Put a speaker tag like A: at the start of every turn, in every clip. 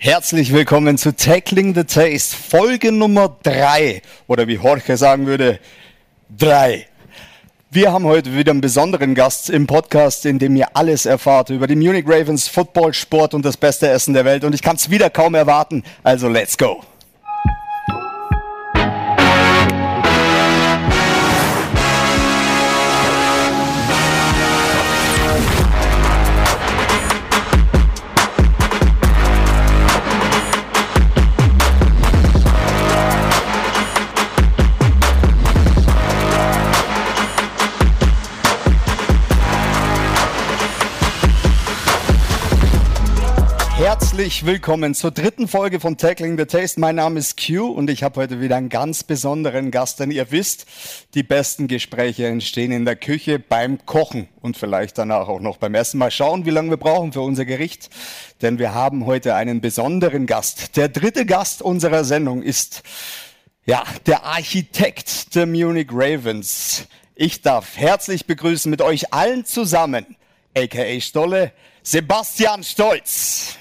A: Herzlich willkommen zu Tackling the Taste, Folge Nummer 3 oder wie Jorge sagen würde, 3. Wir haben heute wieder einen besonderen Gast im Podcast, in dem ihr alles erfahrt über die Munich Ravens, Football, Sport und das beste Essen der Welt. Und ich kann es wieder kaum erwarten, also let's go. Herzlich willkommen zur dritten Folge von Tackling the Taste. Mein Name ist Q und ich habe heute wieder einen ganz besonderen Gast, denn ihr wisst, die besten Gespräche entstehen in der Küche beim Kochen und vielleicht danach auch noch beim Essen. Mal schauen, wie lange wir brauchen für unser Gericht, denn wir haben heute einen besonderen Gast. Der dritte Gast unserer Sendung ist ja, der Architekt der Munich Ravens. Ich darf herzlich begrüßen mit euch allen zusammen, aka Stolle, Sebastian Stolz.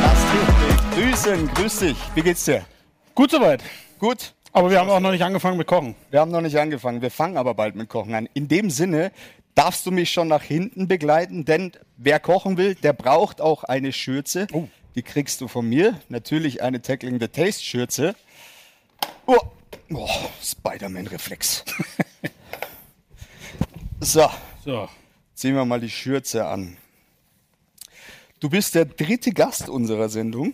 A: Basti, Grüßen, grüß dich. Wie geht's dir?
B: Gut soweit.
A: Gut?
B: Aber wir haben auch noch nicht angefangen mit Kochen.
A: Wir haben noch nicht angefangen. Wir fangen aber bald mit Kochen an. In dem Sinne darfst du mich schon nach hinten begleiten, denn wer kochen will, der braucht auch eine Schürze.
B: Oh.
A: Die kriegst du von mir. Natürlich eine Tackling the Taste Schürze. Oh, oh Spider-Man-Reflex. so,
B: So.
A: ziehen wir mal die Schürze an. Du bist der dritte Gast unserer Sendung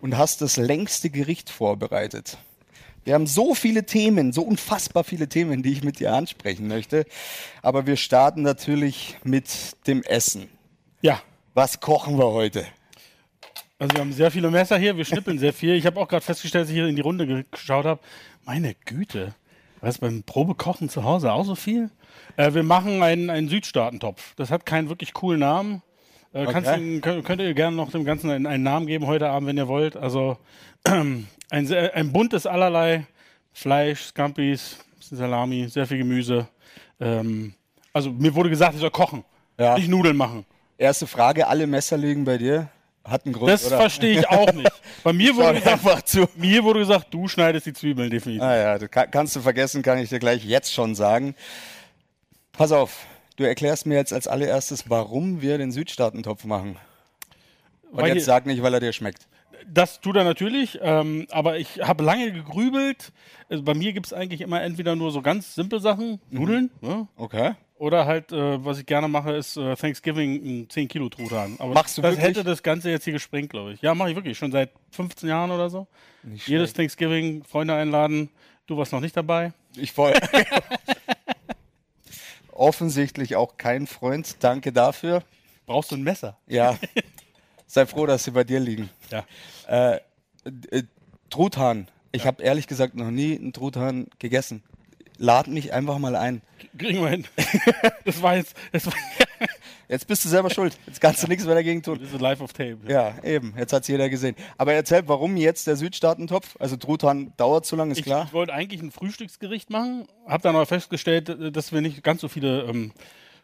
A: und hast das längste Gericht vorbereitet. Wir haben so viele Themen, so unfassbar viele Themen, die ich mit dir ansprechen möchte. Aber wir starten natürlich mit dem Essen.
B: Ja.
A: Was kochen wir heute?
B: Also wir haben sehr viele Messer hier, wir schnippeln sehr viel. Ich habe auch gerade festgestellt, als ich hier in die Runde ge- geschaut habe, meine Güte, was beim Probekochen zu Hause auch so viel? Äh, wir machen einen, einen Südstaatentopf. Das hat keinen wirklich coolen Namen. Äh, kannst
A: Okay.
B: du ihm- kö- könnt ihr gerne noch dem Ganzen einen, einen Namen geben heute Abend, wenn ihr wollt. Also ein, sehr- ein buntes allerlei Fleisch, Scampis, bisschen Salami, sehr viel Gemüse. Ähm, also mir wurde gesagt, ich soll kochen,
A: Ja.
B: nicht Nudeln machen.
A: Erste Frage, alle Messer liegen bei dir. Hat einen Grund,
B: Das
A: oder?
B: verstehe ich auch nicht. Bei mir wurde
A: Schau dir
B: gesagt,
A: einfach zu.
B: Mir wurde gesagt, du schneidest die Zwiebeln definitiv.
A: Ah ja, du ka- kannst du vergessen, kann ich dir gleich jetzt schon sagen. Pass auf, du erklärst mir jetzt als allererstes, warum wir den Südstaatentopf machen. Und
B: Weil
A: jetzt
B: hier-
A: sag nicht, weil er dir schmeckt.
B: das tut er natürlich, ähm, aber ich habe lange gegrübelt. Also bei mir gibt es eigentlich immer entweder nur so ganz simple Sachen,
A: Mhm.
B: Nudeln, ne?
A: Okay.
B: oder halt, äh, was ich gerne mache, ist äh, Thanksgiving ein 10 Kilo Truthahn. Aber
A: Machst du
B: das
A: wirklich?
B: hätte das Ganze jetzt hier gesprengt, glaube ich. Ja, mache ich wirklich, schon seit 15 Jahren oder so. Jedes Thanksgiving Freunde einladen. Du warst noch nicht dabei.
A: Ich voll. Offensichtlich auch kein Freund. Danke dafür.
B: Brauchst du ein Messer?
A: Ja. Sei froh, dass sie bei dir liegen.
B: Ja.
A: Äh, Truthahn. Ich habe ehrlich gesagt noch nie einen Truthahn gegessen. Lad mich einfach mal ein.
B: Kriegen wir hin. das war jetzt, das war
A: Jetzt bist du selber schuld. Jetzt kannst du nichts mehr dagegen tun.
B: das ist live of tape.
A: Ja, eben. Jetzt hat es jeder gesehen. Aber erzähl, warum jetzt der Südstaatentopf? Also Truthahn dauert zu lange, ist
B: Ich,
A: klar.
B: ich wollte eigentlich ein Frühstücksgericht machen, habe dann aber festgestellt, äh, dass wir nicht ganz so viele ähm,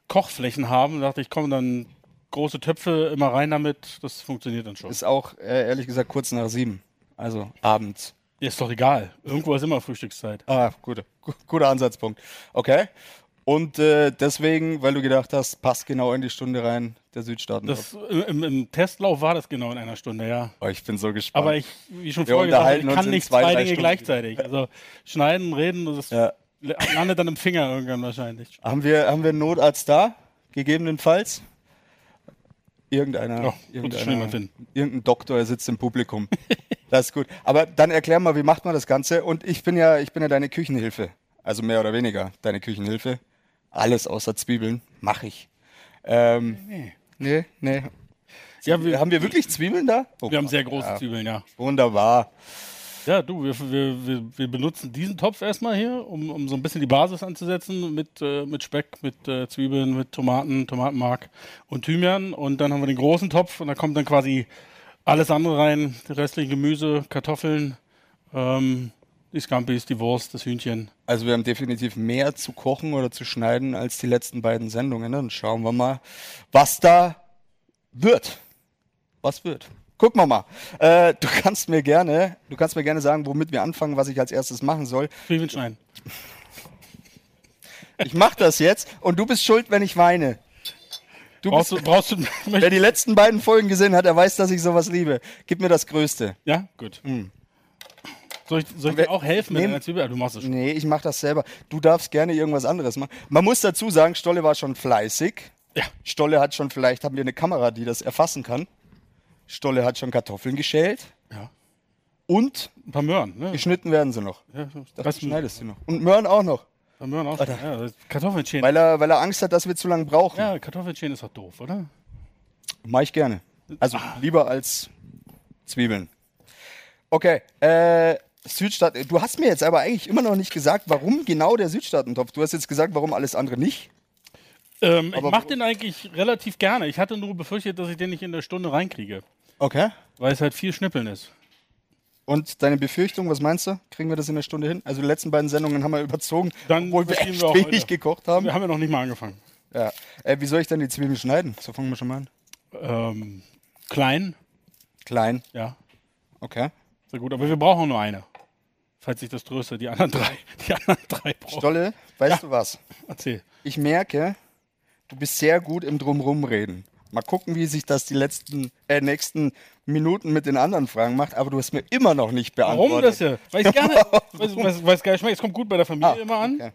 B: Kochflächen haben. Da dachte ich, komm, dann große Töpfe immer rein damit, das funktioniert dann schon. Ist,
A: Ist auch äh, ehrlich gesagt kurz nach sieben. Also abends.
B: ist doch egal, irgendwo ist immer Frühstückszeit.
A: Ah, guter, gu- guter Ansatzpunkt. Okay. Und äh, deswegen, weil du gedacht hast, passt genau in die Stunde rein, der Südstaatentopf.
B: Das, äh, im, Im Testlauf war das genau in einer Stunde, ja.
A: oh, ich bin so gespannt.
B: Aber ich, wie schon
A: Wir
B: vorher gesagt, habe,
A: unterhalten
B: ich
A: uns
B: kann
A: in
B: nicht
A: zwei,
B: zwei,
A: drei
B: Dinge
A: Stunden.
B: gleichzeitig. Also schneiden, reden, das
A: Ja.
B: le- landet dann im Finger irgendwann wahrscheinlich.
A: haben, wir, haben wir einen Notarzt da? Gegebenenfalls? Irgendeiner.
B: Ja, wird schon jemand finden.
A: irgendein Doktor, der sitzt im Publikum. das ist gut. Aber dann erklär mal, wie macht man das Ganze? Und ich bin ja, ich bin ja deine Küchenhilfe. Also mehr oder weniger deine Küchenhilfe. Alles außer Zwiebeln mache ich. Ähm, nee. Nee, nee.
B: Ja, wir,
A: haben wir wirklich Zwiebeln da? Oh,
B: wir haben sehr
A: Gott,
B: große
A: ja.
B: Zwiebeln, ja.
A: Wunderbar.
B: Ja, du, wir, wir, wir, wir benutzen diesen Topf erstmal hier, um, um so ein bisschen die Basis anzusetzen mit, äh, mit Speck, mit äh, Zwiebeln, mit Tomaten, Tomatenmark und Thymian. Und dann haben wir den großen Topf und da kommt dann quasi alles andere rein, die restlichen Gemüse, Kartoffeln, ähm, die Scampis, die Wurst, das Hühnchen.
A: Also wir haben definitiv mehr zu kochen oder zu schneiden als die letzten beiden Sendungen. Dann schauen wir mal, was da wird. Was wird. Gucken wir mal. Äh, du kannst mir gerne, du kannst mir gerne sagen, womit wir anfangen, was ich als erstes machen soll.
B: Zwiebeln schneiden.
A: Ich mache das jetzt und du bist schuld, wenn ich weine. Du
B: Brauchst
A: bist,
B: du, brauchst du,
A: wer die letzten beiden Folgen gesehen hat, der weiß, dass ich sowas liebe. Gib mir das Größte.
B: ja, gut. Soll ich, soll ich dir auch helfen mit
A: Hm. Nehmen- Hm.
B: einer Zwiebel? Ah, Du machst es schon.
A: Nee, ich mache das selber. Du darfst gerne irgendwas anderes machen. Man muss dazu sagen, Stolle war schon fleißig.
B: Ja.
A: Stolle hat schon, vielleicht haben wir eine Kamera, die das erfassen kann. Stolle hat schon Kartoffeln geschält.
B: Ja.
A: Und
B: Ein paar Möhren. Ne?
A: geschnitten werden sie noch.
B: Ja,
A: Das
B: was ein
A: schneidest du noch. Und Möhren auch noch.
B: paar Möhren auch. schon. Ja, Kartoffelschälen.
A: Weil er, weil er Angst hat, dass wir zu lange brauchen.
B: Ja, Kartoffelschälen ist doch doof, oder?
A: Mach ich gerne. Also
B: Ah.
A: lieber als Zwiebeln. Okay, äh, Südstaat. Du hast mir jetzt aber eigentlich immer noch nicht gesagt, warum genau der Südstaatentopf. Du hast jetzt gesagt, warum alles andere nicht.
B: Ähm, ich
A: Aber-
B: mache den eigentlich relativ gerne. Ich hatte nur befürchtet, dass ich den nicht in der Stunde reinkriege,
A: Okay.
B: weil es halt viel Schnippeln ist.
A: Und deine Befürchtung, was meinst du? Kriegen wir das in einer Stunde hin? Also die letzten beiden Sendungen haben wir überzogen,
B: Dann
A: obwohl wir
B: bestimmen
A: echt
B: wir auch
A: wenig
B: heute.
A: gekocht haben.
B: Wir haben ja noch nicht mal angefangen.
A: Ja. Äh, wie soll ich denn die Zwiebeln schneiden? So fangen wir schon mal an.
B: Ähm, klein,
A: Klein,
B: ja,
A: okay.
B: sehr gut. Aber wir brauchen nur eine, falls ich das tröste. Die anderen drei, die anderen drei brauchen.
A: Oh. Stolle, weißt du was?
B: Erzähl.
A: Ich merke, du bist sehr gut im Drumrumreden. Mal gucken, wie sich das die letzten, äh, nächsten Minuten mit den anderen Fragen macht, aber du hast mir immer noch nicht beantwortet.
B: Warum das hier? Weil ich gerne, weil, weil, weil es geil schmeckt. Es kommt gut bei der Familie
A: Ah,
B: immer an.
A: okay.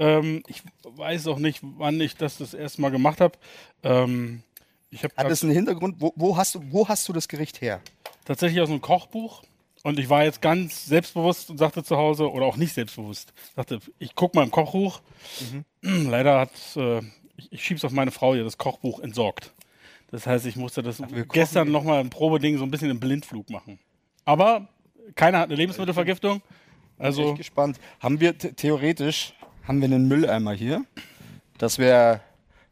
B: Ähm, ich weiß auch nicht, wann ich das das erste Mal gemacht habe. Ähm, ich habe
A: Hat das einen Hintergrund? Wo, wo, hast du, wo hast du das Gericht her?
B: tatsächlich aus einem Kochbuch und ich war jetzt ganz selbstbewusst und sagte zu Hause, oder auch nicht selbstbewusst, sagte, ich guck mal im Kochbuch. Leider hat, äh, ich, ich schieb's auf meine Frau hier, das Kochbuch entsorgt. Das heißt, ich musste das gestern nochmal im Probeding so ein bisschen im Blindflug machen. Aber keiner hat eine Lebensmittelvergiftung.
A: Bin
B: Also,
A: echt gespannt. Haben wir the- theoretisch haben wir einen Mülleimer hier? Das wäre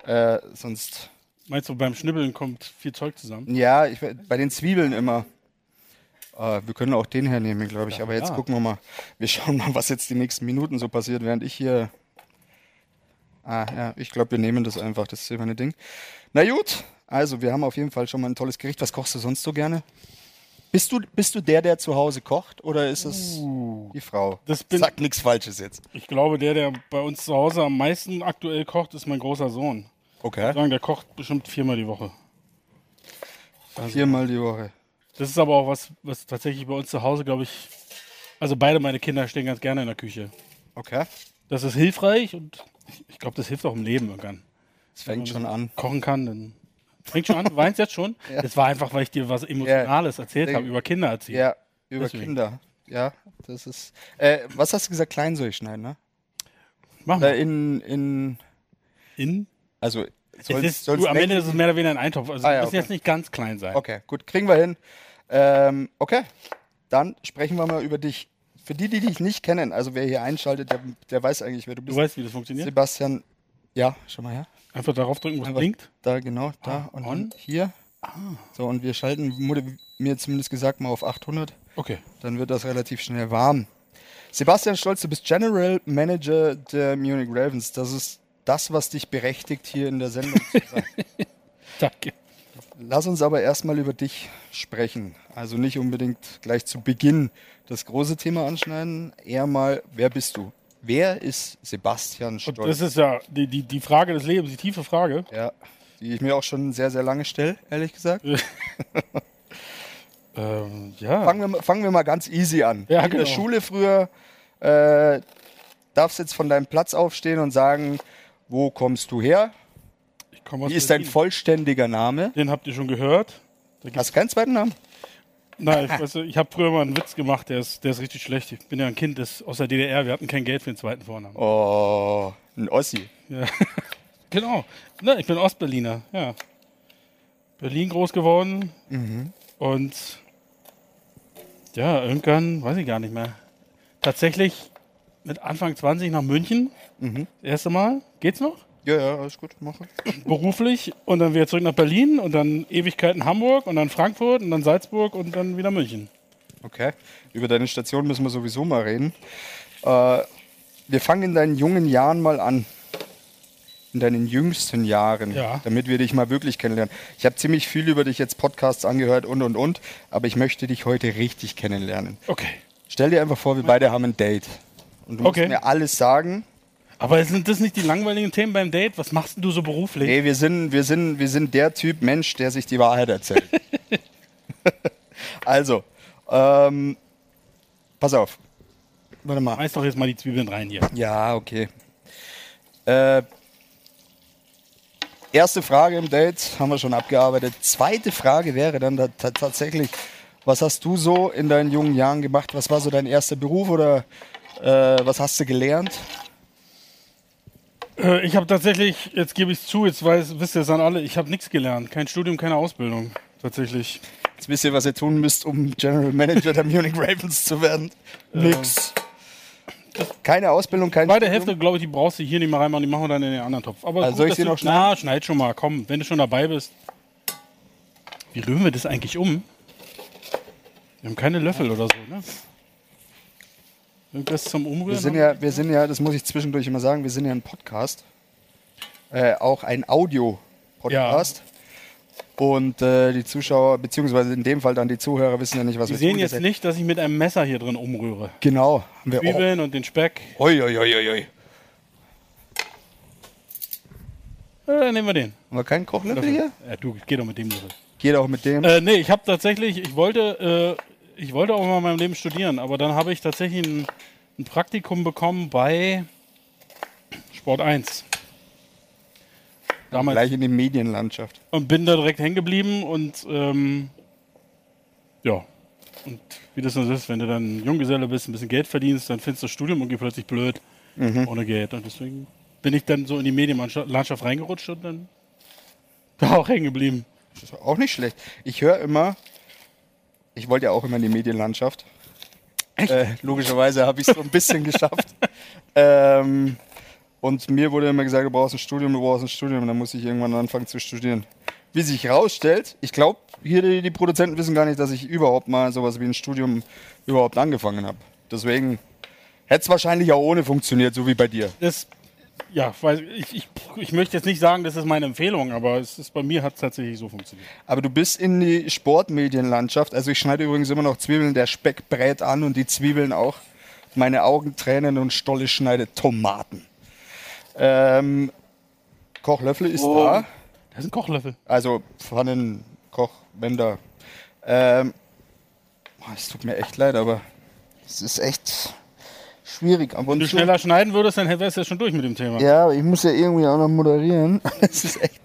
A: äh, sonst
B: meinst du, beim Schnibbeln kommt viel Zeug zusammen?
A: ja ich, wär- bei den Zwiebeln immer. Äh, wir können auch den hernehmen, glaube ich. Aber jetzt
B: ja.
A: gucken wir mal. Wir schauen mal, was jetzt die nächsten Minuten so passiert, während ich hier. Ah ja, ich glaube, wir nehmen das einfach. Das ist immer ein Ding. Na gut, also wir haben auf jeden Fall schon mal ein tolles Gericht. Was kochst du sonst so gerne? Bist du, bist du der, der zu Hause kocht oder ist es die Frau?
B: Uh. Das bin-
A: Sag nichts Falsches jetzt.
B: Ich glaube, der, der bei uns zu Hause am meisten aktuell kocht, ist mein großer Sohn.
A: Okay.
B: Ich würde sagen, der kocht bestimmt viermal die Woche.
A: Viermal die Woche.
B: Das ist aber auch was, was tatsächlich bei uns zu Hause, glaube ich. Also beide meine Kinder stehen ganz gerne in der Küche.
A: Okay.
B: Das ist hilfreich und ich, ich glaube, das hilft auch im Leben irgendwann.
A: Es
B: Also
A: fängt schon an.
B: Kochen kann, dann. Fängt schon an, du weinst jetzt schon. Das war einfach, weil ich dir was Emotionales erzählt habe, über Kinder erziehen.
A: Ja, über
B: Deswegen.
A: Kinder. Ja, das ist. Äh, was hast du gesagt? Klein soll ich schneiden, ne?
B: Mach mal.
A: Äh, in, in.
B: In.
A: Also.
B: Es
A: Soll's,
B: ist,
A: soll's
B: du, am
A: neck-
B: Ende ist es mehr oder weniger ein Eintopf. Also
A: Ah,
B: ah,
A: ja,
B: muss
A: okay.
B: jetzt nicht ganz klein sein.
A: Okay, gut, kriegen wir hin. Ähm, okay, dann sprechen wir mal über dich. Für die, die dich nicht kennen, also wer hier einschaltet, der, der weiß eigentlich, wer du
B: Du
A: bist.
B: weißt, wie das funktioniert.
A: Sebastian. Ja, schon mal her.
B: Einfach darauf drücken, wo es
A: Einfach
B: blinkt.
A: Da, genau, da
B: Ah,
A: und dann hier. So, und wir schalten, wurde mir zumindest gesagt, mal auf 800.
B: Okay.
A: dann wird das relativ schnell warm. Sebastian Stolz, du bist General Manager der Munich Ravens. Das ist das, was dich berechtigt, hier in der Sendung zu sein.
B: Danke.
A: Lass uns aber erstmal über dich sprechen. Also nicht unbedingt gleich zu Beginn das große Thema anschneiden, eher mal, wer bist du? Wer ist Sebastian
B: Und
A: Stolz?
B: das ist ja die, die, die Frage des Lebens, die tiefe Frage.
A: ja, die ich mir auch schon sehr, sehr lange stelle, ehrlich gesagt.
B: Ähm, ja.
A: Fangen wir, mal- fangen wir mal ganz easy an.
B: Ja,
A: in der
B: genau.
A: Schule früher äh, darfst jetzt von deinem Platz aufstehen und sagen, wo kommst du her?
B: ich komm aus
A: Wie ist dein
B: Berlin.
A: vollständiger Name?
B: Den habt ihr schon gehört. Da gibt's,
A: Hast keinen zweiten Namen?
B: nein, ich, weißt du, ich habe früher mal einen Witz gemacht, der ist, der ist richtig schlecht. Ich bin ja ein Kind des, aus der DDR, wir hatten kein Geld für den zweiten Vornamen.
A: Oh, ein Ossi.
B: Genau. Ne, ich bin Ostberliner, ja. Berlin groß geworden. Und ja, irgendwann, weiß ich gar nicht mehr. Tatsächlich mit Anfang 20 nach München. Das erste Mal. Geht's noch?
A: Ja, ja, alles gut, mache.
B: beruflich und dann wieder zurück nach Berlin und dann Ewigkeiten Hamburg und dann Frankfurt und dann Salzburg und dann wieder München.
A: Okay. Über deine Station müssen wir sowieso mal reden. Äh, wir fangen in deinen jungen Jahren mal an. In deinen jüngsten Jahren,
B: Ja.
A: damit wir dich mal wirklich kennenlernen. Ich habe ziemlich viel über dich jetzt Podcasts angehört und und und, aber ich möchte dich heute richtig kennenlernen.
B: Okay.
A: Stell dir einfach vor, wir beide haben ein Date. Und du
B: Okay.
A: musst mir alles sagen.
B: Aber sind das nicht die langweiligen Themen beim Date? Was machst denn du so beruflich?
A: Nee, wir sind, wir sind, wir sind der Typ Mensch, der sich die Wahrheit erzählt. also, ähm, pass auf. Warte mal.
B: Reiß doch jetzt mal die Zwiebeln rein hier.
A: Ja, okay. Äh, erste Frage im Date haben wir schon abgearbeitet. Zweite Frage wäre dann da ta- tatsächlich, was hast du so in deinen jungen Jahren gemacht? Was war so dein erster Beruf oder äh, was hast du gelernt?
B: Äh, ich habe tatsächlich, jetzt gebe ich es zu, jetzt weiß, wisst ihr es an alle, ich habe nichts gelernt. Kein Studium, keine Ausbildung. Tatsächlich.
A: Jetzt wisst ihr, was ihr tun müsst, um General Manager der Munich Ravens zu werden. Nix. Keine Ausbildung, kein
B: Ähm. Zweite
A: Studium.
B: Hälfte, glaube ich, die brauchst du hier nicht mal reinmachen, die machen wir dann in den anderen Topf. Aber
A: Also soll ich
B: dass
A: sie
B: du-
A: noch schneiden?
B: Na, schneid schon mal, komm, wenn du schon dabei bist. Wie rühren wir das eigentlich um? Wir haben keine Löffel oder so, ne? Irgendwas zum Umrühren?
A: Wir sind
B: haben?
A: ja, wir sind ja, das muss ich zwischendurch immer sagen, wir sind ja ein Podcast. Äh, auch ein Audio-Podcast. Und äh, die Zuschauer, beziehungsweise in dem Fall dann die Zuhörer, wissen ja nicht, was
B: Die
A: wir
B: sehen
A: tun.
B: jetzt nicht, dass ich mit einem Messer hier drin umrühre.
A: Genau. Haben wir auch.
B: Zwiebeln und den Speck.
A: Oi, oi, oi, oi, oi.
B: Äh, dann nehmen wir den.
A: Haben wir keinen Kochlöffel hier?
B: Ja, du, geh doch mit dem Löffel.
A: Geht auch mit dem.
B: Äh, nee, ich habe tatsächlich, ich wollte, äh, ich wollte auch mal in meinem Leben studieren, aber dann habe ich tatsächlich ein, ein Praktikum bekommen bei Sport 1. Damals.
A: Gleich in die Medienlandschaft.
B: Und bin da direkt hängen geblieben und ähm, ja. Und wie das so ist, wenn du dann Junggeselle bist, ein bisschen Geld verdienst, dann findest du das Studium irgendwie plötzlich blöd ohne Geld. Und deswegen bin ich dann so in die Medienlandschaft reingerutscht und dann da auch hängen geblieben.
A: Das ist auch nicht schlecht. Ich höre immer, ich wollte ja auch immer in die Medienlandschaft. Äh, logischerweise habe ich es so ein bisschen geschafft. Ähm, und mir wurde immer gesagt, du brauchst ein Studium, du brauchst ein Studium. Und dann muss ich irgendwann anfangen zu studieren. Wie sich herausstellt, ich glaube, hier die, die Produzenten wissen gar nicht, dass ich überhaupt mal sowas wie ein Studium überhaupt angefangen habe. Deswegen hätte es wahrscheinlich auch ohne funktioniert, so wie bei dir.
B: Das, ja, weiß ich, ich, ich möchte jetzt nicht sagen, das ist meine Empfehlung, aber es ist, bei mir hat es tatsächlich so funktioniert.
A: Aber du bist in die Sportmedienlandschaft. Also ich schneide übrigens immer noch Zwiebeln, der Speck brät an und die Zwiebeln auch. Meine Augen tränen und Stolle schneidet Tomaten. Ähm, Kochlöffel ist
B: Oh.
A: da.
B: Das ist ein Kochlöffel.
A: Also Pfannen, Koch, Wender. Ähm, boah, es tut mir echt leid, aber es ist echt schwierig. Ab und
B: Wenn du
A: zu-
B: schneller schneiden würdest, dann wärst du ja schon durch mit dem Thema.
A: ja, aber ich muss ja irgendwie auch noch moderieren. Es ist echt.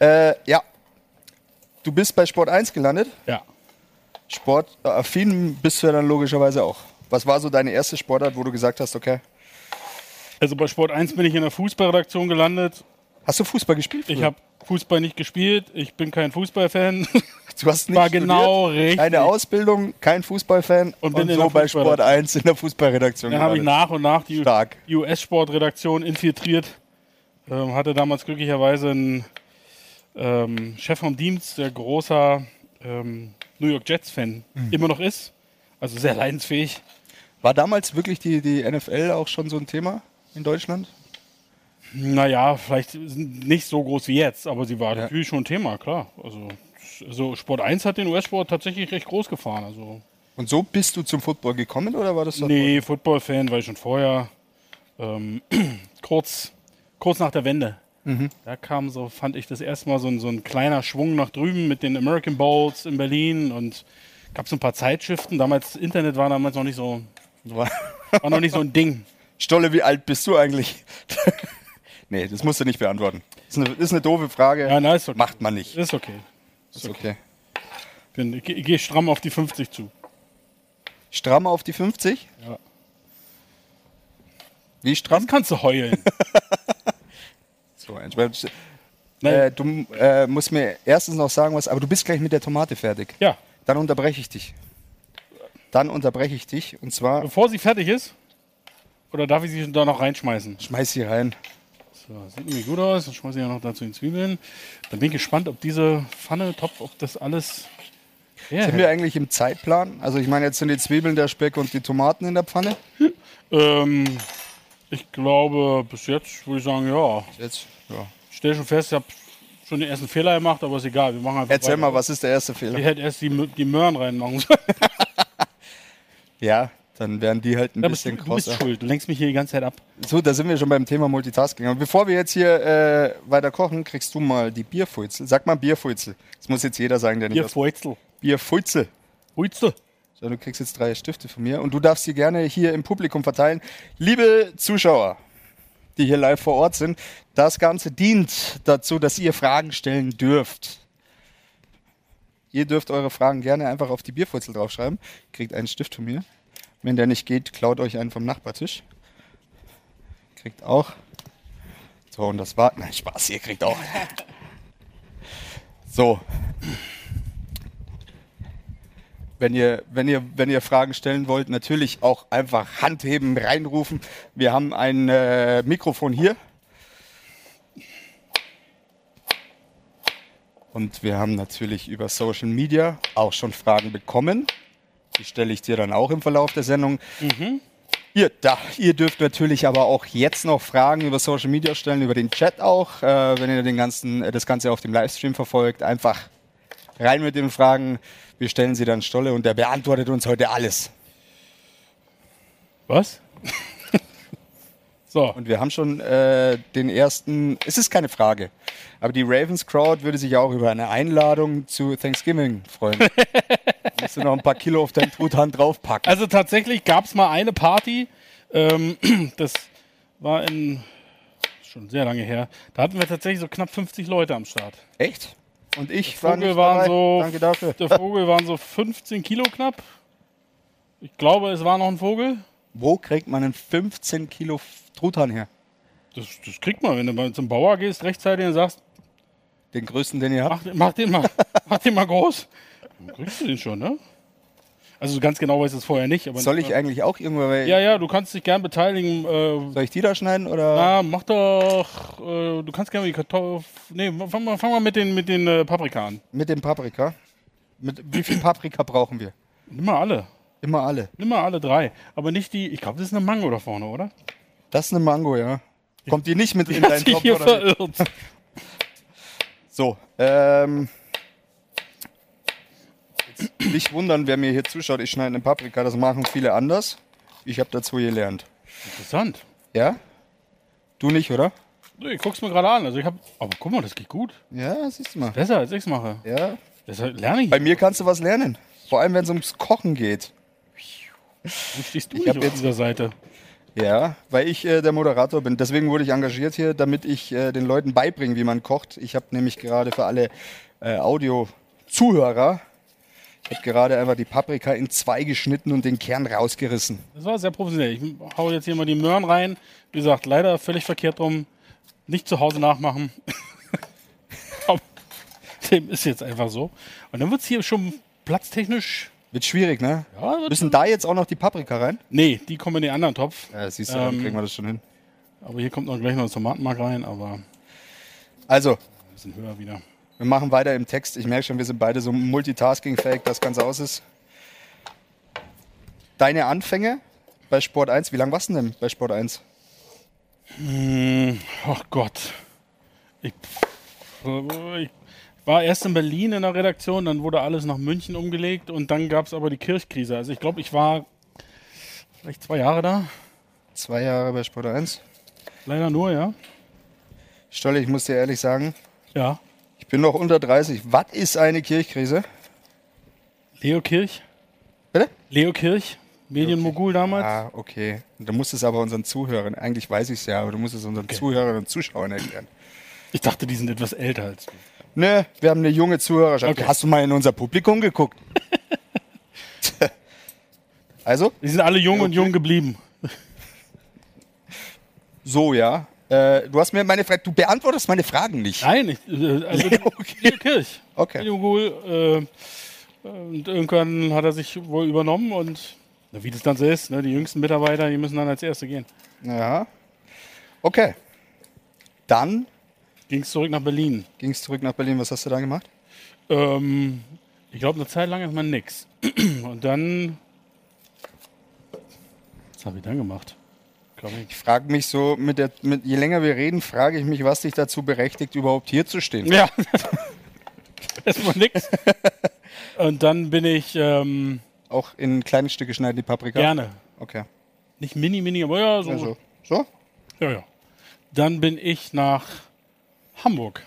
A: Äh, ja. Du bist bei Sport 1 gelandet.
B: ja.
A: Sportaffin bist du ja dann logischerweise auch. Was war so deine erste Sportart, wo du gesagt hast, okay,
B: Also bei Sport 1 bin ich in der Fußballredaktion gelandet.
A: hast du Fußball gespielt?
B: Ich
A: früher?
B: habe Fußball nicht gespielt. Ich bin kein Fußballfan.
A: du hast nicht
B: war
A: studiert,
B: genau richtig.
A: Keine Ausbildung, kein Fußballfan und,
B: Und bin in
A: so
B: der
A: bei Sport 1 in der Fußballredaktion.
B: Dann habe ich
A: gelandet.
B: nach und nach die
A: Stark.
B: US-Sportredaktion infiltriert. Ähm, hatte damals glücklicherweise einen ähm, Chef vom Dienst, der großer ähm, New York Jets-Fan
A: Mhm.
B: immer noch ist. Also sehr leidensfähig.
A: War damals wirklich die, die NFL auch schon so ein Thema in Deutschland?
B: Naja, vielleicht nicht so groß wie jetzt, aber sie war
A: Ja.
B: natürlich schon ein Thema, klar. Also, also Sport 1 hat den US-Sport tatsächlich recht groß gefahren. Also
A: Und so bist du zum Football gekommen oder war das dann-
B: Nee, Football-Fan war ich schon vorher. Ähm, kurz, kurz nach der Wende. Da kam so, fand ich das erstmal so ein, so ein kleiner Schwung nach drüben mit den American Bowls in Berlin und gab so ein paar Zeitschriften. Damals, Internet war damals noch nicht so, war noch nicht so ein Ding.
A: Stolle, wie alt bist du eigentlich? nee, das musst du nicht beantworten. Das ist eine, ist eine doofe Frage.
B: Ja, na, ist okay.
A: Macht man nicht.
B: Ist okay.
A: Ist okay.
B: Ich, bin- ich, ich gehe stramm auf die 50 zu.
A: Stramm auf die 50?
B: Ja.
A: Wie
B: Das
A: stramm?
B: kannst du heulen.
A: So, entspannt.
B: Nein,
A: Äh, du äh, musst mir erstens noch sagen was, aber du bist gleich mit der Tomate fertig.
B: ja,
A: Dann unterbreche ich dich. Dann unterbreche ich dich und zwar
B: bevor sie fertig ist, oder darf ich sie da noch reinschmeißen?
A: schmeiß sie rein.
B: So, sieht nämlich gut aus. Dann schmeiße ich ja noch dazu die Zwiebeln. Dann bin ich gespannt, ob diese Pfanne, Topf, ob das alles. Ja.
A: Sind wir eigentlich im Zeitplan? Also ich meine, jetzt sind die Zwiebeln, der Speck und die Tomaten in der Pfanne.
B: Ähm, ich glaube, bis jetzt würde ich sagen, ja.
A: Jetzt, ja.
B: Ich stelle schon fest, ich habe schon den ersten Fehler gemacht, aber ist egal. Wir machen einfach
A: Erzähl
B: weiter.
A: mal, was ist der erste
B: Ich
A: Fehler?
B: hätte erst die, Mö- die Möhren reinmachen sollen.
A: Ja, dann wären die halt ein
B: Da bist du,
A: bisschen
B: du bist
A: krosser.
B: schuld. Du lenkst mich hier die ganze Zeit ab.
A: So, da sind wir schon beim Thema Multitasking. Und bevor wir jetzt hier äh, weiter kochen, kriegst du mal die Bierfurzel. Sag mal Bierfurzel. Das muss jetzt jeder sagen, der nicht
B: Hier,
A: aus
B: Feuzel.
A: Bierfurzel.
B: Huizel.
A: So, du kriegst jetzt drei Stifte von mir und du darfst sie gerne hier im Publikum verteilen. Liebe Zuschauer, die hier live vor Ort sind, das Ganze dient dazu, dass ihr Fragen stellen dürft. Ihr dürft eure Fragen gerne einfach auf die Bierfurzel draufschreiben. Kriegt einen Stift von mir. Wenn der nicht geht, klaut euch einen vom Nachbartisch. Kriegt auch. So, und das war. Nein, Spaß, ihr kriegt auch. So, wenn ihr, wenn ihr, wenn ihr Fragen stellen wollt, natürlich auch einfach Hand heben, reinrufen. Wir haben ein äh, Mikrofon hier. Und wir haben natürlich über Social Media auch schon Fragen bekommen. Die stelle ich dir dann auch im Verlauf der Sendung. Ihr, da, ihr dürft natürlich aber auch jetzt noch Fragen über Social Media stellen, über den Chat auch. Äh, wenn ihr den ganzen, das Ganze auf dem Livestream verfolgt, einfach rein mit den Fragen. Wir stellen sie dann Stolle und der beantwortet uns heute alles.
B: Was? so.
A: Und wir haben schon äh, den ersten, es ist keine Frage, aber die Ravens Crowd würde sich auch über eine Einladung zu Thanksgiving freuen. Musst du noch ein paar Kilo auf deinen Truthahn draufpacken.
B: Also tatsächlich gab es mal eine Party, ähm, das war in schon sehr lange her. Da hatten wir tatsächlich so knapp 50 Leute am Start.
A: Echt? Und ich war
B: Vogel
A: nicht
B: waren
A: dabei.
B: so,
A: Danke dafür.
B: Der Vogel waren so 15 Kilo knapp. Ich glaube, es war noch ein Vogel.
A: Wo kriegt man einen 15 Kilo Truthahn her?
B: Das, das kriegt man, wenn du mal zum Bauer gehst, rechtzeitig und sagst,
A: Den größten, den ihr habt?
B: mach, den- mach den mal, mach den mal groß. Dann kriegst du den schon, ne? Also so ganz genau weiß ich es vorher nicht. Aber
A: Soll ich eigentlich auch irgendwo, weil-
B: Ja, ja, du kannst dich gern beteiligen. Äh,
A: soll ich die da schneiden oder?
B: Ah, mach doch. Äh, du kannst gerne die Kartoffeln. Nee, fang mal, fang mal mit den, mit den äh, Paprika an.
A: Mit dem Paprika? Mit, wie viel Paprika brauchen wir?
B: Nimm mal alle.
A: Immer alle.
B: Nimm mal alle drei. Aber nicht die. Ich glaube, das ist eine Mango da vorne, oder?
A: Das ist eine Mango, ja. Kommt die nicht mit in
B: Hast
A: deinen
B: dich
A: Topf?
B: hier
A: Oder wie?
B: verirrt.
A: So, ähm. Jetzt nicht wundern, wer mir hier zuschaut, ich schneide eine Paprika, das machen viele anders. Ich habe dazu gelernt.
B: Interessant.
A: Ja? Du nicht, oder?
B: Nee, Ich guck's mir gerade an. Also ich hab. Aber guck mal, das geht gut.
A: Ja, siehst du mal.
B: Besser als ich's mache.
A: Ja.
B: Das lerne ich.
A: Bei mir kannst du was lernen. Vor allem, wenn es ums Kochen geht.
B: Warum stehst du
A: ich
B: nicht
A: hab
B: auf
A: jetzt-
B: dieser Seite?
A: Ja, weil ich äh, der Moderator bin. Deswegen wurde ich engagiert hier, damit ich äh, den Leuten beibringe, wie man kocht. Ich habe nämlich gerade für alle äh, Audio-Zuhörer, ich habe gerade einfach die Paprika in zwei geschnitten und den Kern rausgerissen.
B: Das war sehr professionell. Ich hau jetzt hier mal die Möhren rein. Wie gesagt, leider völlig verkehrt rum. Nicht zu Hause nachmachen. Aber Dem ist jetzt einfach so. Und dann wird es hier schon platztechnisch.
A: Wird schwierig, ne?
B: Ja, wird
A: Müssen da jetzt auch noch die Paprika rein? Ähm,
B: nee, die kommen in den anderen Topf.
A: Ja, siehst
B: du, dann kriegen
A: wir das schon hin.
B: Aber hier kommt noch gleich noch das Tomatenmark rein, aber ein
A: Also,
B: bisschen höher wieder.
A: wir machen weiter im Text. Ich merke schon, wir sind beide so multitasking-fähig, das Ganze aus ist. Deine Anfänge bei Sport 1, wie lange warst du denn bei Sport 1?
B: Ach Oh Gott. Ich, ich war erst in Berlin in der Redaktion, dann wurde alles nach München umgelegt und dann gab es aber die Kirchkrise. Also ich glaube, ich war vielleicht zwei Jahre da.
A: Zwei Jahre bei Sport 1.
B: Leider nur, ja.
A: Stolle, ich muss dir ehrlich sagen,
B: Ja.
A: ich bin noch unter 30. Was ist eine Kirchkrise?
B: Leo Kirch.
A: Bitte?
B: Leo Kirch, Medienmogul damals.
A: Ah, okay. Du musst es aber unseren Zuhörern, eigentlich weiß ich es ja, aber du musst es unseren Zuhörern und Zuschauern erklären.
B: Ich dachte, die sind etwas älter als du.
A: Nö, wir haben eine junge Zuhörerschaft.
B: Okay.
A: Hast du mal in unser Publikum geguckt? also,
B: Die sind alle jung und jung geblieben.
A: so ja. Äh, du hast mir meine Frage, du beantwortest meine Fragen nicht.
B: Nein, ich, äh,
A: Leo
B: also Leo
A: Kirch.
B: Kirch. Leo Kirch.
A: Okay.
B: Medienmogul. Äh, und irgendwann hat er sich wohl übernommen und na, wie das dann so ist, ne, die jüngsten Mitarbeiter, die müssen dann als Erste gehen.
A: Ja. Okay. Dann
B: Ging es zurück nach Berlin.
A: ging es zurück nach Berlin. Was hast du da gemacht?
B: Ähm, Ich glaube, eine Zeit lang ist man nix. Und dann. Was habe ich dann gemacht? Glaub ich.
A: Ich frage mich so, mit der, mit, je länger wir reden, frage ich mich, was dich dazu berechtigt, überhaupt hier zu stehen.
B: Ja. Erstmal nix. Und dann bin ich ähm,
A: Auch in kleine Stücke schneiden die Paprika.
B: gerne.
A: Okay.
B: Nicht mini, mini, aber ja, so.
A: Also, so?
B: Ja, ja. Dann bin ich nach Hamburg.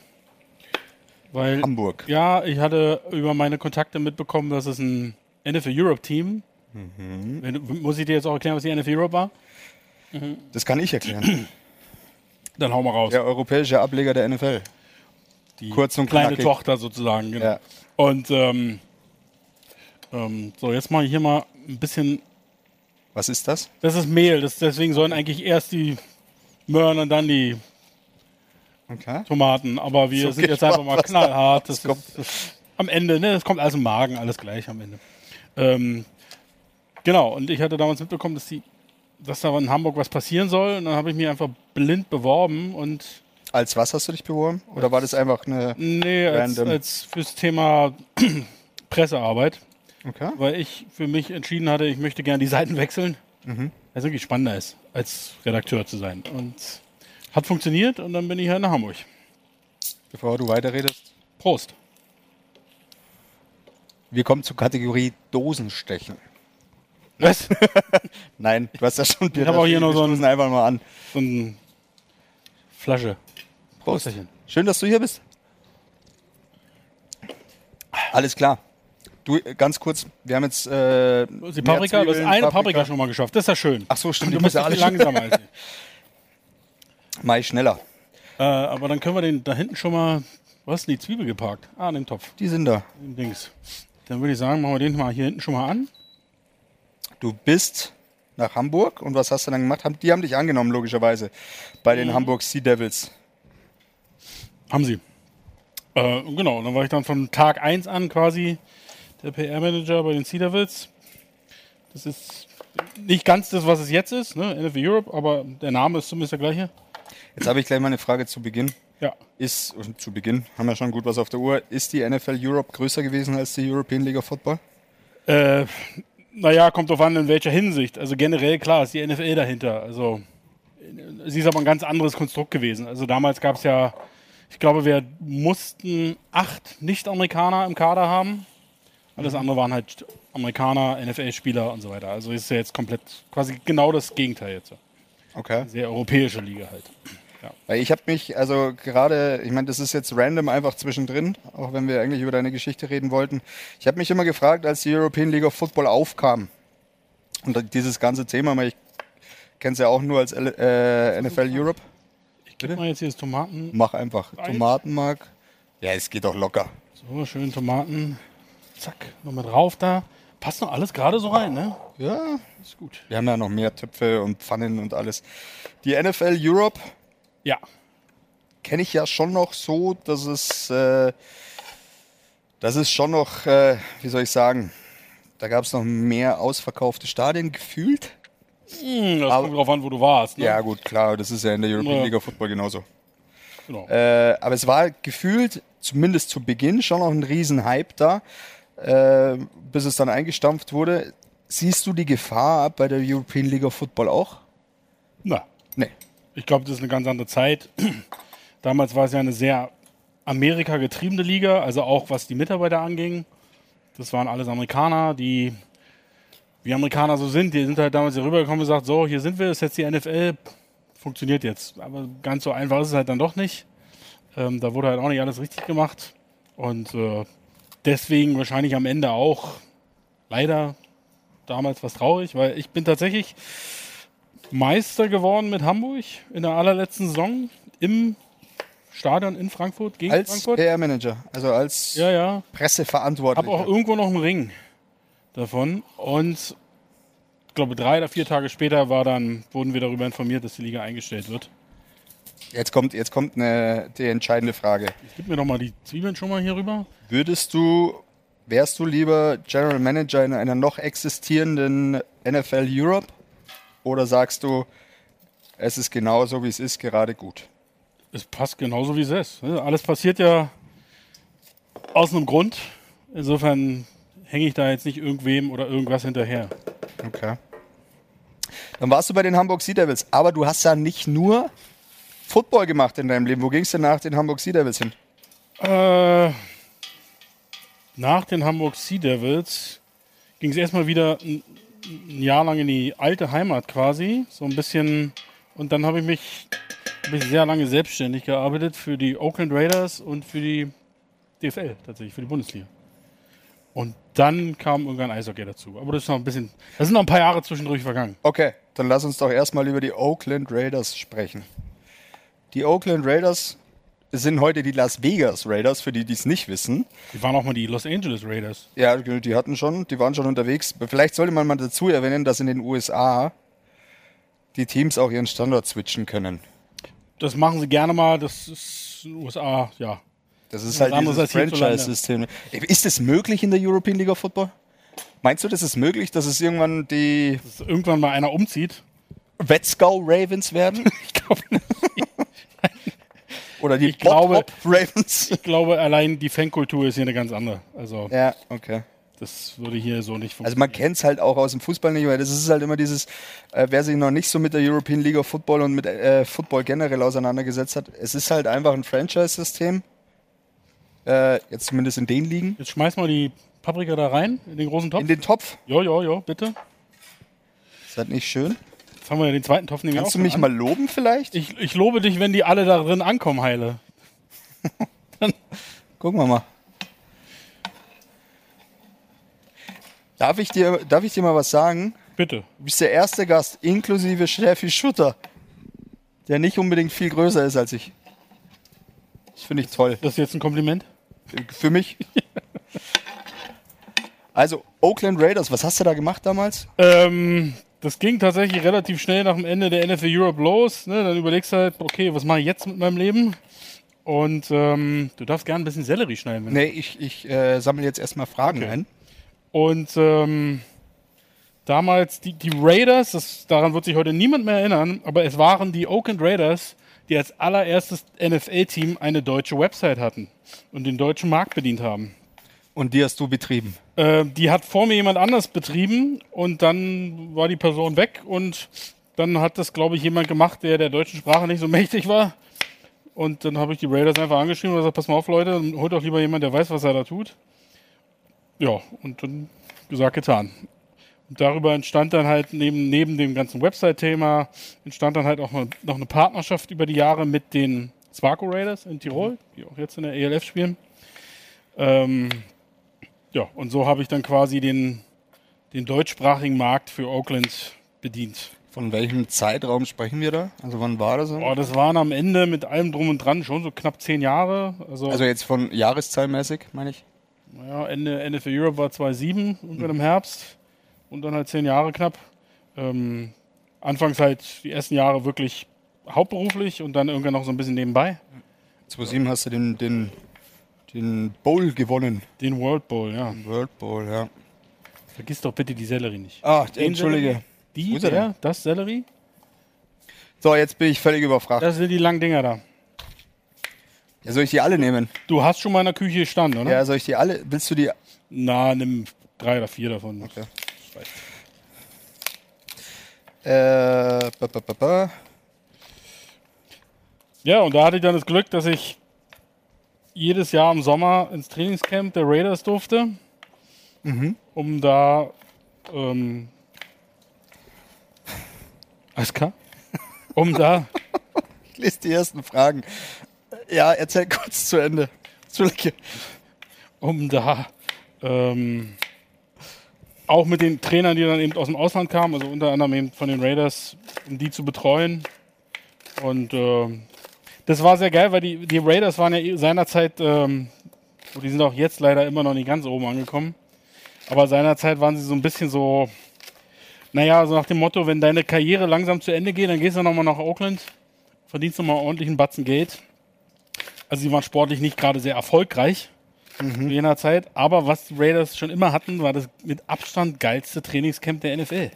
B: Weil,
A: Hamburg.
B: ja, ich hatte über meine Kontakte mitbekommen, dass es ein NFL Europe Team.
A: Mhm.
B: Wenn, du- muss ich dir jetzt auch erklären, was die NFL Europe war?
A: Das kann ich erklären.
B: Dann hau mal raus.
A: Der europäische Ableger der NFL.
B: die
A: kurz und
B: kleine
A: knackig.
B: Tochter sozusagen. Genau.
A: Ja.
B: Und ähm, ähm, so, jetzt mache ich hier mal ein bisschen.
A: Was ist das?
B: Das ist Mehl, das, deswegen sollen eigentlich erst die Möhren und dann die
A: Okay.
B: Tomaten. Aber wir
A: So
B: sind jetzt
A: gespannt,
B: einfach mal
A: was da
B: knallhart. Das
A: rauskommt.
B: ist, das, am Ende, ne? Das kommt alles im Magen, alles gleich am Ende. Ähm, genau, und ich hatte damals mitbekommen, dass, die, dass da in Hamburg was passieren soll. Und dann habe ich mich einfach blind beworben und
A: Als was hast du dich beworben? Oder war das einfach eine.
B: nee, als,
A: Random.
B: als fürs Thema Pressearbeit.
A: Okay.
B: weil ich für mich entschieden hatte, ich möchte gerne die Seiten wechseln.
A: Mhm.
B: Weil es irgendwie spannender ist, als Redakteur zu sein. Und hat funktioniert und dann bin ich halt nach Hamburg.
A: Bevor du weiterredest.
B: Prost.
A: Wir kommen zur Kategorie Dosenstechen.
B: Was?
A: Nein, du hast ja schon Bier.
B: Ich hab auch hier
A: da stehen.
B: noch
A: Wir
B: so ein-
A: stoßen einfach mal an.
B: so eine Flasche.
A: Prost.
B: Prostchen.
A: Schön, dass du hier bist. Alles klar. Du, äh, ganz kurz, wir haben jetzt. Äh,
B: Die Paprika, du hast eine Paprika. schon mal geschafft. Das ist ja schön.
A: Ach so, stimmt.
B: du
A: ich
B: bist ja
A: alle
B: viel langsamer als ich.
A: Mach ich schneller.
B: Äh, aber dann können wir den da hinten schon mal. Was ist denn die Zwiebel geparkt? Ah, in dem Topf,
A: Die sind da.
B: in dem Dings. Dann würde ich sagen, machen wir den mal hier hinten schon mal an.
A: Du bist nach Hamburg und was hast du dann gemacht? Haben- Die haben dich angenommen, logischerweise, bei
B: Mhm.
A: den Hamburg Sea Devils.
B: Haben sie. Äh, genau, dann war ich dann von Tag 1 an quasi der PR-Manager bei den Sea Devils. Das ist nicht ganz das, was es jetzt ist, ne? NFL Europe, aber der Name ist zumindest der gleiche.
A: Jetzt habe ich gleich mal eine Frage zu Beginn.
B: Ja.
A: Ist, und zu Beginn haben wir schon gut was auf der Uhr, ist die NFL Europe größer gewesen als die European League of Football?
B: Äh, naja, kommt drauf an, in welcher Hinsicht. Also generell, klar, ist die NFL dahinter. Also, äh, sie ist aber ein ganz anderes Konstrukt gewesen. Also damals gab es ja, ich glaube, wir mussten acht Nicht-Amerikaner im Kader haben. Alles andere waren halt Amerikaner, NFL-Spieler und so weiter. Also ist ja jetzt komplett quasi genau das Gegenteil jetzt.
A: Okay.
B: Sehr europäische Liga halt.
A: Weil ich habe mich, also gerade, ich meine, das ist jetzt random einfach zwischendrin, auch wenn wir eigentlich über deine Geschichte reden wollten. Ich habe mich immer gefragt, als die European League of Football aufkam und dieses ganze Thema, weil ich kenne es ja auch nur als L äh, NFL Europe.
B: Ich gebe mal jetzt hier das Tomaten.
A: Mach einfach
B: Eins.
A: Tomatenmark. Ja, es geht doch locker.
B: So, schön Tomaten. Zack, nochmal drauf da. Passt noch alles gerade so rein, ne?
A: Ja,
B: Ist gut.
A: wir haben ja noch mehr Töpfe und Pfannen und alles. Die NFL Europe
B: Ja.
A: kenne ich ja schon noch so, dass es, äh, das ist schon noch, äh, wie soll ich sagen, da gab es noch mehr ausverkaufte Stadien gefühlt.
B: Hm, Das
A: Aber-
B: kommt drauf an, wo du warst. Ne?
A: Ja gut, klar, das ist ja in der European
B: Ja.
A: League of Football genauso.
B: Genau.
A: Äh, aber es war gefühlt, zumindest zu Beginn, schon noch ein Riesenhype da, äh, bis es dann eingestampft wurde. Siehst du die Gefahr bei der European League of Football auch?
B: Na,
A: Nee.
B: ich glaube, das ist eine ganz andere Zeit. Damals war es ja eine sehr Amerika-getriebene Liga, also auch was die Mitarbeiter anging. Das waren alles Amerikaner, die wie Amerikaner so sind. Die sind halt damals hier rübergekommen und gesagt, so, hier sind wir, ist jetzt die NFL, funktioniert jetzt. Aber ganz so einfach ist es halt dann doch nicht. Ähm, da wurde halt auch nicht alles richtig gemacht. Und äh, deswegen wahrscheinlich am Ende auch leider damals was traurig, weil ich bin tatsächlich Meister geworden mit Hamburg in der allerletzten Saison im Stadion in Frankfurt gegen
A: Als
B: Frankfurt.
A: PR-Manager, also als
B: Ja, ja. Hab auch
A: Presseverantwortlicher.
B: irgendwo noch einen Ring davon. Und ich glaube, drei oder vier Tage später war dann, wurden wir darüber informiert, dass die Liga eingestellt wird.
A: Jetzt kommt, jetzt kommt eine, die entscheidende Frage.
B: Gib mir doch mal die Zwiebeln schon mal hier rüber.
A: Würdest du, wärst du lieber General Manager in einer noch existierenden NFL Europe oder sagst du, es ist genauso wie es ist, gerade gut?
B: Es passt genauso, wie es ist. ne? Alles passiert ja aus einem Grund. Insofern hänge ich da jetzt nicht irgendwem oder irgendwas hinterher.
A: Okay. Dann warst du bei den Hamburg Sea Devils, aber du hast ja nicht nur Football gemacht in deinem Leben. Wo ging es denn nach den Hamburg Sea Devils hin?
B: Äh, nach den Hamburg Sea Devils ging es erstmal wieder ein, ein Jahr lang in die alte Heimat quasi. So ein bisschen. Und dann habe ich mich hab ich sehr lange selbstständig gearbeitet für die Oakland Raiders und für die DFL tatsächlich, für die Bundesliga. Und dann kam irgendwann Eishockey dazu. Aber das ist noch ein bisschen. Das sind noch ein paar Jahre zwischendurch vergangen.
A: Okay, dann lass uns doch erstmal über die Oakland Raiders sprechen. Die Oakland Raiders sind heute die Las Vegas Raiders, für die, die es nicht wissen.
B: Die waren auch mal die Los Angeles Raiders.
A: Ja, die hatten schon, die waren schon unterwegs. Vielleicht sollte man mal dazu erwähnen, dass in den USA die Teams auch ihren Standort switchen können.
B: Das machen sie gerne mal. Das ist in den USA, ja.
A: Das ist
B: Was
A: halt
B: anderes
A: dieses
B: als hierzulande.
A: Franchise-System. Ist das möglich in der European League of Football? Meinst du, das ist möglich, dass es irgendwann die
B: Dass irgendwann mal einer umzieht.
A: Wetzgau Ravens werden?
B: Ich glaube nicht.
A: Oder die
B: Ich glaube-
A: Bob Ravens?
B: Ich glaube, allein die Fankultur ist hier eine ganz andere. Also,
A: Ja, okay.
B: das würde hier so nicht
A: Also
B: funktionieren.
A: man kennt es halt auch aus dem Fußball nicht, weil das ist halt immer dieses, äh, wer sich noch nicht so mit der European League of Football und mit äh, Football generell auseinandergesetzt hat, es ist halt einfach ein Franchise-System. Äh, jetzt zumindest in den Ligen.
B: Jetzt schmeiß mal die Paprika da rein, in den großen
A: In
B: Topf.
A: den Topf.
B: Jo, jo, jo, bitte.
A: Ist das nicht schön?
B: Jetzt haben wir den zweiten Topf nämlich
A: Kannst
B: auch
A: du mich
B: schon an.
A: mal loben vielleicht?
B: Ich, ich lobe dich, wenn die alle da drin ankommen, Heile.
A: Gucken wir mal. Darf ich, dir, darf ich dir mal was sagen?
B: Bitte.
A: Du bist der erste Gast, inklusive Steffi Schutter, der nicht unbedingt viel größer ist als ich. Das finde ich toll.
B: Das ist jetzt ein Kompliment.
A: Für mich. Also, Oakland Raiders, was hast du da gemacht damals?
B: Ähm, das ging tatsächlich relativ schnell nach dem Ende der NFL Europe los. Ne? Dann überlegst du halt, okay, was mache ich jetzt mit meinem Leben? Und ähm, du darfst gerne ein bisschen Sellerie schneiden. Wenn
A: Nee, ich, ich äh, sammle jetzt erstmal Fragen
B: Okay.
A: ein.
B: Und ähm, damals die, die Raiders, das, daran wird sich heute niemand mehr erinnern, aber es waren die Oakland Raiders, die als allererstes NFL-Team eine deutsche Website hatten und den deutschen Markt bedient haben.
A: Und die hast du betrieben.
B: Äh, die hat vor mir jemand anders betrieben und dann war die Person weg und dann hat das, glaube ich, jemand gemacht, der der deutschen Sprache nicht so mächtig war. Und dann habe ich die Raiders einfach angeschrieben und gesagt, pass mal auf, Leute, holt doch lieber jemand, der weiß, was er da tut. Ja, und dann gesagt, getan. Und darüber entstand dann halt neben, neben dem ganzen Website-Thema, entstand dann halt auch noch noch eine Partnerschaft über die Jahre mit den Sparko Raiders in Tirol, die auch jetzt in der ELF spielen. Ähm, ja, und so habe ich dann quasi den, den deutschsprachigen Markt für Oakland bedient.
A: Von welchem Zeitraum sprechen wir da? Also, wann war das?
B: Oh, das waren am Ende mit allem drum und dran schon so knapp zehn Jahre. Also,
A: Also, jetzt von jahreszahlmäßig, meine ich.
B: naja, Ende, Ende für Europe war 2007, irgendwann im Herbst. Und dann halt zehn Jahre knapp. Ähm, anfangs halt die ersten Jahre wirklich hauptberuflich und dann irgendwann noch so ein bisschen nebenbei.
A: 2007 hast du den, den, den Bowl gewonnen.
B: Den World Bowl, ja.
A: World Bowl, ja.
B: Vergiss doch bitte die Sellerie nicht.
A: Ah,
B: Den
A: entschuldige.
B: Sellerie? Die,
A: Wo ist er
B: der, das Sellerie?
A: So, jetzt bin ich völlig überfragt.
B: Das sind die langen Dinger da.
A: Ja, soll ich die alle nehmen?
B: Du hast schon mal in der Küche gestanden, oder?
A: Ja, soll ich die alle? Willst du die?
B: Na, nimm drei oder vier davon.
A: Okay. Äh, ba, ba, ba, ba.
B: Ja, und da hatte ich dann das Glück, dass ich jedes Jahr im Sommer ins Trainingscamp der Raiders durfte, um da. Ähm, alles klar? Um da.
A: Ich lese die ersten Fragen. Ja, erzähl kurz zu Ende. Entschuldige.
B: um da ähm, auch mit den Trainern, die dann eben aus dem Ausland kamen, also unter anderem eben von den Raiders, um die zu betreuen. Und ähm, das war sehr geil, weil die, die Raiders waren ja eh seinerzeit, ähm, und die sind auch jetzt leider immer noch nicht ganz oben angekommen, aber seinerzeit waren sie so ein bisschen so, naja, so nach dem Motto, wenn deine Karriere langsam zu Ende geht, dann gehst du nochmal nach Oakland, verdienst nochmal ordentlich einen Batzen Geld. Also sie waren sportlich nicht gerade sehr erfolgreich zu jener Zeit. Aber was die Raiders schon immer hatten, war das mit Abstand geilste Trainingscamp der NFL.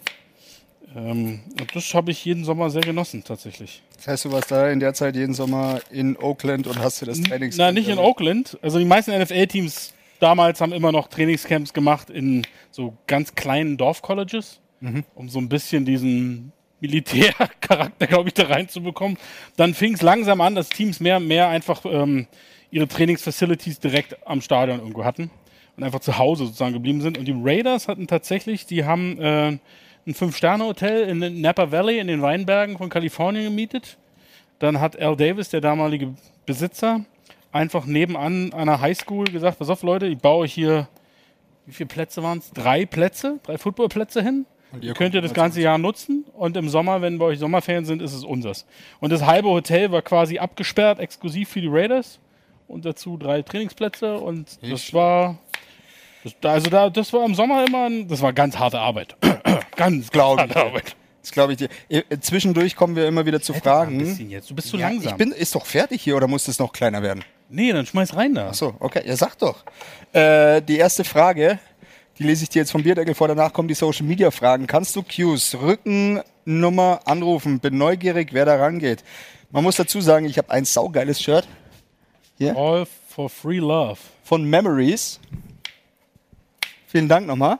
B: Ähm, und das habe ich jeden Sommer sehr genossen, tatsächlich.
A: Das heißt, du warst da in der Zeit jeden Sommer in Oakland und hast dir das Trainingscamp.
B: Na, nicht in Oakland. Also die meisten NFL-Teams damals haben immer noch Trainingscamps gemacht in so ganz kleinen Dorfcolleges, um so ein bisschen diesen Militärcharakter, glaube ich, da reinzubekommen. Dann fing es langsam an, dass Teams mehr und mehr einfach ähm, ihre Trainingsfacilities direkt am Stadion irgendwo hatten und einfach zu Hause sozusagen geblieben sind. Und die Raiders hatten tatsächlich, die haben äh, ein Fünf-Sterne-Hotel in Napa Valley in den Weinbergen von Kalifornien gemietet. Dann hat Al Davis, der damalige Besitzer, einfach nebenan einer Highschool gesagt: Pass auf, Leute, ich baue euch hier, wie viele Plätze waren es? Drei Plätze, drei Footballplätze hin.
A: ihr
B: Ihr könnt ihr
A: kommt
B: das
A: als
B: ganze Jahr nutzen und im Sommer, wenn bei euch Sommerferien sind, ist es unseres. Und das halbe Hotel war quasi abgesperrt, exklusiv für die Raiders und dazu drei Trainingsplätze und das war. Das, also da, das war im Sommer immer, ein, das war ganz harte Arbeit. ganz,
A: Glaub
B: glaube
A: ich.
B: harte Arbeit.
A: Das glaube ich dir. Äh, äh, Zwischendurch kommen wir immer wieder zu
B: Ein
A: Fragen.
B: bisschen jetzt. Du bist zu
A: Ja,
B: langsam.
A: Ich bin, ist doch fertig hier oder muss es noch kleiner werden?
B: nee, dann schmeiß rein da.
A: So, okay, ja, sag doch. Äh, die erste Frage, die lese ich dir jetzt vom Bierdeckel vor, danach kommen die Social Media Fragen. Kannst du Cues, Rückennummer anrufen? Bin neugierig, wer da rangeht. Man muss dazu sagen, ich habe ein saugeiles Shirt
B: All for free love.
A: von Memories. Vielen Dank nochmal.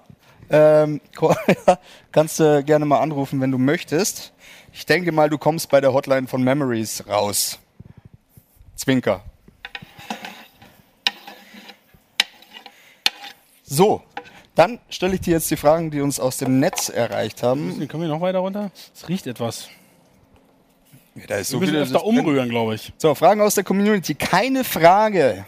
A: Ähm, Cornelia, kannst du gerne mal anrufen, wenn du möchtest. Ich denke mal, du kommst bei der Hotline von Memories raus. Zwinker. So, dann stelle ich dir jetzt die Fragen, die uns aus dem Netz erreicht haben.
B: Können wir noch weiter runter? Es riecht etwas.
A: Da ist
B: Wir müssen öfter umrühren, glaube ich.
A: So, Fragen aus der Community. Keine Frage.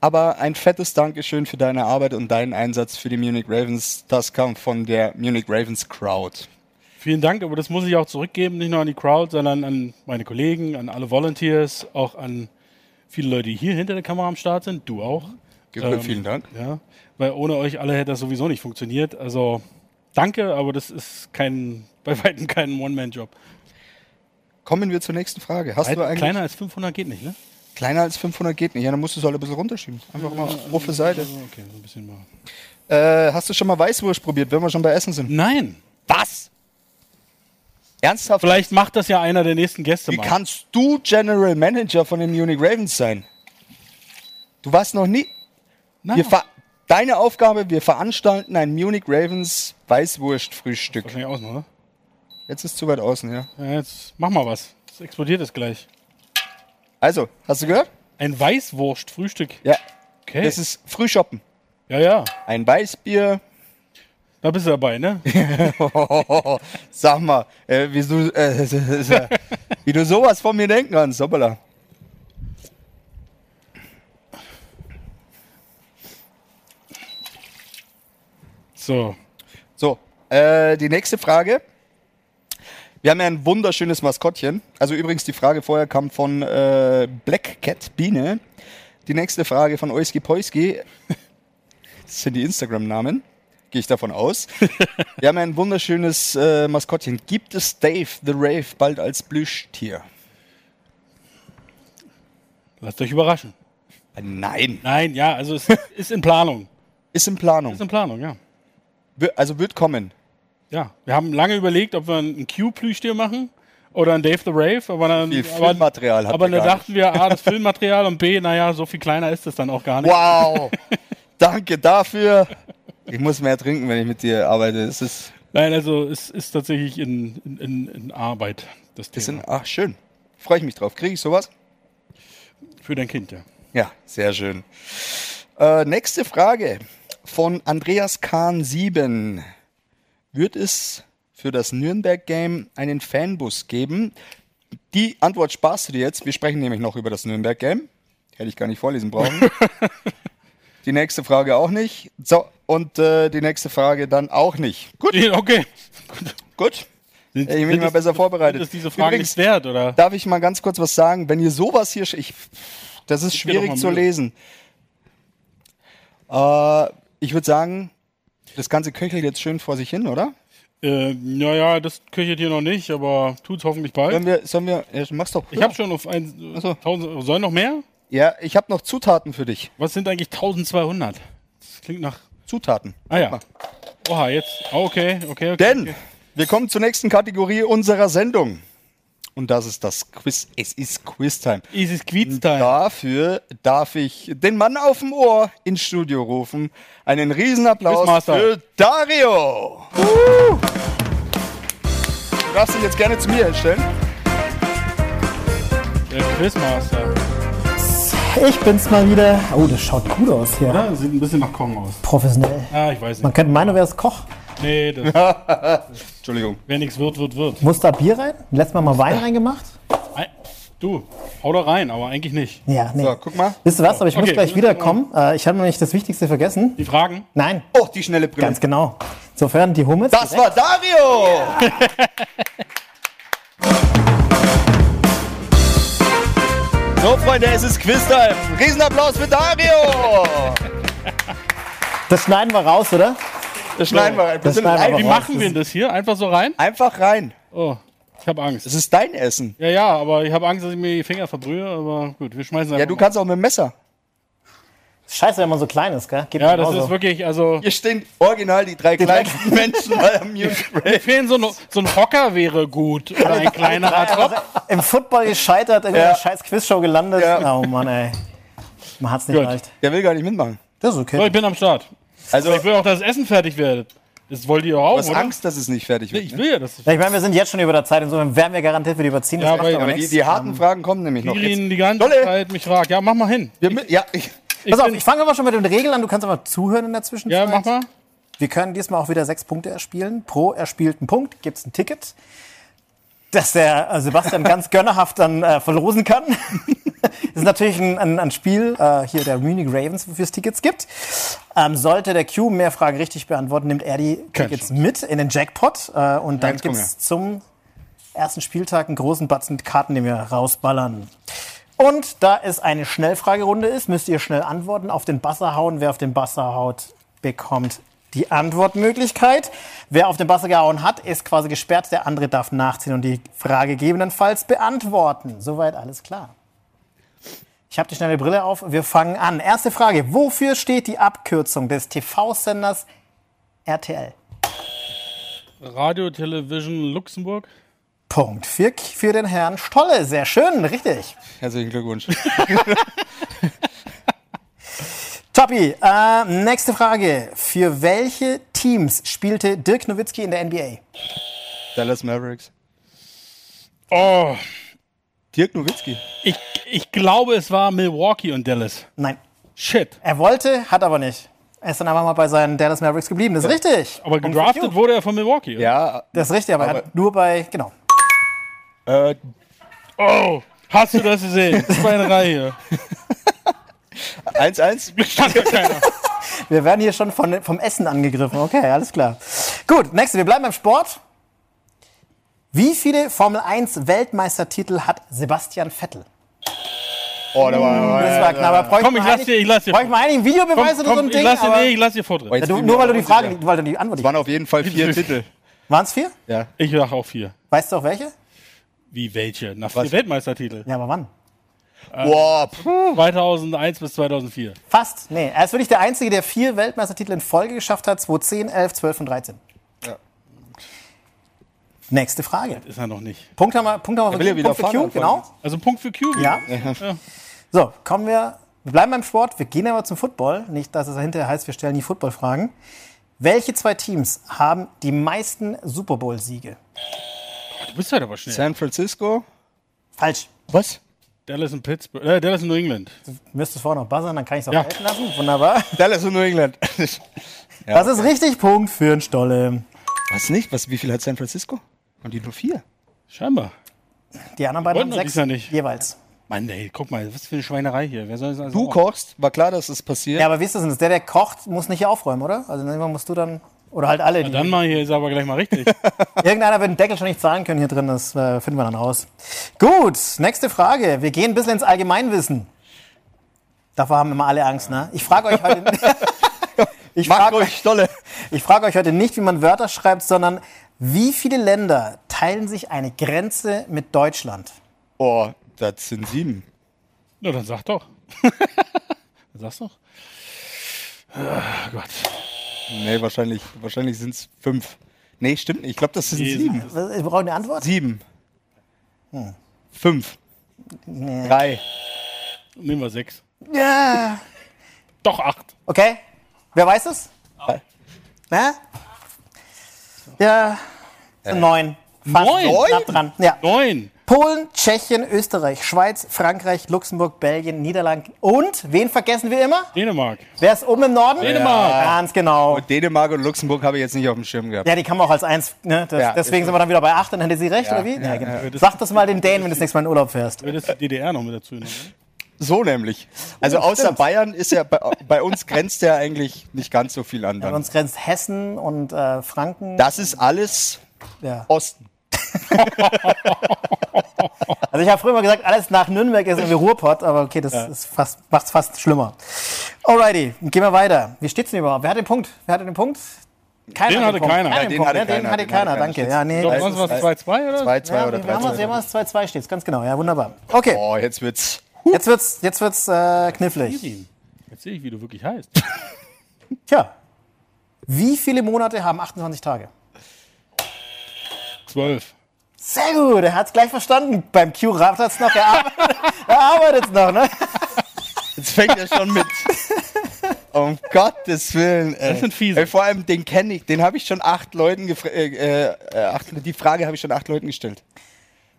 A: Aber ein fettes Dankeschön für deine Arbeit und deinen Einsatz für die Munich Ravens. Das kam von der Munich Ravens Crowd.
B: Vielen Dank, aber das muss ich auch zurückgeben, nicht nur an die Crowd, sondern an meine Kollegen, an alle Volunteers, auch an viele Leute, die hier hinter der Kamera am Start sind, du auch. Ähm,
A: Vielen Dank.
B: Ja, weil ohne euch alle hätte das sowieso nicht funktioniert. Also danke, aber das ist kein, bei weitem kein One-Man-Job.
A: Kommen wir zur nächsten Frage. Hast du eigentlich kleiner,
B: Kleiner als 500 geht nicht, ne?
A: als 500 geht nicht? Ja, dann musst du es halt ein bisschen runterschieben. Einfach mal ruffe Seite.
B: Also, okay, so ein bisschen mal.
A: Äh, hast du schon mal Weißwurst probiert, wenn wir schon bei Essen sind?
B: Nein,
A: Was? Ernsthaft?
B: vielleicht macht das ja einer der nächsten Gäste
A: Wie
B: mal.
A: kannst du General Manager von den Munich Ravens sein? Du warst noch nie.
B: Na,
A: Wir ver Deine Aufgabe, wir veranstalten ein Munich Ravens Weißwurst-Frühstück.
B: wahrscheinlich außen, oder?
A: Jetzt ist zu weit außen, ja.
B: Ja, jetzt mach mal was. Jetzt explodiert es gleich.
A: Also, hast du gehört?
B: Ein Weißwurst-Frühstück.
A: Ja.
B: Okay.
A: Das ist Frühshoppen.
B: ja, ja.
A: Ein Weißbier.
B: Da bist du dabei, ne?
A: Sag mal, äh, wie, du, äh, wie du sowas von mir denken kannst. Hoppala.
B: So.
A: So, äh, die nächste Frage. Wir haben ja ein wunderschönes Maskottchen. Also übrigens, die Frage vorher kam von äh, Black Cat Biene. Die nächste Frage von Oiski Poiski. Das sind die Instagram-Namen. Gehe ich davon aus. Wir haben ja ein wunderschönes äh, Maskottchen. Gibt es Dave the Rave bald als Plüschtier?
B: Lasst euch überraschen.
A: Äh, Nein.
B: Nein, ja, also es ist in Planung.
A: Ist in Planung.
B: Ist in Planung, ja.
A: Wö- Also wird kommen.
B: Ja. Wir haben lange überlegt, ob wir einen Q-Plüschtier machen oder einen Dave the Rave, aber dann,
A: Viel
B: aber,
A: Filmmaterial hat
B: aber
A: er
B: dann
A: gar nicht.
B: dachten wir, A, das Filmmaterial und B, naja, so viel kleiner ist es dann auch gar nicht.
A: Wow. Danke dafür. Ich muss mehr trinken, wenn ich mit dir arbeite. Es ist
B: Nein, also es ist tatsächlich in, in- in, in Arbeit, das
A: Das
B: Thema.
A: sind, ach, schön. Freue ich mich drauf. Kriege ich sowas?
B: Für dein Kind, ja.
A: Ja, sehr schön. Äh, nächste Frage von Andreas Kahn 7. Wird es für das Nürnberg-Game einen Fanbus geben? Die Antwort sparst du dir jetzt. Wir sprechen nämlich noch über das Nürnberg-Game. Hätte ich gar nicht vorlesen brauchen. die nächste Frage auch nicht. So, und äh, die nächste Frage dann auch nicht. Gut,
B: Okay. Gut.
A: gut.
B: Sind,
A: Ich bin mal
B: das-
A: besser vorbereitet.
B: Sind das diese Frage
A: Übrigens-
B: nicht wert, oder?
A: Darf ich mal ganz kurz was sagen? Wenn ihr sowas hier. sch- Ich, das ist
B: mir doch
A: schwierig
B: mal
A: zu
B: Mühe.
A: lesen. Äh, ich würde sagen, das Ganze köchelt jetzt schön vor sich hin, oder?
B: Äh, naja, das köchelt hier noch nicht, aber tut's hoffentlich bald.
A: Sollen wir. Sollen wir ja, mach's doch.
B: Ich habe schon auf ein,
A: Ach so.
B: 1000 Euro. Sollen noch mehr?
A: ja, ich habe noch Zutaten für dich.
B: Was sind eigentlich 1200? Das klingt nach.
A: Zutaten.
B: Ah ja. Oha, jetzt. Ah, okay, okay, okay.
A: Denn
B: okay.
A: wir kommen zur nächsten Kategorie unserer Sendung. Und das ist das Quiz. Es ist Quiz-Time.
B: Es ist
A: Hm,
B: Quiz-Time.
A: Dafür darf ich den Mann auf dem Ohr ins Studio rufen. Einen Riesenapplaus
B: Quizmaster.
A: für Dario. Du darfst dich jetzt gerne zu mir hinstellen.
B: Der Quizmaster.
C: Ich bin's mal wieder. Oh, das schaut gut aus hier.
B: Ja, sieht ein bisschen nach Kong aus.
C: Professionell.
B: Ah, ich weiß
C: Man
B: nicht.
C: könnte meinen, du wärst Koch.
B: Nee, das,
A: Entschuldigung.
B: wer nichts wird, wird, wird.
C: Muss da Bier rein? Letztes Mal mal Wein reingemacht?
B: Ei, Du, hau da rein, aber eigentlich nicht.
C: Ja, nee.
A: So, guck mal.
C: Wisst ihr was? Aber ich muss
B: Okay.
C: gleich wiederkommen. Äh, ich habe nämlich das Wichtigste vergessen.
B: Die Fragen?
C: Nein,
A: Oh, die schnelle Brille.
C: ganz genau. Insofern die Hummels.
A: das war Dario. So, Freunde, es ist Quiz-Time. Riesenapplaus für Dario.
C: Das schneiden wir raus, oder?
A: Das schneiden wir rein.
C: Das schneiden wir
B: Wie
C: raus.
B: machen wir denn das hier? Einfach so rein?
A: Einfach rein.
B: Oh, ich habe Angst.
A: Das ist dein Essen.
B: Ja, ja, aber ich habe Angst, dass ich mir die Finger verbrühe, aber gut, wir schmeißen einfach
A: Ja, du
B: mal.
A: kannst auch mit dem Messer.
C: Scheiße, wenn man so klein ist, gell? Geht
B: Ja,
C: mir
B: das
C: genauso.
B: ist wirklich, also
A: Hier stehen original die drei kleinsten Menschen bei Amusement
B: mir fehlen so ein, so ein Hocker wäre gut oder ein kleiner Atop.
C: Im Football gescheitert, in
A: Ja.
C: einer scheiß Quizshow gelandet.
A: Ja.
C: Oh Mann, ey. Man hat's nicht
B: Gut.
C: leicht.
A: Der will gar nicht mitmachen.
C: Das ist
B: So,
C: okay.
B: ich bin am Start.
A: Also,
B: Ich will auch, dass das Essen fertig wird. Das wollt ihr auch,
A: du hast
B: oder?
A: Angst, dass es nicht fertig wird.
B: Ich
A: ne?
B: will ja, dass
C: Ja, Ich meine, wir sind jetzt schon über der Zeit, insofern werden wir garantiert wieder überziehen. Das
B: Ja,
C: macht
B: aber-
C: aber
B: aber
A: Die,
C: nichts.
A: die harten Fragen kommen nämlich noch.
B: Irin
A: Jetzt,
B: die ganze
A: Dolle.
B: Zeit mich fragt. Ja, mach mal hin.
A: wir, mü- ja, ich,
C: Pass auf,
B: bin-
C: ich fange aber schon mit den Regeln an. Du kannst aber zuhören in der Zwischenzeit.
B: Ja, mach mal.
C: Wir können diesmal auch wieder sechs Punkte erspielen. Pro erspielten Punkt gibt es ein Ticket, das der äh, Sebastian ganz gönnerhaft dann äh, verlosen kann. ist natürlich ein, ein, ein Spiel äh, hier der Munich Ravens, wofür es Tickets gibt. Ähm, sollte der Q mehr Fragen richtig beantworten, nimmt er die
B: Keine
C: Tickets mit in den Jackpot. Äh, und dann
A: jetzt komm
C: gibt es zum ersten Spieltag einen großen Batzen Karten, den wir rausballern. Und da es eine Schnellfragerunde ist, müsst ihr schnell antworten, auf den Basser hauen. Wer auf den Basser haut, bekommt die Antwortmöglichkeit. Wer auf den Basser gehauen hat, ist quasi gesperrt. Der andere darf nachziehen und die Frage gegebenenfalls beantworten. Soweit alles klar. Ich habe die schnelle Brille auf. Wir fangen an. Erste Frage. Wofür steht die Abkürzung des TV-Senders RTL?
B: Radio, Television, Luxemburg.
C: Punkt für, für den Herrn Stolle. Sehr schön, richtig.
A: herzlichen Glückwunsch.
C: Toppi, äh, nächste Frage. Für welche Teams spielte Dirk Nowitzki in der NBA?
A: Dallas Mavericks.
B: Oh,
A: Dirk Nowitzki.
B: ich, ich glaube, es war Milwaukee und Dallas.
C: Nein,
B: Shit.
C: er wollte, hat aber nicht. Er ist dann einfach mal bei seinen Dallas Mavericks geblieben. Das ist richtig.
B: Aber
C: Punkt für
B: gedraftet
C: Q.
B: wurde er von Milwaukee. oder?
A: Ja,
C: Das ist richtig, aber, er
A: Aber-
C: hat nur bei, genau.
A: äh,
B: Oh, hast du das gesehen? Das war eine Reihe.
A: 1-1.
B: Stand ja keiner.
C: Wir werden hier schon von, vom Essen angegriffen. Okay, alles klar. Gut, nächste, wir bleiben beim Sport. Wie viele Formel 1 Weltmeistertitel hat Sebastian Vettel?
A: Oh, da war,
C: Das war knapp. aber bräuchte
B: Komm, ich
C: man
B: lass
C: eigentlich-
B: dir, ich lass dir.
C: Brauche ich mal einen Videobeweis
B: Komm,
C: oder so
B: komm,
C: ein
B: ich
C: Ding?
B: lass dir,
C: aber-
B: nee, ich lass eh dir Vortritt.
A: Jetzt
C: ja, du,
A: bin
C: nur
A: ich
C: weil du
A: mir
C: die Fragen,
A: unsicher.
C: weil du die Antwort
A: Es
C: nicht.
A: waren auf jeden Fall vier Titel.
C: Waren es vier?
A: Ja.
B: Ich sag auch vier.
C: Weißt du auch welche?
B: Wie welche? Nach vier Weltmeistertitel.
C: Ja, aber wann?
A: Boah, pff.
B: 2001 bis 2004.
C: Fast. Nee, er ist wirklich der Einzige, der vier Weltmeistertitel in Folge geschafft hat. 2010, 11, 12 und 13.
A: Ja.
C: Nächste Frage.
B: Ist er noch nicht.
C: Punkt haben wir, Punkt haben wir
A: will ja wieder
C: Punkt für
A: fahren
C: Q, genau.
B: Also Punkt für Q.
C: Ja. So, kommen wir, wir bleiben beim Sport, wir gehen aber zum Football. Nicht, dass es hinterher heißt, wir stellen die Football-Fragen. Welche zwei Teams haben die meisten Super Bowl-Siege?
B: Du bist halt aber schnell.
A: San Francisco.
C: Falsch.
A: Was?
B: Dallas in Pittsburgh. Äh, Dallas in New England.
C: Müsstest vorher noch buzzern, dann kann ich es auch
B: Ja.
C: gelten lassen. Wunderbar.
A: Dallas und New England.
C: das ist richtig. Punkt für den Stolle.
A: Was nicht? Was, wie viel hat San Francisco? Haben die nur vier?
B: Scheinbar.
C: Die anderen beiden
B: Wollen
C: haben
B: wir
C: sechs
B: diesmal nicht.
C: jeweils.
B: Mann, ey, guck mal, was für eine Schweinerei hier. Wer soll das also
A: Du kochst, war klar, dass das passiert.
C: Ja, aber wie ist das denn? Der, der kocht, muss nicht hier aufräumen, oder? Also irgendwann musst du dann. Oder halt alle. Die,
B: Dann mal hier, ist aber gleich mal richtig.
C: irgendeiner wird den Deckel schon nicht zahlen können hier drin. Das äh, finden wir dann raus. Gut, nächste Frage. Wir gehen ein bisschen ins Allgemeinwissen. Davor haben immer alle Angst, ne? Ich frage euch heute. ich
A: Mach
C: frage
A: ruhig, Stolle.
C: ich frag euch heute nicht, wie man Wörter schreibt, sondern wie viele Länder teilen sich eine Grenze mit Deutschland?
A: Oh, das sind sieben.
B: Na, dann sag doch. Dann Sag's doch. Ah, Gott.
A: Nee, wahrscheinlich, wahrscheinlich sind es fünf. Nee, stimmt nicht. Ich glaube, das sind
B: Jesus.
A: sieben.
C: Was- Wir brauchen eine Antwort?
A: Sieben. Fünf. Drei.
B: Nehmen wir sechs.
C: Ja.
B: Doch acht.
C: Okay. Wer weiß es? Ne? Ja. Äh. Neun. Fast
B: Neun?
C: Knapp dran. Ja.
B: Neun.
C: Polen, Tschechien, Österreich, Schweiz, Frankreich, Luxemburg, Belgien, Niederlande und wen vergessen wir immer?
B: Dänemark.
C: Wer ist oben im Norden?
B: Dänemark.
C: Ganz genau.
A: Und Dänemark und Luxemburg habe ich jetzt nicht auf dem Schirm gehabt.
C: Ja, die kann man auch als eins. Ne? Das,
A: Ja,
C: deswegen sind wir dann wieder bei acht. Dann hätte sie recht, oder wie? Ja, genau. Sag das mal den Dänen, wenn du das nächste Mal in Urlaub fährst.
B: Würdest du die DDR noch mit dazu nehmen? ne?
A: So nämlich. Also außer Bayern ist ja bei, bei uns grenzt ja eigentlich nicht ganz so viel an.
C: An
A: Dann.
C: uns grenzt Hessen und äh, Franken.
A: Das ist alles
C: Ja.
A: Osten.
C: Also ich habe früher mal gesagt, alles nach Nürnberg ist irgendwie Ruhrpott, aber okay, das ist fast, macht's fast schlimmer. Alrighty, gehen wir weiter. Wie steht's denn überhaupt? Wer hatte den Punkt? Wer hatte den Punkt? Keiner
B: Den
C: hat
B: hatte keiner.
C: Keiner
B: Ja,
C: den
A: den
C: Punkt,
A: hatte
C: ne? Den
A: keiner,
C: hatte
A: den hatte
C: keiner,
A: keiner.
C: danke. Ja, nee,
B: Doch,
C: das-
B: sonst war es 2-2, oder?
A: 2, 2
C: ja,
A: oder
C: wir haben uns
A: 3.
C: jemals 2-2 steht's, ganz genau. Ja, wunderbar. Okay,
A: Oh, jetzt wird's.
C: jetzt wird's, jetzt wird's äh, knifflig.
B: Easy. Jetzt sehe ich, wie du wirklich heißt.
C: Tja, wie viele Monate haben 28 Tage?
B: Zwölf.
C: Sehr gut, er hat's gleich verstanden. Beim Q rafft hat's noch, er arbeitet, er arbeitet's noch, ne?
A: Jetzt fängt er schon mit. Um Gottes Willen. Ey.
B: Das sind fiese.
A: Ey, vor allem den kenne ich. Den habe ich schon acht Leuten gefra- äh, äh, acht, Die Frage habe ich schon acht Leuten gestellt.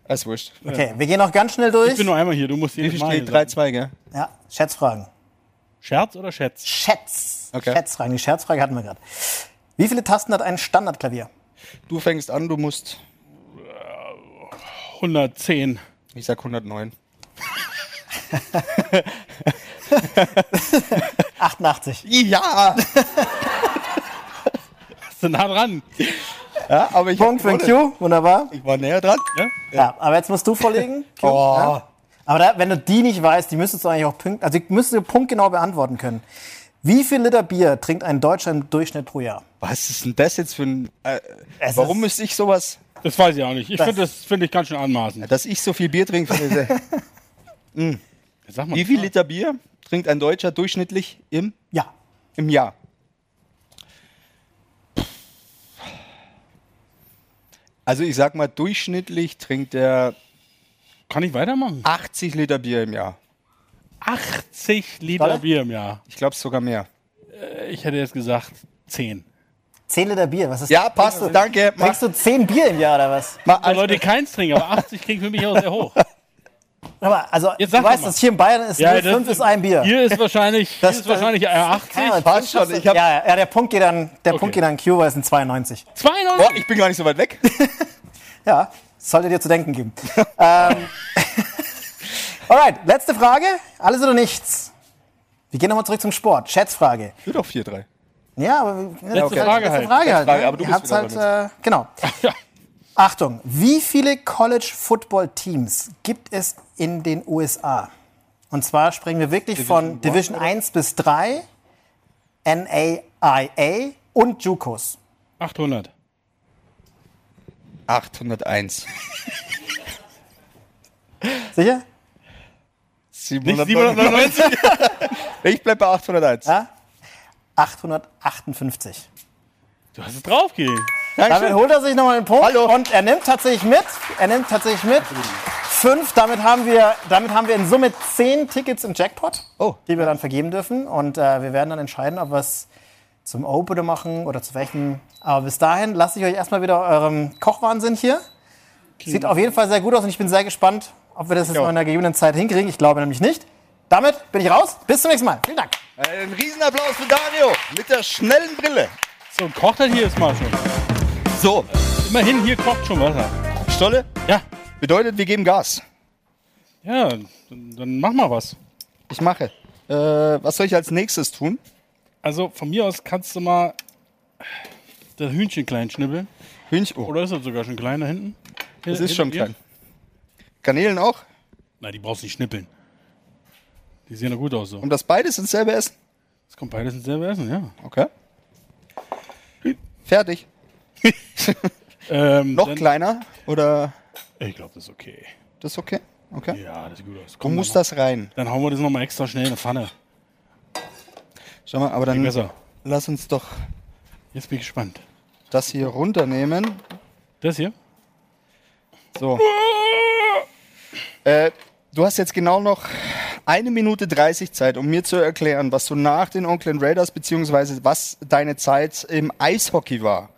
A: Alles wurscht.
C: Okay, wir gehen noch ganz schnell durch.
B: Ich bin nur einmal hier, du musst
A: Wie
B: jedes
A: viel
B: Mal.
A: steht?
B: hier
A: 3,
B: sagen.
A: 2, gell?
C: Ja, Schätzfragen.
B: Scherz oder Schätz?
C: Schätz.
A: Okay.
C: Schätzfragen. Die Scherzfrage hatten wir gerade. Wie viele Tasten hat ein Standardklavier?
A: Du fängst an, du musst.
B: 110.
A: Ich sag 109.
C: 88.
A: Ja!
B: Bist du nah dran?
A: ja aber ich
C: Punkt für den
A: gewonnen.
C: Q. Wunderbar.
A: Ich war näher dran.
B: Ja?
C: Ja, aber jetzt musst du vorlegen. Q.
A: Oh.
C: Ja. Aber da, wenn du die nicht weißt, die müsstest du eigentlich auch pünkt, also die müsstest du punktgenau beantworten können. Wie viel Liter Bier trinkt ein Deutscher im Durchschnitt pro Jahr?
A: Was ist denn das jetzt für ein. Äh,
C: Es
A: warum
C: ist-
A: müsste ich sowas.
B: Das weiß ich auch nicht. Ich
C: Das-
B: finde das finde ich ganz schön anmaßend.
A: Dass ich so viel Bier trinke. finde ich-
B: Sag mal,
A: Wie viel Liter Bier trinkt ein Deutscher durchschnittlich im,
C: Ja.
A: im Jahr? Also ich sag mal, durchschnittlich trinkt er
B: kann ich weitermachen?
A: 80 Liter Bier im Jahr.
B: 80 Liter
C: Warte.
B: Bier im Jahr.
A: Ich glaube sogar mehr.
B: Ich hätte jetzt gesagt 10.
C: 10 Liter Bier, was ist
A: Ja, passt. Danke. Mach,
C: Trinkst du 10 Bier im Jahr oder was?
A: mach,
B: Also Leute, keins trinken, aber 80 klingt für mich auch sehr hoch.
C: Aber also,
B: Jetzt
C: du
B: sag doch
C: weißt,
B: mal.
C: dass hier in Bayern ist 05 ist ein Bier.
B: Hier ist wahrscheinlich,
C: Das- Ah,
B: hier ist wahrscheinlich äh, 80.
C: Keiner-
A: passt schon, ich
C: ja,
A: hab-
C: ja, ja, der Punkt geht an, der Punkt geht an Q, weil es sind 92.
B: 92.
A: Boah, ich bin gar nicht so weit weg.
C: Ja, das sollte dir zu denken geben. ähm, Alright, letzte Frage. Alles oder nichts? Wir gehen nochmal zurück zum Sport. Schätzfrage.
A: Du doch 4-3.
C: Ja, aber
B: Letzte Frage
C: letzte
B: halt.
C: Frage halt.
A: Frage,
C: ne?
A: aber du
C: Ihr
A: bist
C: habt's
A: wieder
C: halt äh, genau.
B: Ja.
C: Achtung, wie viele College-Football-Teams gibt es in den USA? Und zwar sprechen wir wirklich von Division 1 bis 3, NAIA und JUCOs.
B: 800.
A: 801.
C: Sicher?
A: 799. ich bleib bei 801.
B: Ah.
C: Ja? 858.
B: Du hast es draufgegeben.
C: Damit holt er sich nochmal einen Punkt
A: Hallo.
C: und er nimmt tatsächlich mit. Er nimmt tatsächlich mit. Fünf, damit haben wir, damit haben wir in Summe zehn Tickets im Jackpot,
A: Oh.
C: die wir dann vergeben dürfen. Und äh, wir werden dann entscheiden, ob wir es zum Opener machen oder zu welchem. Aber bis dahin lasse ich euch erstmal wieder eurem Kochwahnsinn hier. Sieht auf jeden Fall sehr gut aus und ich bin sehr gespannt, ob wir das jetzt noch in einer gegebenen Zeit hinkriegen. Ich glaube nämlich nicht. Damit bin ich raus. Bis zum nächsten Mal. Vielen Dank.
A: Ein Riesenapplaus für Dario mit der schnellen Brille.
B: So, kocht halt hier jetzt mal schon.
A: So,
B: Immerhin, hier kocht schon Wasser.
A: Stolle,
B: Ja,
A: bedeutet, wir geben Gas.
B: ja, dann, dann mach mal was.
A: Ich mache. Äh, was soll ich als nächstes tun?
B: Also von mir aus kannst du mal das Hühnchen klein schnibbeln.
A: Hühnchen. Oh,
B: Oder ist das sogar schon klein da hinten?
A: das ist schon klein. Garnelen auch?
B: Nein, die brauchst du nicht schnippeln. Die sehen doch gut aus so.
A: Und das beides ins selbe Essen?
B: Das kommt beides ins selbe Essen, ja.
A: Okay. Fertig.
B: Ähm,
A: Noch
B: dann-
A: kleiner? Oder
B: Ich glaube, das ist okay.
A: das ist okay? Okay.
B: Ja, das sieht gut aus.
A: Wo
B: Komm,
A: muss
B: dann,
A: das rein?
B: dann hauen wir das nochmal extra schnell in eine Pfanne.
A: Schau mal, aber
B: Geht
A: dann
B: besser.
A: lass uns doch
B: Jetzt bin ich gespannt.
A: das hier runternehmen.
B: Das hier?
A: So. Äh, du hast jetzt genau noch eine Minute 30 Zeit, um mir zu erklären, was du nach den Oakland Raiders, beziehungsweise was deine Zeit im Eishockey war.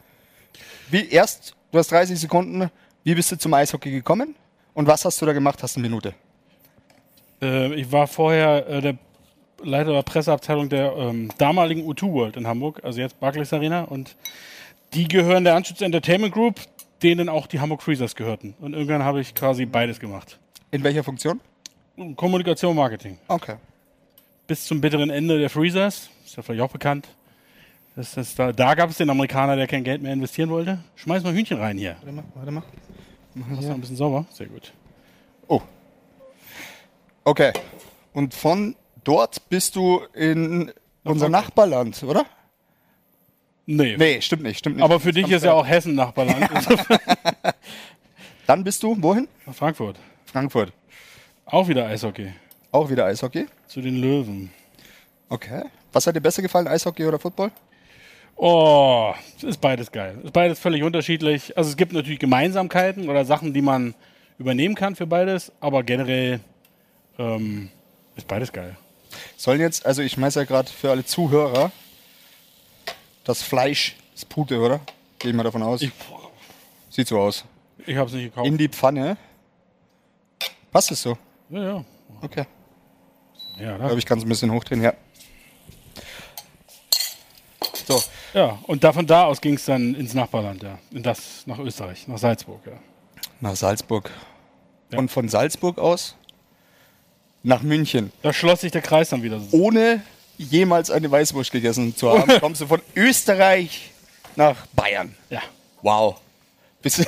A: Wie erst, du hast 30 Sekunden, wie bist du zum Eishockey gekommen und was hast du da gemacht? Hast eine Minute.
B: Äh, ich war vorher äh, der Leiter der Presseabteilung der ähm, damaligen U2 World in Hamburg, also jetzt Barclays Arena. Und die gehören der Anschutz Entertainment Group, denen auch die Hamburg Freezers gehörten. Und irgendwann habe ich quasi beides gemacht.
A: In welcher Funktion?
B: Kommunikation und Marketing.
A: Okay.
B: Bis zum bitteren Ende der Freezers, ist ja vielleicht auch bekannt. Das, das, da da gab es den Amerikaner, der kein Geld mehr investieren wollte. Schmeiß mal Hühnchen rein hier.
A: Warte mal, warte mal.
B: Mach mal ein bisschen sauber. Sehr gut.
A: Oh. Okay. Und von dort bist du in unser
B: okay.
A: Nachbarland, oder?
B: Nee.
A: Nee, stimmt nicht, stimmt nicht.
B: Aber für dich ist ja auch Hessen Nachbarland.
A: Dann bist du wohin?
B: Nach Frankfurt.
A: Frankfurt.
B: Auch wieder Eishockey.
A: Auch wieder Eishockey.
B: Zu den Löwen.
A: Okay. Was hat dir besser gefallen, Eishockey oder Football?
B: Oh, ist beides geil. Ist beides völlig unterschiedlich. Also es gibt natürlich Gemeinsamkeiten oder Sachen, die man übernehmen kann für beides, aber generell ähm, ist beides geil.
A: Sollen jetzt, also ich schmeiß ja gerade für alle Zuhörer, das Fleisch ist Pute, oder? Gehe ich mal davon aus.
B: Ich,
A: Sieht so aus.
B: ich hab's nicht gekauft.
A: In die Pfanne. Passt es so?
B: ja, ja.
A: Okay.
B: Ja,
A: Ich
B: da,
A: glaube, ich kann es ein bisschen hochdrehen, ja. So,
B: ja, und da von da aus ging's dann ins Nachbarland, ja. In das, nach Österreich, nach Salzburg, ja.
A: nach Salzburg. Und von Salzburg aus nach München.
B: Da schloss sich der Kreis dann wieder.
A: Oh.
B: So.
A: Ohne jemals eine Weißwurst gegessen zu haben, kommst du von Österreich nach Bayern.
B: Ja.
A: Wow. Bist du,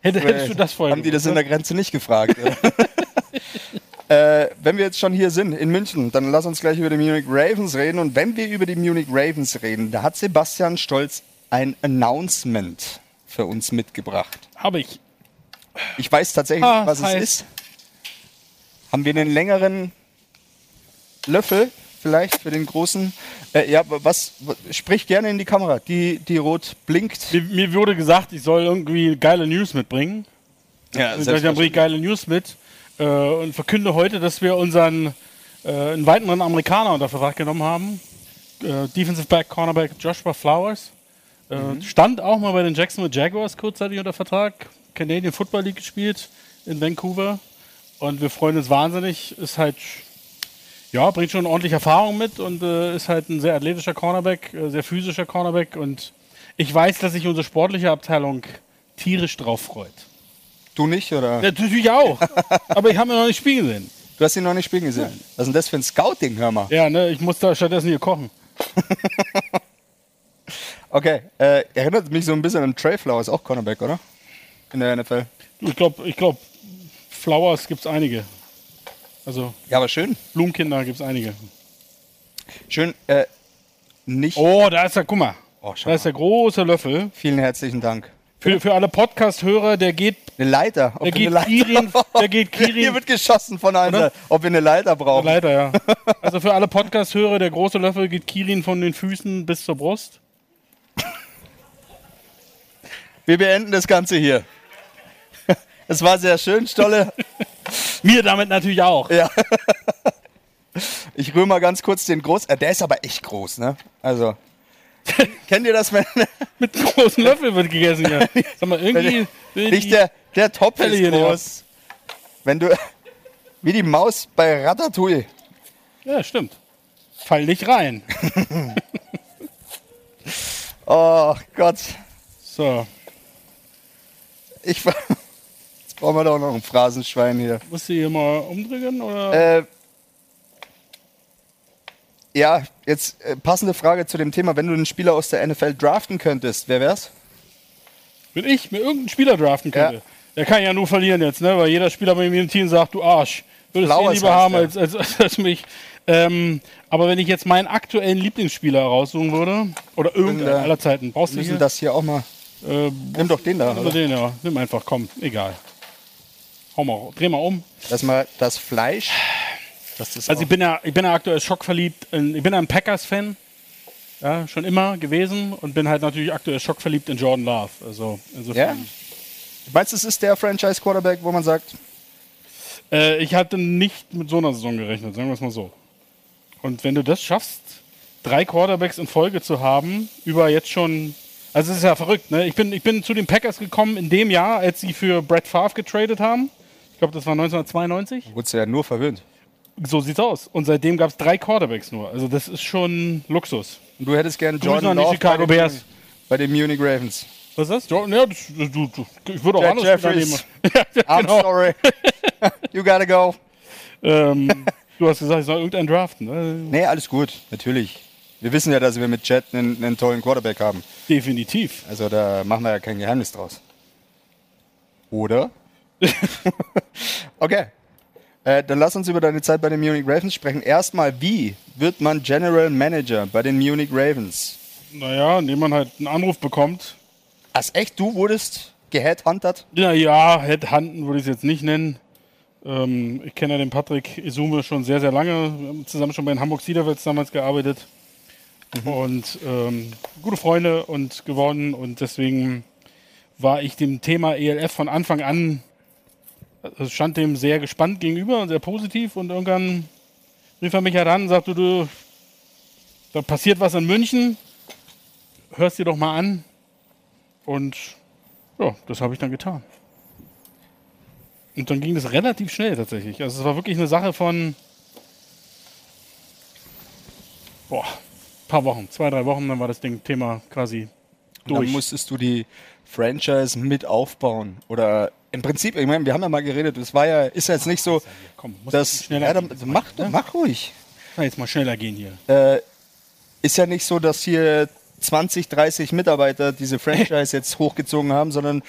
B: Hätte, hättest du das vorher
A: Äh, haben die das
B: gewusst,
A: in
B: ne?
A: der Grenze nicht gefragt? äh, wenn wir jetzt schon hier sind, in München, dann lass uns gleich über die Munich Ravens reden. Und wenn wir über die Munich Ravens reden, da hat Sebastian Stolz ein Announcement für uns mitgebracht.
B: Habe ne? ich.
A: Ich weiß tatsächlich,
B: Ah,
A: nicht, was
B: heiß.
A: es ist. Haben wir einen längeren Löffel vielleicht für den großen? Äh, ja, was, was? Sprich gerne in die Kamera, die, die rot blinkt.
B: Mir, mir wurde gesagt, ich soll irgendwie geile News mitbringen.
A: Ja,
B: Und Äh, Dann bringe ich geile News mit äh, und verkünde heute, dass wir unseren äh, einen weiteren Amerikaner unter Vertrag genommen haben. Äh, Defensive Back Cornerback Joshua Flowers. Äh, Stand auch mal bei den Jacksonville Jaguars kurzzeitig unter Vertrag. Canadian Football League gespielt in Vancouver. Und wir freuen uns wahnsinnig. Ist halt, ja, bringt schon ordentlich Erfahrung mit und äh, ist halt ein sehr athletischer Cornerback, äh, sehr physischer Cornerback. Und ich weiß, dass sich unsere sportliche Abteilung tierisch drauf freut.
A: Du nicht, oder?
B: Ja, Natürlich auch. Aber ich habe ihn noch nicht spielen sehen.
A: Du hast ihn noch nicht spielen gesehen. Was ist denn das für ein Scouting, hör mal?
B: Ja, ne, ich muss da stattdessen hier kochen.
A: Okay, äh, erinnert mich so ein bisschen an Trey Flowers, auch Cornerback, oder? In der NFL.
B: Du, Ich glaube, ich glaub, Flowers gibt es einige. Also
A: Ja, aber schön.
B: Blumenkinder gibt es einige.
A: Schön, äh, nicht.
B: Oh, da ist der, guck mal.
A: Oh, schau
B: da ist der große Löffel.
A: Vielen herzlichen Dank.
B: Für, für alle Podcast-Hörer, der geht,
A: Eine Leiter. Ob
B: der
A: wir
B: geht
A: eine Leiter
B: Kirin, der geht
A: Hier
B: Kirin.
A: wird geschossen von allen.
B: Oder?
A: Seiten. Ob wir eine Leiter brauchen.
B: Leider, ja. Also für alle Podcast-Hörer, der große Löffel geht Kirin von den Füßen bis zur Brust.
A: Wir beenden das Ganze hier. Es war sehr schön, Stolle.
B: Mir damit natürlich auch.
A: ja. Ich rühre mal ganz kurz den groß. Äh, der ist aber echt groß, ne? Also. Kennt ihr das, wenn,
B: Mit einem großen Löffel wird gegessen hier. Sag mal, irgendwie.
A: Nicht der, der Topf
B: Fälle
A: ist
B: hier nicht
A: groß. Wenn du. Wie die Maus bei Ratatouille.
B: Ja, stimmt. Fall nicht rein.
A: Oh Gott.
B: So,
A: Ich war. Jetzt brauchen wir doch noch ein Phrasenschwein hier.
B: musst du hier mal umdrücken oder?
A: Äh, ja, jetzt äh, passende Frage zu dem Thema. Wenn du einen Spieler aus der NFL draften könntest, wer wär's?
B: Wenn ich mir irgendeinen Spieler draften könnte,
A: Ja.
B: der kann ja nur verlieren jetzt, ne? Weil jeder Spieler bei mir im Team sagt, du Arsch, würdest du
A: Flowers
B: lieber
A: heißt
B: haben
A: der.
B: als, als, als, als mich. Ähm, aber wenn ich jetzt meinen aktuellen Lieblingsspieler raussuchen würde, oder irgendeinen
A: Irgendein-
B: aller Zeiten, brauchst
A: Wir
B: du
A: müssen
B: hier?
A: das hier auch mal.
B: Äh,
A: Nimm doch den da.
B: nimm
A: Oder?
B: den, ja. Nimm einfach, komm, egal. Hau mal, dreh mal um.
A: Lass mal das Fleisch. Das ist
B: Also
A: also
B: ich bin ja, ich bin ja aktuell schockverliebt. In, ich bin ja ein Packers-Fan. Ja, schon immer gewesen und bin halt natürlich aktuell schockverliebt in Jordan Love. Also insofern.
A: Ja? Meinst du, es ist der Franchise-Quarterback, wo man sagt,
B: Äh, ich hatte nicht mit so einer Saison gerechnet, sagen wir es mal so. Und wenn du das schaffst, drei Quarterbacks in Folge zu haben, über jetzt schon. Also es ist ja verrückt, ne? Ich bin, ich bin zu den Packers gekommen in dem Jahr, als sie für Brett Favre getradet haben. Ich glaube, das war 1992.
A: Wurdest du ja nur verwöhnt.
B: So sieht's aus. Und seitdem gab es drei Quarterbacks nur. Also das ist schon Luxus.
A: Und du hättest gern
B: Grüße
A: Jordan
B: an die
A: Love bei
B: Chicago
A: den,
B: Bears.
A: bei den Munich Ravens.
B: Was ist das? Ja, ja, das, das, du, du, ich würde auch
A: Jack
B: anders
A: Jeffries.
B: wieder nehmen. Ja,
A: I'm
B: genau.
A: sorry. you gotta go.
B: ähm, du hast gesagt, ich soll irgendeinen draften. Ne?
A: Nee, alles gut, natürlich. Wir wissen ja, dass wir mit Jet einen, einen tollen Quarterback haben.
B: Definitiv.
A: Also da machen wir ja kein Geheimnis draus. Oder? okay. Äh, dann lass uns über deine Zeit bei den Munich Ravens sprechen. Erstmal, wie wird man General Manager bei den Munich Ravens?
B: Naja, indem man halt einen Anruf bekommt.
A: Ach echt, du wurdest gehadhuntert?
B: Naja, Headhunten würde ich es jetzt nicht nennen. Ähm, ich kenne ja den Patrick Isume schon sehr, sehr lange. Wir haben zusammen schon bei den Hamburg Siederwels damals gearbeitet. Mhm. Und ähm, gute Freunde und geworden. Und deswegen war ich dem Thema ELF von Anfang an, also stand dem sehr gespannt gegenüber und sehr positiv. Und irgendwann rief er mich halt an und sagte, du, da passiert was in München. Hörst dir doch mal an. Und ja, das habe ich dann getan. Und dann ging das relativ schnell tatsächlich. Also es war wirklich eine Sache von boah, paar Wochen, zwei, drei Wochen, dann war das Ding Thema quasi
A: Dann
B: durch.
A: musstest du die Franchise mit aufbauen. Oder im Prinzip, ich meine, wir haben ja mal geredet, es war ja, ist ja jetzt nicht so,
B: Komm, muss
A: dass.
B: schneller
A: Ja, dann,
B: gehen, das
A: mach,
B: ne?
A: mach ruhig.
B: Na, jetzt mal schneller gehen hier.
A: äh, ist ja nicht so, dass hier 20, 30 Mitarbeiter diese Franchise jetzt hochgezogen haben, sondern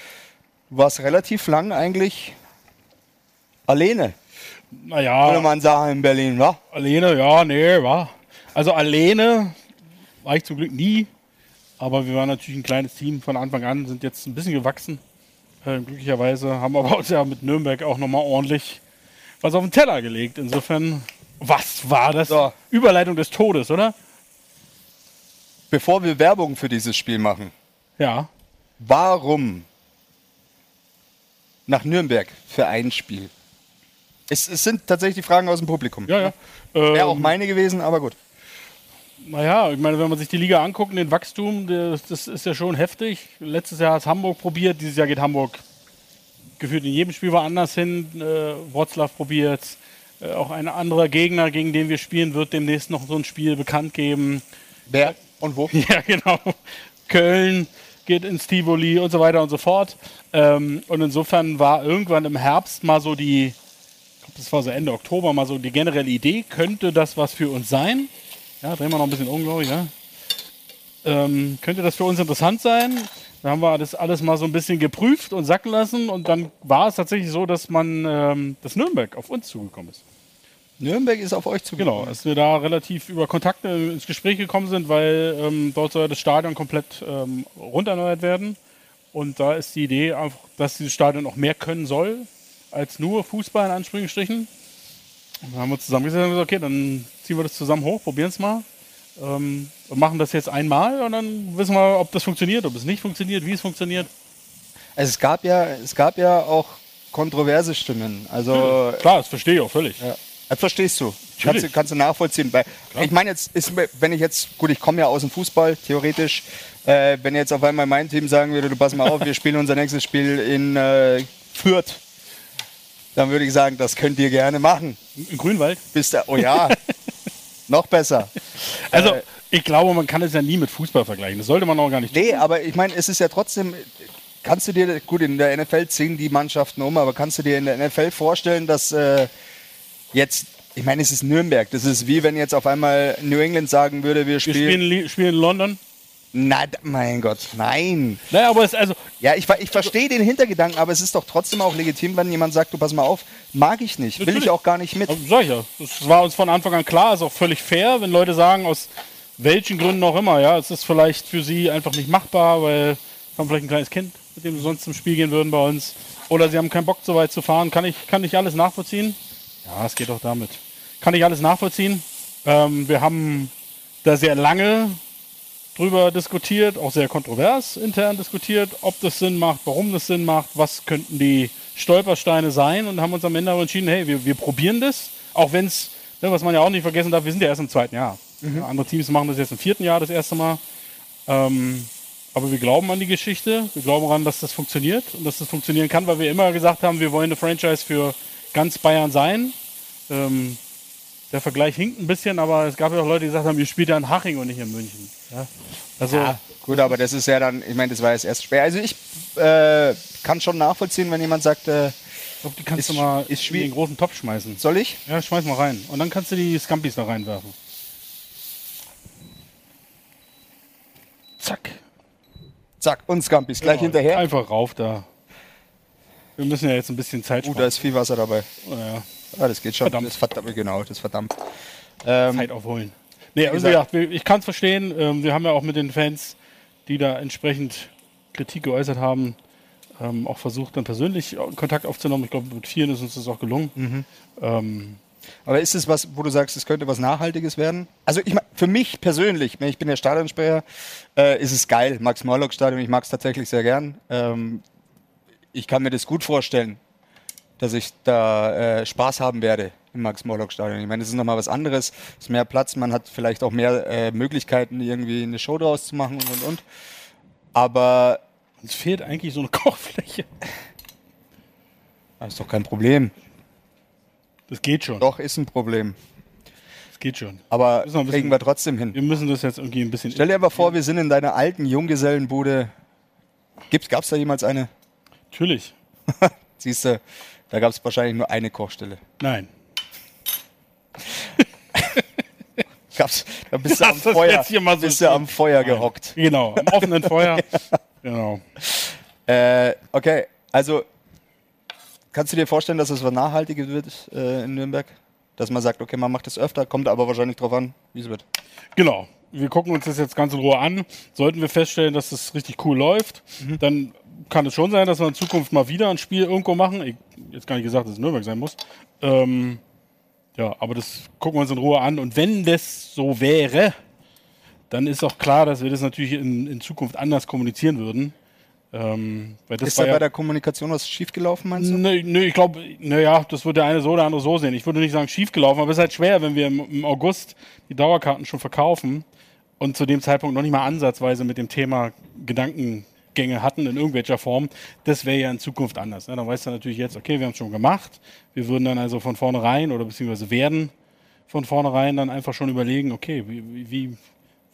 A: du warst relativ lang eigentlich alleine, würde
B: Naja,
A: man sagen, in Berlin, wa?
B: alleine, ja, nee, war. Also alleine war ich zum Glück nie. Aber wir waren natürlich ein kleines Team von Anfang an, sind jetzt ein bisschen gewachsen. Äh, glücklicherweise haben aber uns ja mit Nürnberg auch nochmal ordentlich was auf den Teller gelegt. Insofern, was war das?
A: So.
B: Überleitung des Todes, oder?
A: Bevor wir Werbung für dieses Spiel machen,
B: Ja.
A: warum nach Nürnberg für ein Spiel? Es, es sind tatsächlich die Fragen aus dem Publikum.
B: Ja, ja. Ähm,
A: Wäre auch meine gewesen, aber gut.
B: Naja, ich meine, wenn man sich die Liga anguckt, und den Wachstum, das, das ist ja schon heftig. Letztes Jahr hat es Hamburg probiert, dieses Jahr geht Hamburg gefühlt in jedem Spiel woanders hin. Äh, Wroclaw probiert äh, Auch ein anderer Gegner, gegen den wir spielen, wird demnächst noch so ein Spiel bekannt geben.
A: Wer und wo?
B: Ja, genau. Köln geht ins Tivoli und so weiter und so fort. Ähm, und insofern war irgendwann im Herbst mal so die, ich glaube, das war so Ende Oktober, mal so die generelle Idee, könnte das was für uns sein? Ja, drehen wir noch ein bisschen um, glaube ich, ja. Ähm, könnte das für uns interessant sein? Da haben wir das alles mal so ein bisschen geprüft und sacken lassen und dann war es tatsächlich so, dass man ähm, das Nürnberg auf uns zugekommen ist.
A: Nürnberg ist auf euch zu
B: Genau, dass wir da relativ über Kontakte ins Gespräch gekommen sind, weil ähm, dort soll das Stadion komplett ähm, runderneuert werden. Und da ist die Idee einfach, dass dieses Stadion auch mehr können soll, als nur Fußball in Anführungsstrichen. Und dann haben wir zusammengesetzt und gesagt, okay, dann ziehen wir das zusammen hoch, probieren es mal. Ähm, und machen das jetzt einmal und dann wissen wir, ob das funktioniert, ob es nicht funktioniert, wie es funktioniert.
A: Also es gab ja, es gab ja auch kontroverse Stimmen. Also
B: Klar, das verstehe ich auch völlig.
A: Ja. Das verstehst du.
B: Hm. Natürlich.
A: Kannst, du- kannst du nachvollziehen. Weil ich meine, jetzt ist, mir- wenn ich jetzt, gut, ich komme ja aus dem Fußball, theoretisch. Äh, wenn jetzt auf einmal mein Team sagen würde, du pass mal auf, wir spielen unser nächstes Spiel in äh, Fürth, dann würde ich sagen, das könnt ihr gerne machen.
B: Im Grünwald.
A: Bis da, oh ja, noch besser.
B: Also, ich glaube, man kann es ja nie mit Fußball vergleichen. Das sollte man auch gar nicht
A: Nee, aber ich meine, es ist ja trotzdem. Kannst du dir, gut, in der NFL ziehen die Mannschaften um, aber kannst du dir in der NFL vorstellen, dass äh, jetzt, ich meine, es ist Nürnberg. Das ist wie wenn jetzt auf einmal New England sagen würde, wir
B: Wir
A: spielen.
B: spielen, li- spielen in London.
A: Nein, mein Gott, nein.
B: Naja, aber es, also,
A: Ja, ich, ver- ich verstehe den Hintergedanken, aber es ist doch trotzdem auch legitim, wenn jemand sagt, du pass mal auf, mag ich nicht, will
B: Natürlich.
A: ich auch gar nicht mit.
B: also sag ich ja, das war uns von Anfang an klar, ist auch völlig fair, wenn Leute sagen, aus welchen Gründen auch immer, ja, es ist vielleicht für sie einfach nicht machbar, weil sie haben vielleicht ein kleines Kind, mit dem sie sonst zum Spiel gehen würden bei uns, oder sie haben keinen Bock, so weit zu fahren, kann ich, kann ich alles nachvollziehen? Ja, es geht auch damit. Kann ich alles nachvollziehen? Ähm, wir haben da sehr lange drüber diskutiert, auch sehr kontrovers intern diskutiert, ob das Sinn macht, warum das Sinn macht, was könnten die Stolpersteine sein und haben uns am Ende aber entschieden, hey, wir, wir probieren das, auch wenn es, ne, was man ja auch nicht vergessen darf, wir sind ja erst im zweiten Jahr. Ja, andere Teams machen das jetzt im vierten Jahr das erste Mal. Ähm, aber wir glauben an die Geschichte, wir glauben daran, dass das funktioniert und dass das funktionieren kann, weil wir immer gesagt haben, wir wollen eine Franchise für ganz Bayern sein. Ähm, der Vergleich hinkt ein bisschen, aber es gab ja auch Leute, die gesagt haben, ihr spielt ja in Haching und nicht in München. Ja? Also,
A: Gut, aber das ist ja dann, ich meine, das war jetzt erst schwer. Also ich äh, kann schon nachvollziehen, wenn jemand sagt, äh,
B: ich glaub, die kannst
A: Ist
B: du
A: sch-
B: mal
A: ist
B: in den
A: schwierig.
B: großen Topf schmeißen.
A: soll ich?
B: Ja, schmeiß mal rein. Und dann kannst du die Scampis da reinwerfen. Zack.
A: Zack, und Scampis gleich Halt
B: Genau.
A: hinterher.
B: Einfach rauf da. Wir müssen ja jetzt ein bisschen Zeit
A: Uh,
B: sparen.
A: da ist viel Wasser dabei.
B: ja.
A: Ah, das geht schon.
B: Verdammt.
A: Das verdammt, genau, das verdammt. Ähm,
B: Zeit aufholen. Nee, also wie gesagt, wir- ich kann es verstehen. Ähm, Wir haben ja auch mit den Fans, die da entsprechend Kritik geäußert haben, ähm, auch versucht, dann persönlich Kontakt aufzunehmen. Ich glaube, mit vielen ist uns das auch gelungen.
A: Mhm.
B: Ähm,
A: Aber ist es was, wo du sagst, es könnte was Nachhaltiges werden? Also ich mein, für mich persönlich, ich bin ja Stadionsprecher, äh, ist es geil. Max-Morlock-Stadion, ich mag es tatsächlich sehr gern. Ähm, ich kann mir das gut vorstellen, dass ich da äh, Spaß haben werde im Max-Morlock-Stadion. Ich meine, es ist nochmal was anderes, es ist mehr Platz, man hat vielleicht auch mehr äh, Möglichkeiten, irgendwie eine Show draus zu machen und und und. Aber
B: uns fehlt eigentlich so eine Kochfläche.
A: das ist doch kein Problem.
B: Das geht schon.
A: Doch, ist ein Problem.
B: Das geht schon.
A: Aber
B: Müssen wir ein bisschen-
A: kriegen wir trotzdem hin.
B: Wir müssen das jetzt irgendwie ein bisschen.
A: Stell dir aber vor, wir sind in deiner alten Junggesellenbude. Gibt's, gab's da jemals eine?
B: Natürlich.
A: Siehst du, da gab's wahrscheinlich nur eine Kochstelle.
B: Nein.
A: Gab's, da bist du
B: Lass
A: am
B: das
A: Feuer,
B: jetzt hier mal so
A: bist du
B: stehen.
A: am Feuer gehockt.
B: Genau. Am offenen Feuer. Genau.
A: Äh, okay, also kannst du dir vorstellen, dass es was Nachhaltiges wird äh, in Nürnberg? Dass man sagt, okay, man macht das öfter, kommt aber wahrscheinlich drauf an, wie es wird.
B: Genau. Wir gucken uns das jetzt ganz in Ruhe an. Sollten wir feststellen, dass das richtig cool läuft,
A: Mhm.
B: dann kann es schon sein, dass wir in Zukunft mal wieder ein Spiel irgendwo machen. Ich, jetzt gar nicht gesagt, dass es Nürnberg sein muss. Ähm, ja, aber das gucken wir uns in Ruhe an. Und wenn das so wäre, dann ist auch klar, dass wir das natürlich in, in Zukunft anders kommunizieren würden. Ähm, weil das
A: Ist
B: war
A: da
B: ja-
A: bei der Kommunikation was schiefgelaufen, meinst du?
B: Nö, nö, ich glaube, naja, das wird der eine so oder andere so sehen. Ich würde nicht sagen schiefgelaufen, aber es ist halt schwer, wenn wir im, im August die Dauerkarten schon verkaufen und zu dem Zeitpunkt noch nicht mal ansatzweise mit dem Thema Gedankengänge hatten in irgendwelcher Form. Das wäre ja in Zukunft anders. Ne? Dann weißt du natürlich jetzt, okay, wir haben es schon gemacht. Wir würden dann also von vornherein oder beziehungsweise werden von vornherein dann einfach schon überlegen, okay, wie, wie,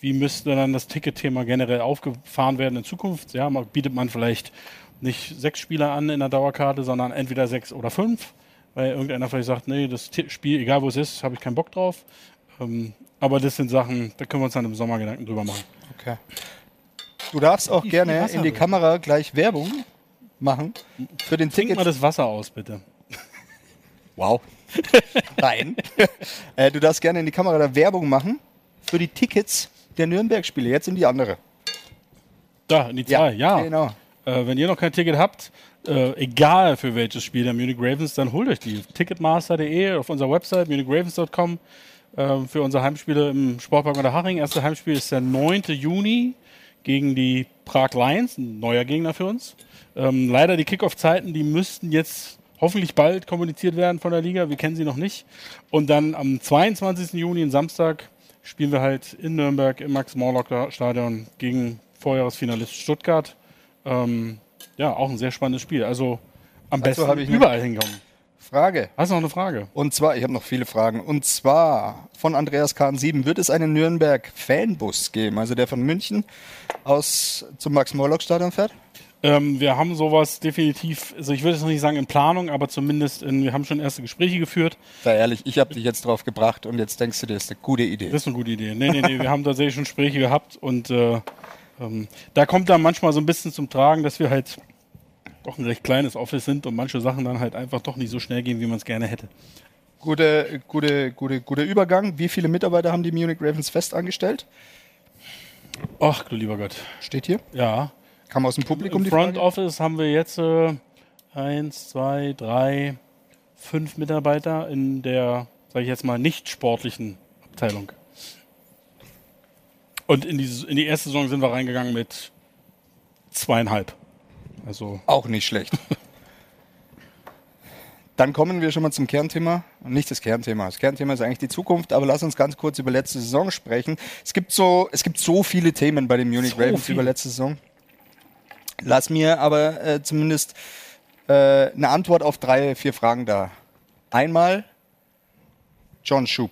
B: wie müsste dann das Ticketthema generell aufgefahren werden in Zukunft? Ja, man, bietet man vielleicht nicht sechs Spieler an in der Dauerkarte, sondern entweder sechs oder fünf, weil irgendeiner vielleicht sagt, nee, das Ti- Spiel, egal wo es ist, habe ich keinen Bock drauf. Ähm, aber das sind Sachen, da können wir uns dann im Sommer Gedanken drüber machen.
A: Okay. Du darfst auch gerne
B: Wasser
A: in die
B: drin.
A: Kamera gleich Werbung machen für den
B: Trink
A: Ticket.
B: mal das Wasser aus, bitte.
A: Wow. Nein. äh, du darfst gerne in die Kamera da Werbung machen für die Tickets der Nürnberg-Spiele. Jetzt in die andere.
B: Da, in die zwei, Ah, ja.
A: Genau.
B: Äh, wenn ihr noch kein Ticket habt, äh, egal für welches Spiel der Munich Ravens, dann holt euch die. Ticketmaster.de auf unserer Website, munichravens.com. ähm, für unsere Heimspiele im Sportpark Unterhaching. Erste Heimspiel ist der 9. Juni gegen die Prag Lions, ein neuer Gegner für uns. Ähm, leider die Kickoff-Zeiten, die müssten jetzt hoffentlich bald kommuniziert werden von der Liga. Wir kennen sie noch nicht. Und dann am 22. Juni, am Samstag, spielen wir halt in Nürnberg im Max-Morlock-Stadion gegen Vorjahresfinalist Stuttgart. Ähm, ja, auch ein sehr spannendes Spiel. Also am
A: Dazu
B: besten
A: habe ich eine-
B: überall hinkommen.
A: Frage.
B: Hast du noch eine Frage?
A: Und zwar, ich habe noch viele Fragen. Und zwar von Andreas Kahn 7 wird es einen Nürnberg-Fanbus geben, also der von München aus zum Max-Morlock-Stadion fährt?
B: Ähm, wir haben sowas definitiv, also ich würde jetzt noch nicht sagen in Planung, aber zumindest in, wir haben schon erste Gespräche geführt.
A: Sei ehrlich, ich habe dich jetzt drauf gebracht und jetzt denkst du dir, das ist eine gute Idee.
B: Das ist eine gute Idee. Nee, nee, nee, wir haben tatsächlich schon Gespräche gehabt und äh, ähm, da kommt dann manchmal so ein bisschen zum Tragen, dass wir halt doch ein recht kleines Office sind und manche Sachen dann halt einfach doch nicht so schnell gehen, wie man es gerne hätte.
A: Gute, gute, gute, guter Übergang. Wie viele Mitarbeiter haben die Munich Ravens fest angestellt?
B: Ach du lieber Gott.
A: Steht hier.
B: Ja.
A: Kam aus dem Publikum
B: Im
A: die
B: Front
A: Frage.
B: Office haben wir jetzt äh, eins, zwei, drei, fünf Mitarbeiter in der, sage ich jetzt mal, nicht sportlichen Abteilung. Und in die, in die erste Saison sind wir reingegangen mit zweieinhalb. Also
A: Auch nicht schlecht. Dann kommen wir schon mal zum Kernthema. Und nicht das Kernthema. Das Kernthema ist eigentlich die Zukunft, aber lass uns ganz kurz über letzte Saison sprechen. Es gibt so, es gibt so viele Themen bei den Munich
B: So
A: Ravens
B: viel.
A: über letzte Saison. Lass mir aber äh, zumindest äh, eine Antwort auf drei, vier Fragen da. Einmal John Schub,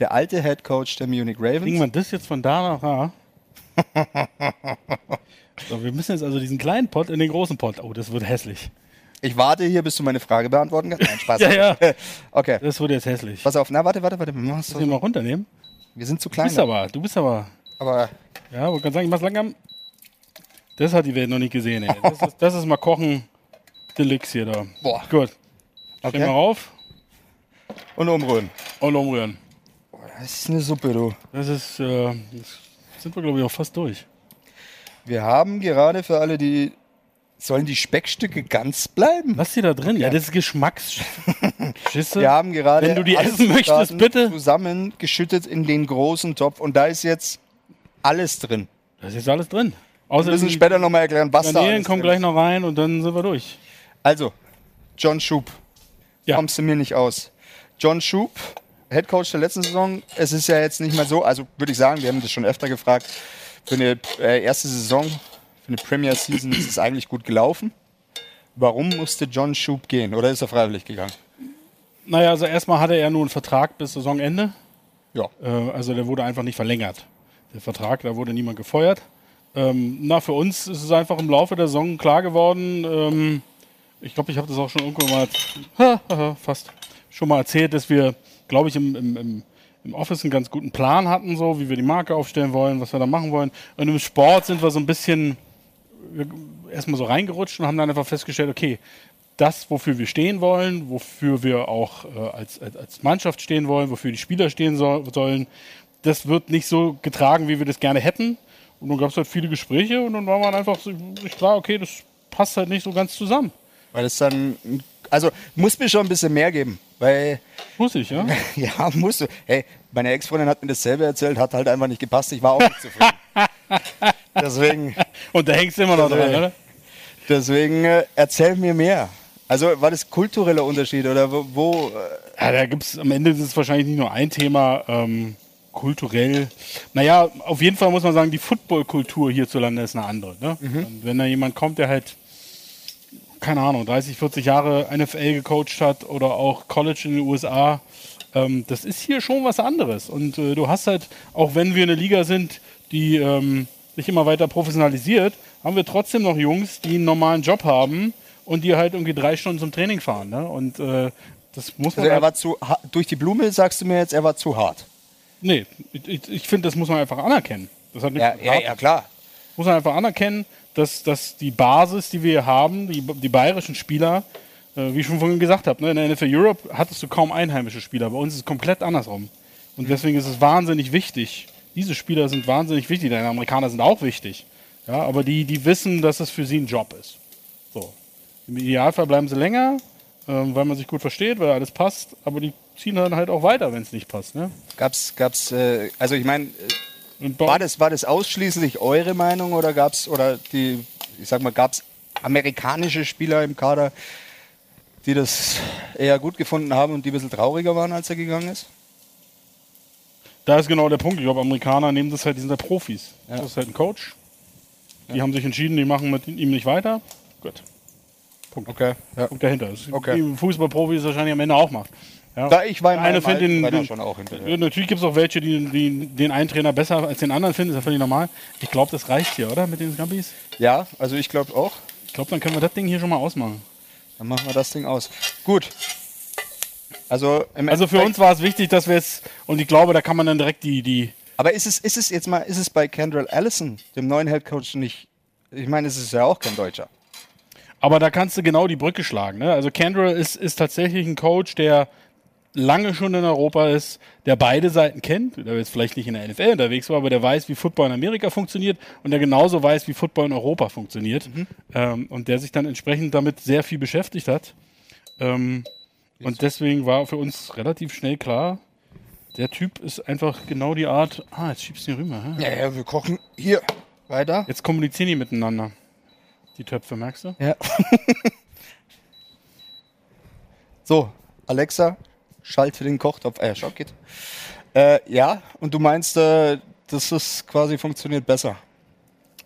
A: der alte Head Coach der Munich
B: Bringt
A: Ravens.
B: man das jetzt von da nach da? so, wir müssen jetzt also diesen kleinen Pot in den großen Pot. Oh, das wird hässlich.
A: Ich warte hier, bis du meine Frage beantworten kannst. Nein, Spaß.
B: Ja, ja.
A: Okay,
B: Das wird jetzt hässlich.
A: pass auf. Na, warte, warte, warte. Mach's
B: Soll ich
A: so.
B: mal runternehmen?
A: Wir sind zu
B: Du
A: klein.
B: bist aber, du bist aber.
A: aber
B: Ja, wollte gerade sagen, ich mach's langsam. Das hat die Welt noch nicht gesehen, ey. Das ist, das ist mal Kochen Deluxe hier da.
A: Boah.
B: Gut. Stell mal
A: okay.
B: rauf
A: Und umrühren.
B: und umrühren.
A: Das ist eine Suppe, du.
B: Das ist, äh, das sind wir, glaube ich, auch fast durch.
A: Wir haben gerade für alle, die. Sollen die Speckstücke ganz bleiben?
B: Lass die da drin. Ja, das ist Geschmacksschisse.
A: Wir haben gerade.
B: Wenn du die
A: alle
B: essen möchtest,
A: Zutaten
B: bitte.
A: Zusammengeschüttet in den großen Topf und da ist jetzt alles drin.
B: Da ist jetzt alles drin.
A: Wir
B: Außer
A: müssen
B: Also die
A: später nochmal erklären, was da
B: Garnelen
A: alles
B: kommen
A: drin
B: gleich
A: ist.
B: noch rein und dann sind wir durch.
A: Also, John Schub.
B: Ja.
A: Kommst du mir nicht aus. John Schub, Head Coach der letzten Saison. Es ist ja jetzt nicht mehr so, also würde ich sagen, wir haben das schon öfter gefragt. Für eine äh, erste Saison, für eine Premier Season ist es eigentlich gut gelaufen. Warum musste John Schub gehen? Oder ist er freiwillig gegangen?
B: Naja, also erstmal hatte er nur einen Vertrag bis Saisonende.
A: Ja.
B: Äh, also der wurde einfach nicht verlängert. Der Vertrag, da wurde niemand gefeuert. Ähm, na, für uns ist es einfach im Laufe der Saison klar geworden. Ähm, ich glaube, ich habe das auch schon irgendwo mal ha, ha, ha, fast schon mal erzählt, dass wir, glaube ich, im, im, im, im Office einen ganz guten Plan hatten, so wie wir die Marke aufstellen wollen, was wir da machen wollen. Und im Sport sind wir so ein bisschen äh, erstmal so reingerutscht und haben dann einfach festgestellt, okay, das, wofür wir stehen wollen, wofür wir auch äh, als, als, als Mannschaft stehen wollen, wofür die Spieler stehen soll, sollen, das wird nicht so getragen, wie wir das gerne hätten. Und dann gab es halt viele Gespräche und dann war man einfach so, sich klar, okay, das passt halt nicht so ganz zusammen.
A: Weil es dann, also muss mir schon ein bisschen mehr geben. Weil,
B: Muss ich, ja?
A: ja, musst du. Hey, meine Ex-Freundin hat mir dasselbe erzählt, hat halt einfach nicht gepasst. Ich war auch nicht zufrieden. Deswegen.
B: Und da hängst du immer noch dran, oder?
A: Deswegen äh, erzähl mir mehr. Also war das kultureller Unterschied oder wo? wo äh,
B: Ja, da gibt es am Ende ist es wahrscheinlich nicht nur ein Thema, ähm, kulturell. Naja, auf jeden Fall muss man sagen, die Footballkultur hierzulande ist eine andere. Ne?
A: Mhm.
B: Und wenn da jemand kommt, der halt, keine Ahnung, 30, 40 Jahre NFL gecoacht hat oder auch College in den USA, ähm, das ist hier schon was anderes. Und äh, du hast halt, auch wenn wir eine Liga sind, die ähm, sich immer weiter professionalisiert, haben wir trotzdem noch Jungs, die einen normalen Job haben und die halt irgendwie drei Stunden zum Training fahren. Ne? Und äh, das muss
A: also
B: man
A: er
B: halt-
A: war zu ha- durch die Blume sagst du mir jetzt, er war zu hart.
B: Nee, ich, ich, ich finde, das muss man einfach anerkennen. Das hat nichts mit Hart-
A: klar.
B: Muss man einfach anerkennen, dass, dass die Basis, die wir hier haben, die, die bayerischen Spieler, äh, wie ich schon vorhin gesagt habe, ne, in der NFL Europe hattest du kaum einheimische Spieler. Bei uns ist es komplett andersrum. Und deswegen ist es wahnsinnig wichtig. Diese Spieler sind wahnsinnig wichtig. Deine Amerikaner sind auch wichtig. Ja, aber die, die wissen, dass es für sie ein Job ist. So. Im Idealfall bleiben sie länger, ähm, weil man sich gut versteht, weil alles passt. Aber die ziehen dann halt auch weiter, wenn es nicht passt. Ne?
A: Gab's, gab's, äh, also ich meine,
B: Und bei-
A: war das, war das ausschließlich eure Meinung oder gab's oder die, ich sag mal, gab's amerikanische Spieler im Kader, die das eher gut gefunden haben und die ein bisschen trauriger waren, als er gegangen ist?
B: Da ist genau der Punkt. Ich glaube, Amerikaner nehmen das halt, die sind ja Profis. Das ist halt ein Coach. Die haben sich entschieden, die machen mit ihm nicht weiter. Gut.
A: Okay. Ja.
B: Punkt dahinter. Das ist
A: Okay.
B: Wie ein Fußballprofi es wahrscheinlich am Ende auch macht. Ja.
A: Da ich war in
B: Eine
A: meinem
B: findet
A: Alten
B: den,
A: Trainer
B: den,
A: schon auch hinterher.
B: Ja, Natürlich gibt es auch welche, die, die den einen Trainer besser als den anderen finden. Ist ja völlig normal. Ich glaube, das reicht hier, oder? Mit den Scampis.
A: ja, also ich glaube auch.
B: Ich glaube, dann können wir das Ding hier schon mal ausmachen.
A: Dann machen wir das Ding aus. Gut. Also, im
B: Also für
A: Endeffekt-
B: uns war es wichtig, dass wir jetzt, und ich glaube, da kann man dann direkt die, die
A: Aber ist es, ist es jetzt mal, ist es bei Kendrell Allison, dem neuen Head Coach, nicht? Ich meine, es ist ja auch kein Deutscher.
B: Aber da kannst du genau die Brücke schlagen. Ne? Also Kendrell ist, ist tatsächlich ein Coach, der lange schon in Europa ist, der beide Seiten kennt, der jetzt vielleicht nicht in der NFL unterwegs war, aber der weiß, wie Football in Amerika funktioniert und der genauso weiß, wie Football in Europa funktioniert ähm, und der sich dann entsprechend damit sehr viel beschäftigt hat. Ähm, und deswegen war für uns relativ schnell klar, der Typ ist einfach genau die Art, ah, jetzt schiebst du ihn rüber. hä?
A: Ja, ja, wir kochen hier weiter.
B: Jetzt kommunizieren die miteinander. Die Töpfe, merkst du?
A: Ja. So, Alexa, schalte den Kochtopf. Äh, Schockit. Äh, ja, und du meinst, äh, dass es quasi funktioniert besser.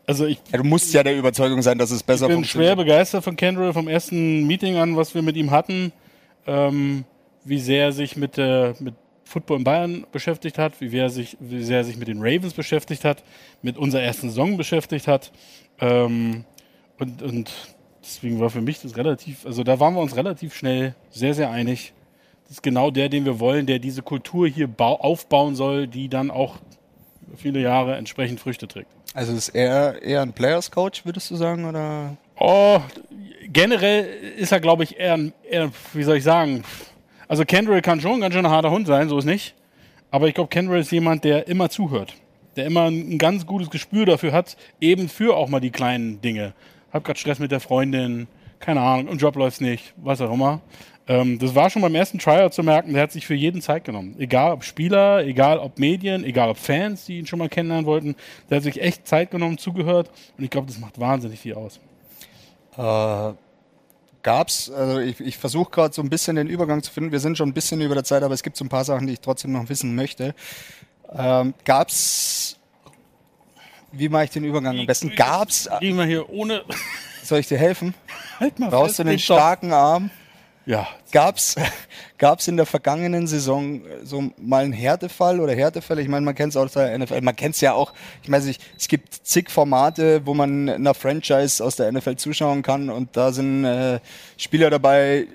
B: Also ich
A: Ja, du musst ja der Überzeugung sein, dass es besser
B: bin schwer
A: funktioniert.
B: begeistert von Kendrill vom ersten Meeting an, was wir mit ihm hatten, ähm, wie sehr er sich mit, äh, mit Football in Bayern beschäftigt hat, wie, wer sich, wie sehr er sich mit den Ravens beschäftigt hat, mit unserer ersten Saison beschäftigt hat. Ähm, und, und deswegen war für mich das relativ, also da waren wir uns relativ schnell sehr, sehr einig. Das ist genau der, den wir wollen, der diese Kultur hier bau aufbauen soll, die dann auch viele Jahre entsprechend Früchte trägt.
A: Also ist er eher ein Players Coach, würdest du sagen, oder?
B: Oh, generell ist er, glaube ich, eher, ein- eher, wie soll ich sagen, also Kendrill kann schon ein ganz schön harter Hund sein, so ist nicht. Aber ich glaube, Kendrill ist jemand, der immer zuhört, der immer ein, ein ganz gutes Gespür dafür hat, eben für auch mal die kleinen Dinge. Hab gerade Stress mit der Freundin, keine Ahnung, im Job läuft's nicht, was auch immer. Ähm, das war schon beim ersten Tryout zu merken, der hat sich für jeden Zeit genommen. Egal ob Spieler, egal ob Medien, egal ob Fans, die ihn schon mal kennenlernen wollten, der hat sich echt Zeit genommen, zugehört und ich glaube, das macht wahnsinnig viel aus.
A: Äh, gab's, also ich, ich versuche gerade so ein bisschen den Übergang zu finden. Wir sind schon ein bisschen über der Zeit, aber es gibt so ein paar Sachen, die ich trotzdem noch wissen möchte. Ähm, gab's, wie mache ich den Übergang am besten? Gab's, äh,
B: Kriegen wir hier ohne.
A: soll ich dir helfen?
B: halt mal
A: Brauchst du
B: fest,
A: einen
B: Topf.
A: starken Arm?
B: Ja.
A: Gab's, gab's in der vergangenen Saison äh, so mal einen Härtefall oder Härtefälle? Ich meine, man kennt es aus der NFL. Man kennt es ja auch. Ich meine, sich- es gibt zig Formate, wo man einer Franchise aus der NFL zuschauen kann und da sind äh, Spieler dabei. äh,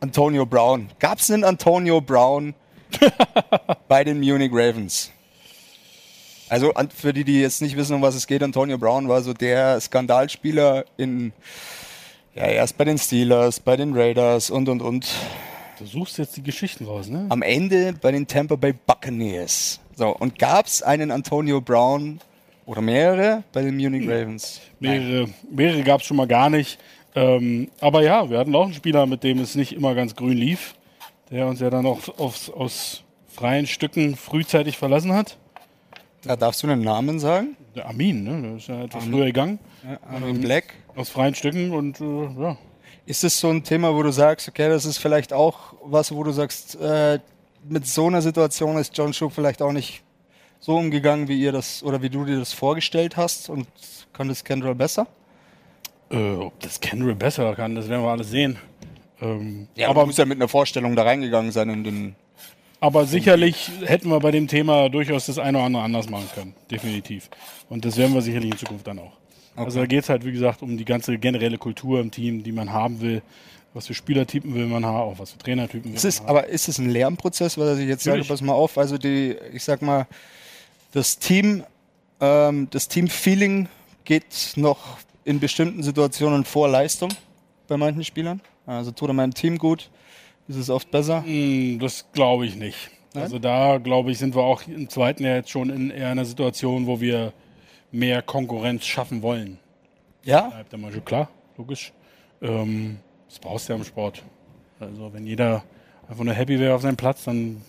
A: Antonio Brown. Gab's einen Antonio Brown bei den Munich Ravens? Also an- für die, die jetzt nicht wissen, um was es geht, Antonio Brown war so der Skandalspieler in ja, erst bei den Steelers, bei den Raiders und und und.
B: Du suchst jetzt die Geschichten raus, ne?
A: Am Ende bei den Tampa Bay Buccaneers. So, und gab es einen Antonio Brown oder mehrere bei den Munich Ravens?
B: Mehrere, mehrere gab es schon mal gar nicht. Ähm, aber ja, wir hatten auch einen Spieler, mit dem es nicht immer ganz grün lief, der uns ja dann auch aufs, aus freien Stücken frühzeitig verlassen hat.
A: Da darfst du einen Namen sagen.
B: Der Armin, ne? Der ist ja etwas früher gegangen.
A: Armin Black.
B: Aus freien Stücken und äh, ja.
A: Ist das so ein Thema, wo du sagst, okay, das ist vielleicht auch was, wo du sagst, äh, mit so einer Situation ist John Schub vielleicht auch nicht so umgegangen, wie ihr das oder wie du dir das vorgestellt hast und kann das Kendra besser?
B: Äh, ob das Kendrick besser kann, das werden wir alles sehen. Ähm,
A: aber muss ja mit einer Vorstellung da reingegangen sein in den
B: Aber sicherlich hätten wir bei dem Thema durchaus das eine oder andere anders machen können. Definitiv. Und das werden wir sicherlich in Zukunft dann auch. Also da geht es halt, wie gesagt, um die ganze generelle Kultur im Team, die man haben will. Was für Spielertypen will man haben, auch was für Trainertypen will
A: Es ist,
B: man haben.
A: aber ist es ein Lernprozess, weil ich jetzt sage,
B: Natürlich.
A: pass mal auf, also die, ich sag mal, das Team, ähm, das Teamfeeling geht noch in bestimmten Situationen vor Leistung bei manchen Spielern. Also tut er meinem Team gut, ist es oft besser.
B: Hm, Das glaube ich nicht. Also da, glaube ich, sind wir auch im zweiten Jahr jetzt schon in eher einer Situation, wo wir mehr Konkurrenz schaffen wollen.
A: Ja,
B: Bleibt der Marge klar, logisch. Ähm, das brauchst du ja im Sport. Also wenn jeder einfach nur happy wäre auf seinem Platz, dann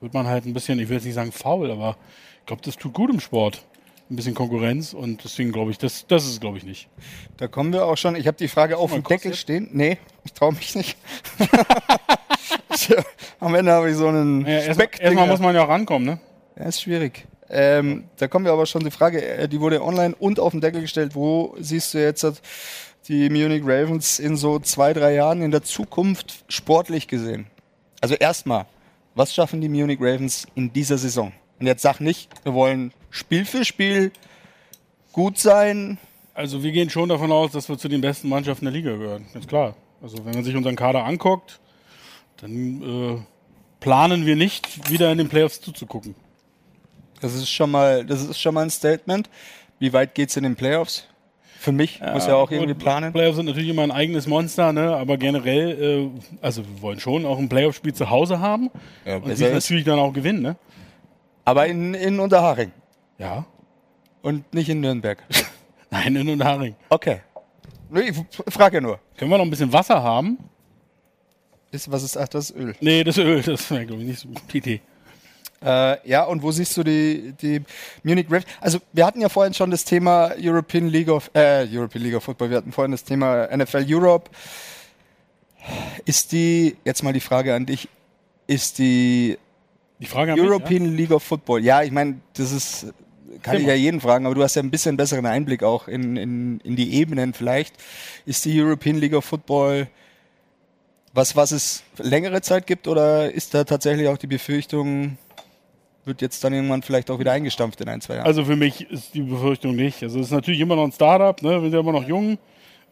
B: wird man halt ein bisschen, ich will jetzt nicht sagen faul, aber ich glaube, das tut gut im Sport. Ein bisschen Konkurrenz und deswegen glaube ich, das, das ist es, glaube ich, nicht.
A: da kommen wir auch schon. Ich habe die Frage auf
B: Mal
A: dem
B: kurz
A: Deckel
B: jetzt.
A: stehen. Nee, ich traue mich nicht. Tja, Am Ende habe ich so einen
B: Naja, erst-
A: Speck.
B: Erstmal muss man ja auch rankommen, ne?
A: Ja, ist schwierig. Ähm, da kommen wir aber schon die Frage, äh, die wurde online und auf den Deckel gestellt, wo siehst du jetzt halt die Munich Ravens in so zwei, drei Jahren in der Zukunft sportlich gesehen? Also erstmal, was schaffen die Munich Ravens in dieser Saison? Und jetzt sag nicht, wir wollen Spiel für Spiel gut sein.
B: Also wir gehen schon davon aus, dass wir zu den besten Mannschaften der Liga gehören, ganz klar. Also wenn man sich unseren Kader anguckt, dann äh, planen wir nicht, wieder in den Playoffs zuzugucken.
A: Das ist schon mal, das ist schon mal ein Statement. Wie weit geht's in den Playoffs? Für mich muss ja auch irgendwie
B: gut,
A: planen.
B: Playoffs sind natürlich immer ein eigenes Monster, ne? aber generell, äh, also wir wollen schon auch ein Playoff-Spiel zu Hause haben
A: Ja,
B: und
A: besser
B: dies
A: ist.
B: natürlich dann auch gewinnen. Ne?
A: Aber in, in Unterhaching
B: Ja.
A: und nicht in Nürnberg.
B: Nein, in und Haring.
A: Okay. Nee, Ich frage ja nur.
B: Können wir noch ein bisschen Wasser haben?
A: Ist, was ist ach, das ist Öl?
B: Nee, das Öl, das wäre, glaube ich, nicht so eine gute Idee.
A: Äh, ja, und wo siehst du die, die Munich Ravens? Also, wir hatten ja vorhin schon das Thema European League of, äh, European League of Football. Wir hatten vorhin das Thema NFL Europe. Ist die, jetzt mal die Frage an dich, ist die
B: Die Frage an mich,
A: European League of Football, ja, ich meine, das ist, kann ich ja jeden fragen, aber du hast ja ein bisschen besseren Einblick auch in, in, in die Ebenen vielleicht. Ist die European League of Football was, was es längere Zeit gibt oder ist da tatsächlich auch die Befürchtung, wird jetzt dann irgendwann vielleicht auch wieder eingestampft in ein, zwei Jahren?
B: Also für mich ist die Befürchtung nicht. Also es ist natürlich immer noch ein Startup, ne? wir sind ja immer noch jung.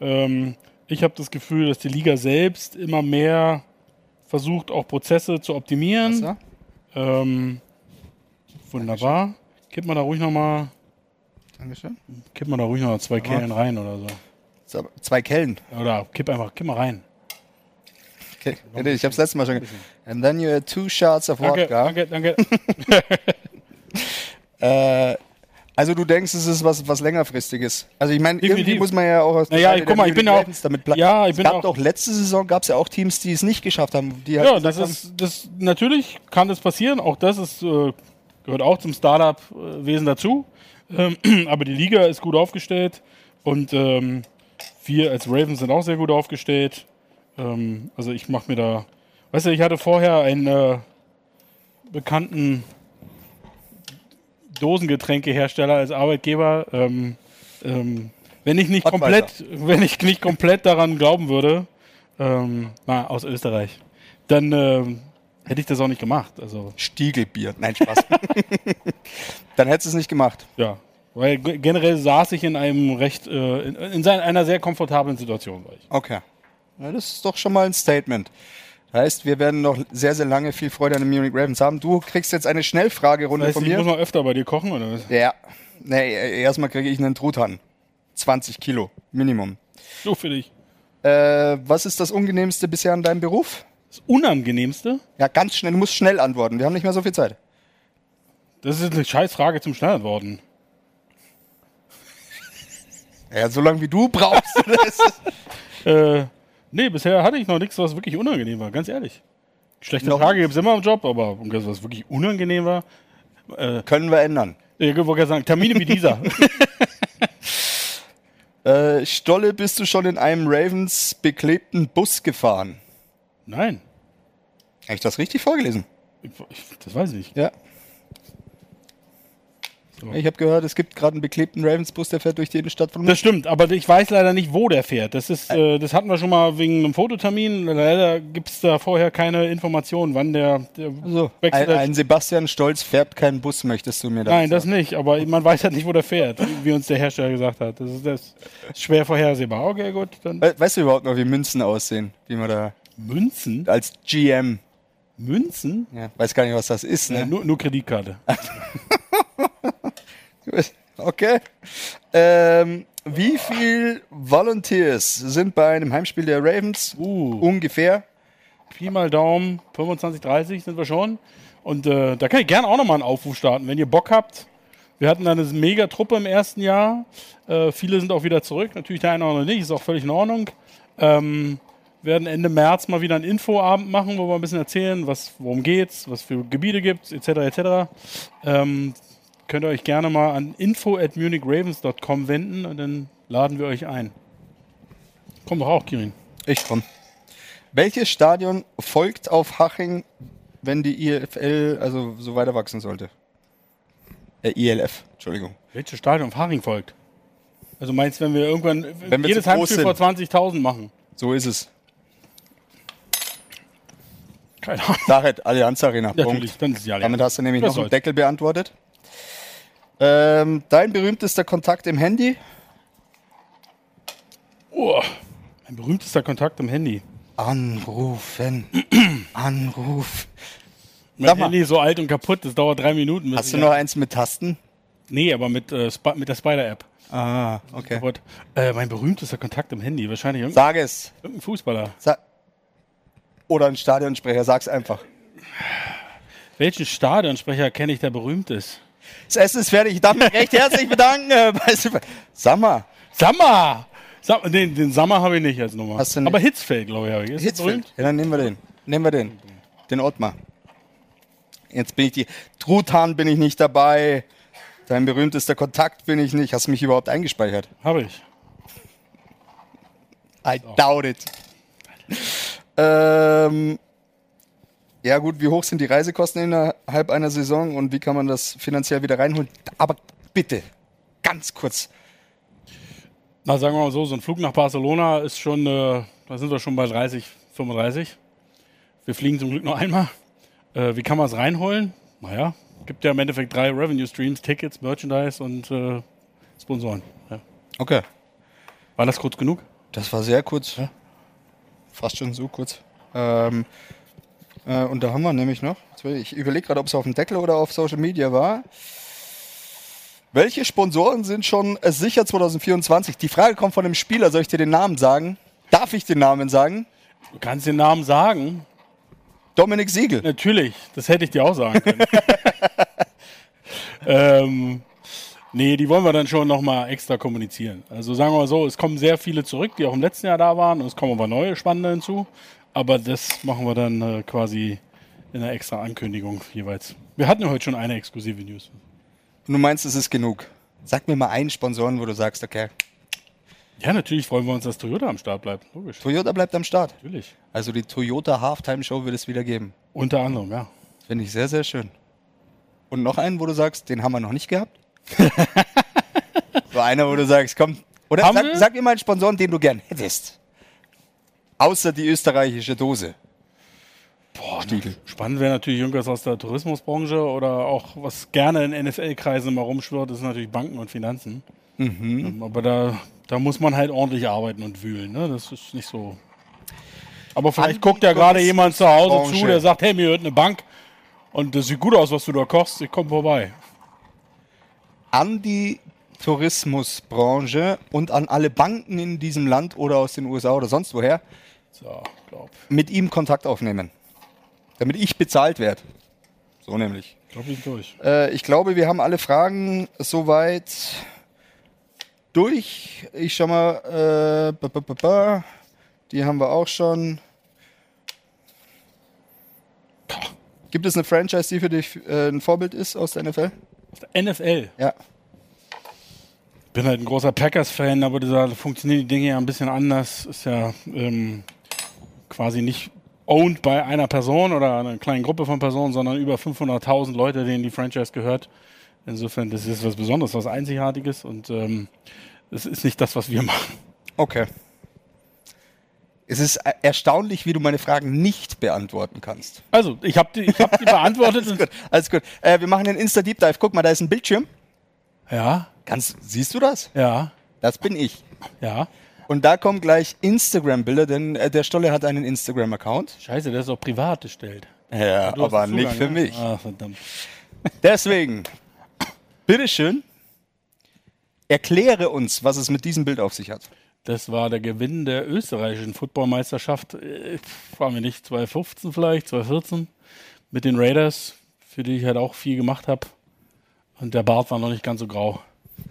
B: Ähm, ich habe das Gefühl, dass die Liga selbst immer mehr versucht, auch Prozesse zu optimieren.
A: ja?
B: Ähm, wunderbar. Kipp mal da ruhig nochmal
A: Dankeschön.
B: kipp mal da ruhig noch mal zwei Kellen rein oder so.
A: So, zwei Kellen.
B: Oder kipp einfach, kipp mal rein.
A: Okay. Ich habe es letztes Mal schon. ge- And then you had two shots of
B: Danke,
A: vodka.
B: danke, danke.
A: Also du denkst, es ist was, was längerfristiges. Also ich meine, irgendwie
B: Definitiv.
A: muss man ja auch aus der
B: Naja,
A: Seite
B: guck
A: der
B: mal,
A: New
B: ich
A: York
B: bin ja auch-
A: Ravens damit bleiben.
B: ja, ich
A: es
B: bin
A: gab
B: auch-
A: doch letzte Saison gab es ja auch Teams, die es nicht geschafft haben. Die halt
B: Ja,
A: gesagt
B: das ist, das natürlich kann das passieren. Auch das ist, äh, gehört auch zum Startup-Wesen dazu. Ähm, aber die Liga ist gut aufgestellt und ähm, wir als Ravens sind auch sehr gut aufgestellt. Ähm, also ich mache mir da, weißt du, ich hatte vorher einen äh, bekannten Dosengetränkehersteller als Arbeitgeber. Ähm, ähm, wenn ich nicht
A: Budweiser.
B: komplett, wenn ich nicht komplett daran glauben würde, ähm, na, aus Österreich, dann ähm, hätte ich das auch nicht gemacht. Also
A: Stiegelbier. Nein, Spaß. Dann hättest du es nicht gemacht.
B: ja, weil g- generell saß ich in einem recht, äh, in, in sein- einer sehr komfortablen Situation war ich.
A: Okay. Na, das ist doch schon mal ein Statement. Heißt, wir werden noch sehr, sehr lange viel Freude an den Munich Ravens haben. Du kriegst jetzt eine Schnellfragerunde
B: Heißt,
A: von
B: ich muss
A: mir.
B: mal öfter bei dir kochen oder was?
A: Ja. Nee, äh, erstmal kriege ich einen Truthahn. 20 Kilo Minimum.
B: So für dich.
A: Äh, was ist das Unangenehmste bisher an deinem Beruf?
B: Das Unangenehmste,
A: Ja, ganz schnell. Du musst schnell antworten. Wir haben nicht mehr so viel Zeit.
B: das ist eine scheiß Frage zum Standardworten.
A: Ja, so lange wie du brauchst. Das ist
B: Äh, nee, bisher hatte ich noch nichts, was wirklich unangenehm war, ganz ehrlich. Schlechte
A: Noch
B: Frage gibt es immer am Job, aber was wirklich unangenehm war, Äh,
A: können wir ändern.
B: ich wollte gerade sagen, Termine wie dieser.
A: Äh, Stolle, bist du schon in einem Ravens beklebten Bus gefahren?
B: Nein,
A: Habe ich das richtig vorgelesen?
B: ich, ich, das weiß ich nicht.
A: Ja.
B: So.
A: Ich habe gehört, es gibt gerade einen beklebten Ravens-Bus, der fährt durch die Innenstadt von
B: Das stimmt, aber ich weiß leider nicht, wo der fährt. Das, ist, äh, das hatten wir schon mal wegen einem Fototermin. Leider gibt es da vorher keine Informationen, wann der, der
A: so. Also,
B: Wechsel
A: ein,
B: der-
A: ein Sebastian Stolz fährt keinen Bus, möchtest du mir das
B: Nein, das nicht, aber man weiß halt nicht, wo der fährt, wie- wie uns der Hersteller gesagt hat. Das ist, das ist schwer vorhersehbar. Okay, gut, dann.
A: We weißt du überhaupt noch, wie Münzen aussehen? Wie man da
B: Münzen?
A: als GM,
B: Münzen?
A: ja, weiß gar nicht, was das ist,
B: Äh,
A: ne?
B: nur, nur Kreditkarte.
A: Okay. Ähm, wie viel Volunteers sind bei einem Heimspiel der Ravens?
B: Uh,
A: Ungefähr.
B: Pi mal Daumen, 25, 30 sind wir schon. Und äh, da kann ich gerne auch nochmal einen Aufruf starten, wenn ihr Bock habt. Wir hatten da eine mega Truppe im ersten Jahr. Äh, viele sind auch wieder zurück. Natürlich der eine oder andere nicht, ist auch völlig in Ordnung. Ähm, werden Ende März mal wieder einen Infoabend machen, wo wir ein bisschen erzählen, was, worum geht's, was für Gebiete gibt's, etc. etc. Ähm, könnt ihr euch gerne mal an info at munichravens.com wenden und dann laden wir euch ein. Komm doch auch, Kirin.
A: Ich komm. Welches Stadion folgt auf Haching, wenn die IFL also so weiter wachsen sollte? Äh, ILF, Entschuldigung.
B: Welches Stadion auf Haring folgt? Also meinst du, wenn wir irgendwann
A: Wenn wir
B: jedes
A: zu groß
B: Heimspiel vor 20.000 machen?
A: So ist es.
B: Keine Ahnung.
A: Daret, Allianz Arena.
B: Natürlich,
A: Punkt.
B: dann ist es ja leer.
A: Damit hast du nämlich
B: Das
A: noch einen
B: soll's.
A: Deckel beantwortet. Ähm, dein berühmtester Kontakt im Handy?
B: Oh, ein berühmtester Kontakt im Handy.
A: Anrufen. Anruf.
B: Mein
A: Sag mal.
B: Handy ist so alt und kaputt, das dauert drei Minuten. bis
A: Hast du
B: ich-
A: noch eins mit Tasten?
B: Nee, aber mit, äh, Sp mit der Spider-App.
A: Ah, okay.
B: Kaputt. Äh, mein berühmtester Kontakt im Handy, wahrscheinlich irgendein,
A: Sag es.
B: irgendein Fußballer.
A: Sa Oder ein Stadionsprecher, sag's einfach.
B: Welchen Stadionsprecher kenne ich, der berühmt ist?
A: Das Essen ist fertig. Ich darf mich recht herzlich bedanken. äh, bei Super- Sag mal,
B: Sammer! Sam den, den Sammer habe ich nicht als Nummer.
A: Hast du nicht?
B: Aber Hitzfeld, glaube ich, habe ich. Ist der
A: Hitzfeld.
B: berühmt?
A: Ja, dann nehmen wir den. Nehmen wir den. Den Ottmar. Jetzt bin ich die. Truthahn bin ich nicht dabei. Dein berühmtester Kontakt bin ich nicht. Hast du mich überhaupt eingespeichert?
B: Habe ich.
A: I doubt it. Ähm, ja gut, wie hoch sind die Reisekosten innerhalb einer Saison und wie kann man das finanziell wieder reinholen? Aber bitte, ganz kurz.
B: Na, sagen wir mal so, so ein Flug nach Barcelona ist schon, äh, da sind wir schon bei 30, 35. Wir fliegen zum Glück nur einmal. Äh, wie kann man es reinholen? Naja, gibt ja im Endeffekt drei Revenue Streams, Tickets, Merchandise und äh, Sponsoren. Ja.
A: Okay.
B: War das kurz genug?
A: Das war sehr kurz.
B: Ja.
A: Fast schon so kurz. Ähm, äh, und da haben wir nämlich noch, jetzt will ich überlege gerade, ob es auf dem Deckel oder auf Social Media war. Welche Sponsoren sind schon äh, sicher 2024? Die Frage kommt von dem Spieler, soll ich dir den Namen sagen? Darf ich den Namen sagen?
B: Du kannst den Namen sagen.
A: Dominik Siegel.
B: Natürlich, das hätte ich dir auch sagen können. ähm, nee, die wollen wir dann schon nochmal extra kommunizieren. Also sagen wir mal so, es kommen sehr viele zurück, die auch im letzten Jahr da waren und es kommen aber neue Spannende hinzu. Aber das machen wir dann äh, quasi in einer extra Ankündigung jeweils. Wir hatten ja heute schon eine exklusive News.
A: Und du meinst, es ist genug. Sag mir mal einen Sponsoren, wo du sagst, okay,
B: Ja, natürlich freuen wir uns, dass Toyota am Start bleibt. Logisch,
A: Toyota bleibt am Start.
B: natürlich.
A: Also die Toyota Halftime Show wird es wieder geben.
B: Unter anderem, ja.
A: Finde ich sehr, sehr schön. Und noch einen, wo du sagst, den haben wir noch nicht gehabt. so einer, wo du sagst, komm. Oder
B: Haben
A: sag,
B: wir?
A: sag mir mal einen Sponsoren, den du gern hättest. Außer die österreichische Dose.
B: Boah, ne, spannend wäre natürlich irgendwas aus der Tourismusbranche oder auch was gerne in NFL-Kreisen immer rumschwirrt, ist natürlich Banken und Finanzen. Ähm, Aber da, da muss man halt ordentlich arbeiten und wühlen. Ne? Das ist nicht so. Aber vielleicht guckt ja gerade jemand zu Hause zu,
A: Branche.
B: der sagt, hey, mir hört eine Bank und das sieht gut aus, was du da kochst, ich komme vorbei.
A: An die Tourismusbranche und an alle Banken in diesem Land oder aus den USA oder sonst woher
B: So, glaub.
A: mit ihm Kontakt aufnehmen. Damit ich bezahlt werde. So nämlich.
B: Glaub ich durch.
A: Äh, ich glaube, wir haben alle Fragen soweit durch. Ich schau mal, äh, ba, ba, ba, ba. die haben wir auch schon. Gibt es eine Franchise, die für dich äh, ein Vorbild ist aus der NFL?
B: NFL.
A: Ja.
B: bin halt ein großer Packers-Fan, aber da funktionieren die Dinge ja ein bisschen anders. Ist ja ähm, quasi nicht owned bei einer Person oder einer kleinen Gruppe von Personen, sondern über 500.000 Leute, denen die Franchise gehört. Insofern, das ist was Besonderes, was Einzigartiges und ähm, es ist nicht das, was wir machen.
A: Okay. Es ist äh, erstaunlich, wie du meine Fragen nicht beantworten kannst.
B: Also, ich habe die, ich hab die beantwortet. und,
A: Gut, alles gut. Äh, wir machen den Insta-Deep Dive. Guck mal, da ist ein Bildschirm.
B: ja,
A: Kannst, siehst du das?
B: ja,
A: Das bin ich.
B: ja.
A: Und da kommen gleich Instagram-Bilder, denn äh, der Stolle hat einen Instagram-Account.
B: Scheiße, der ist auch privat gestellt.
A: Ja,
B: Du hast
A: aber
B: den
A: nicht für
B: Zugang, ne?
A: mich.
B: Ah, verdammt.
A: Deswegen, bitteschön, erkläre uns, was es mit diesem Bild auf sich hat.
B: Das war der Gewinn der österreichischen Footballmeisterschaft, äh, waren wir nicht, 2015 vielleicht, 2014, mit den Raiders, für die ich halt auch viel gemacht habe. Und der Bart war noch nicht ganz so grau.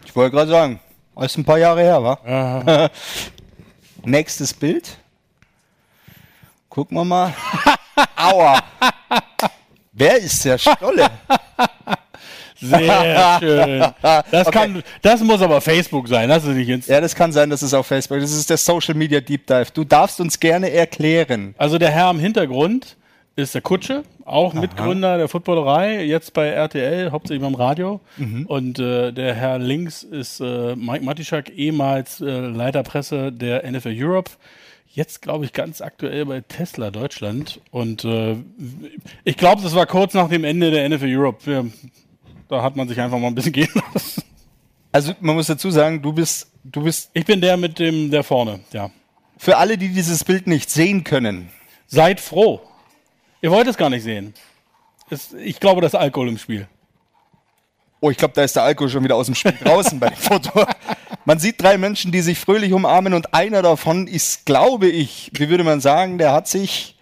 A: Ich wollte gerade sagen, ist ein paar Jahre her, wa?
B: Äh,
A: Nächstes Bild. Gucken wir mal. Aua. Wer ist der Stolle?
B: sehr schön. Das, kann, das muss aber Facebook sein, das ist nicht ins
A: Ja, das kann sein, das ist auf Facebook. Das ist der Social Media Deep Dive. Du darfst uns gerne erklären.
B: Also der Herr im Hintergrund ist der Kutsche, auch Mitgründer der Footballerei, jetzt bei RTL, hauptsächlich beim Radio. Und äh, der Herr links ist äh, Mike Matischak, ehemals äh, Leiter Presse der NFL Europe. Jetzt glaube ich ganz aktuell bei Tesla Deutschland. Und äh, ich glaube, das war kurz nach dem Ende der NFL Europe. Wir, da hat man sich einfach mal ein bisschen gehen lassen.
A: Also, man muss dazu sagen, du bist, du bist
B: Ich bin der mit dem, der vorne, ja.
A: für alle, die dieses Bild nicht sehen können.
B: Seid froh. Ihr wollt es gar nicht sehen. Es, ich glaube, das ist Alkohol im Spiel.
A: Oh, ich glaube, da ist der Alkohol schon wieder aus dem Spiel draußen bei dem Foto. Man sieht drei Menschen, die sich fröhlich umarmen und einer davon ist, glaube ich, wie würde man sagen, der hat sich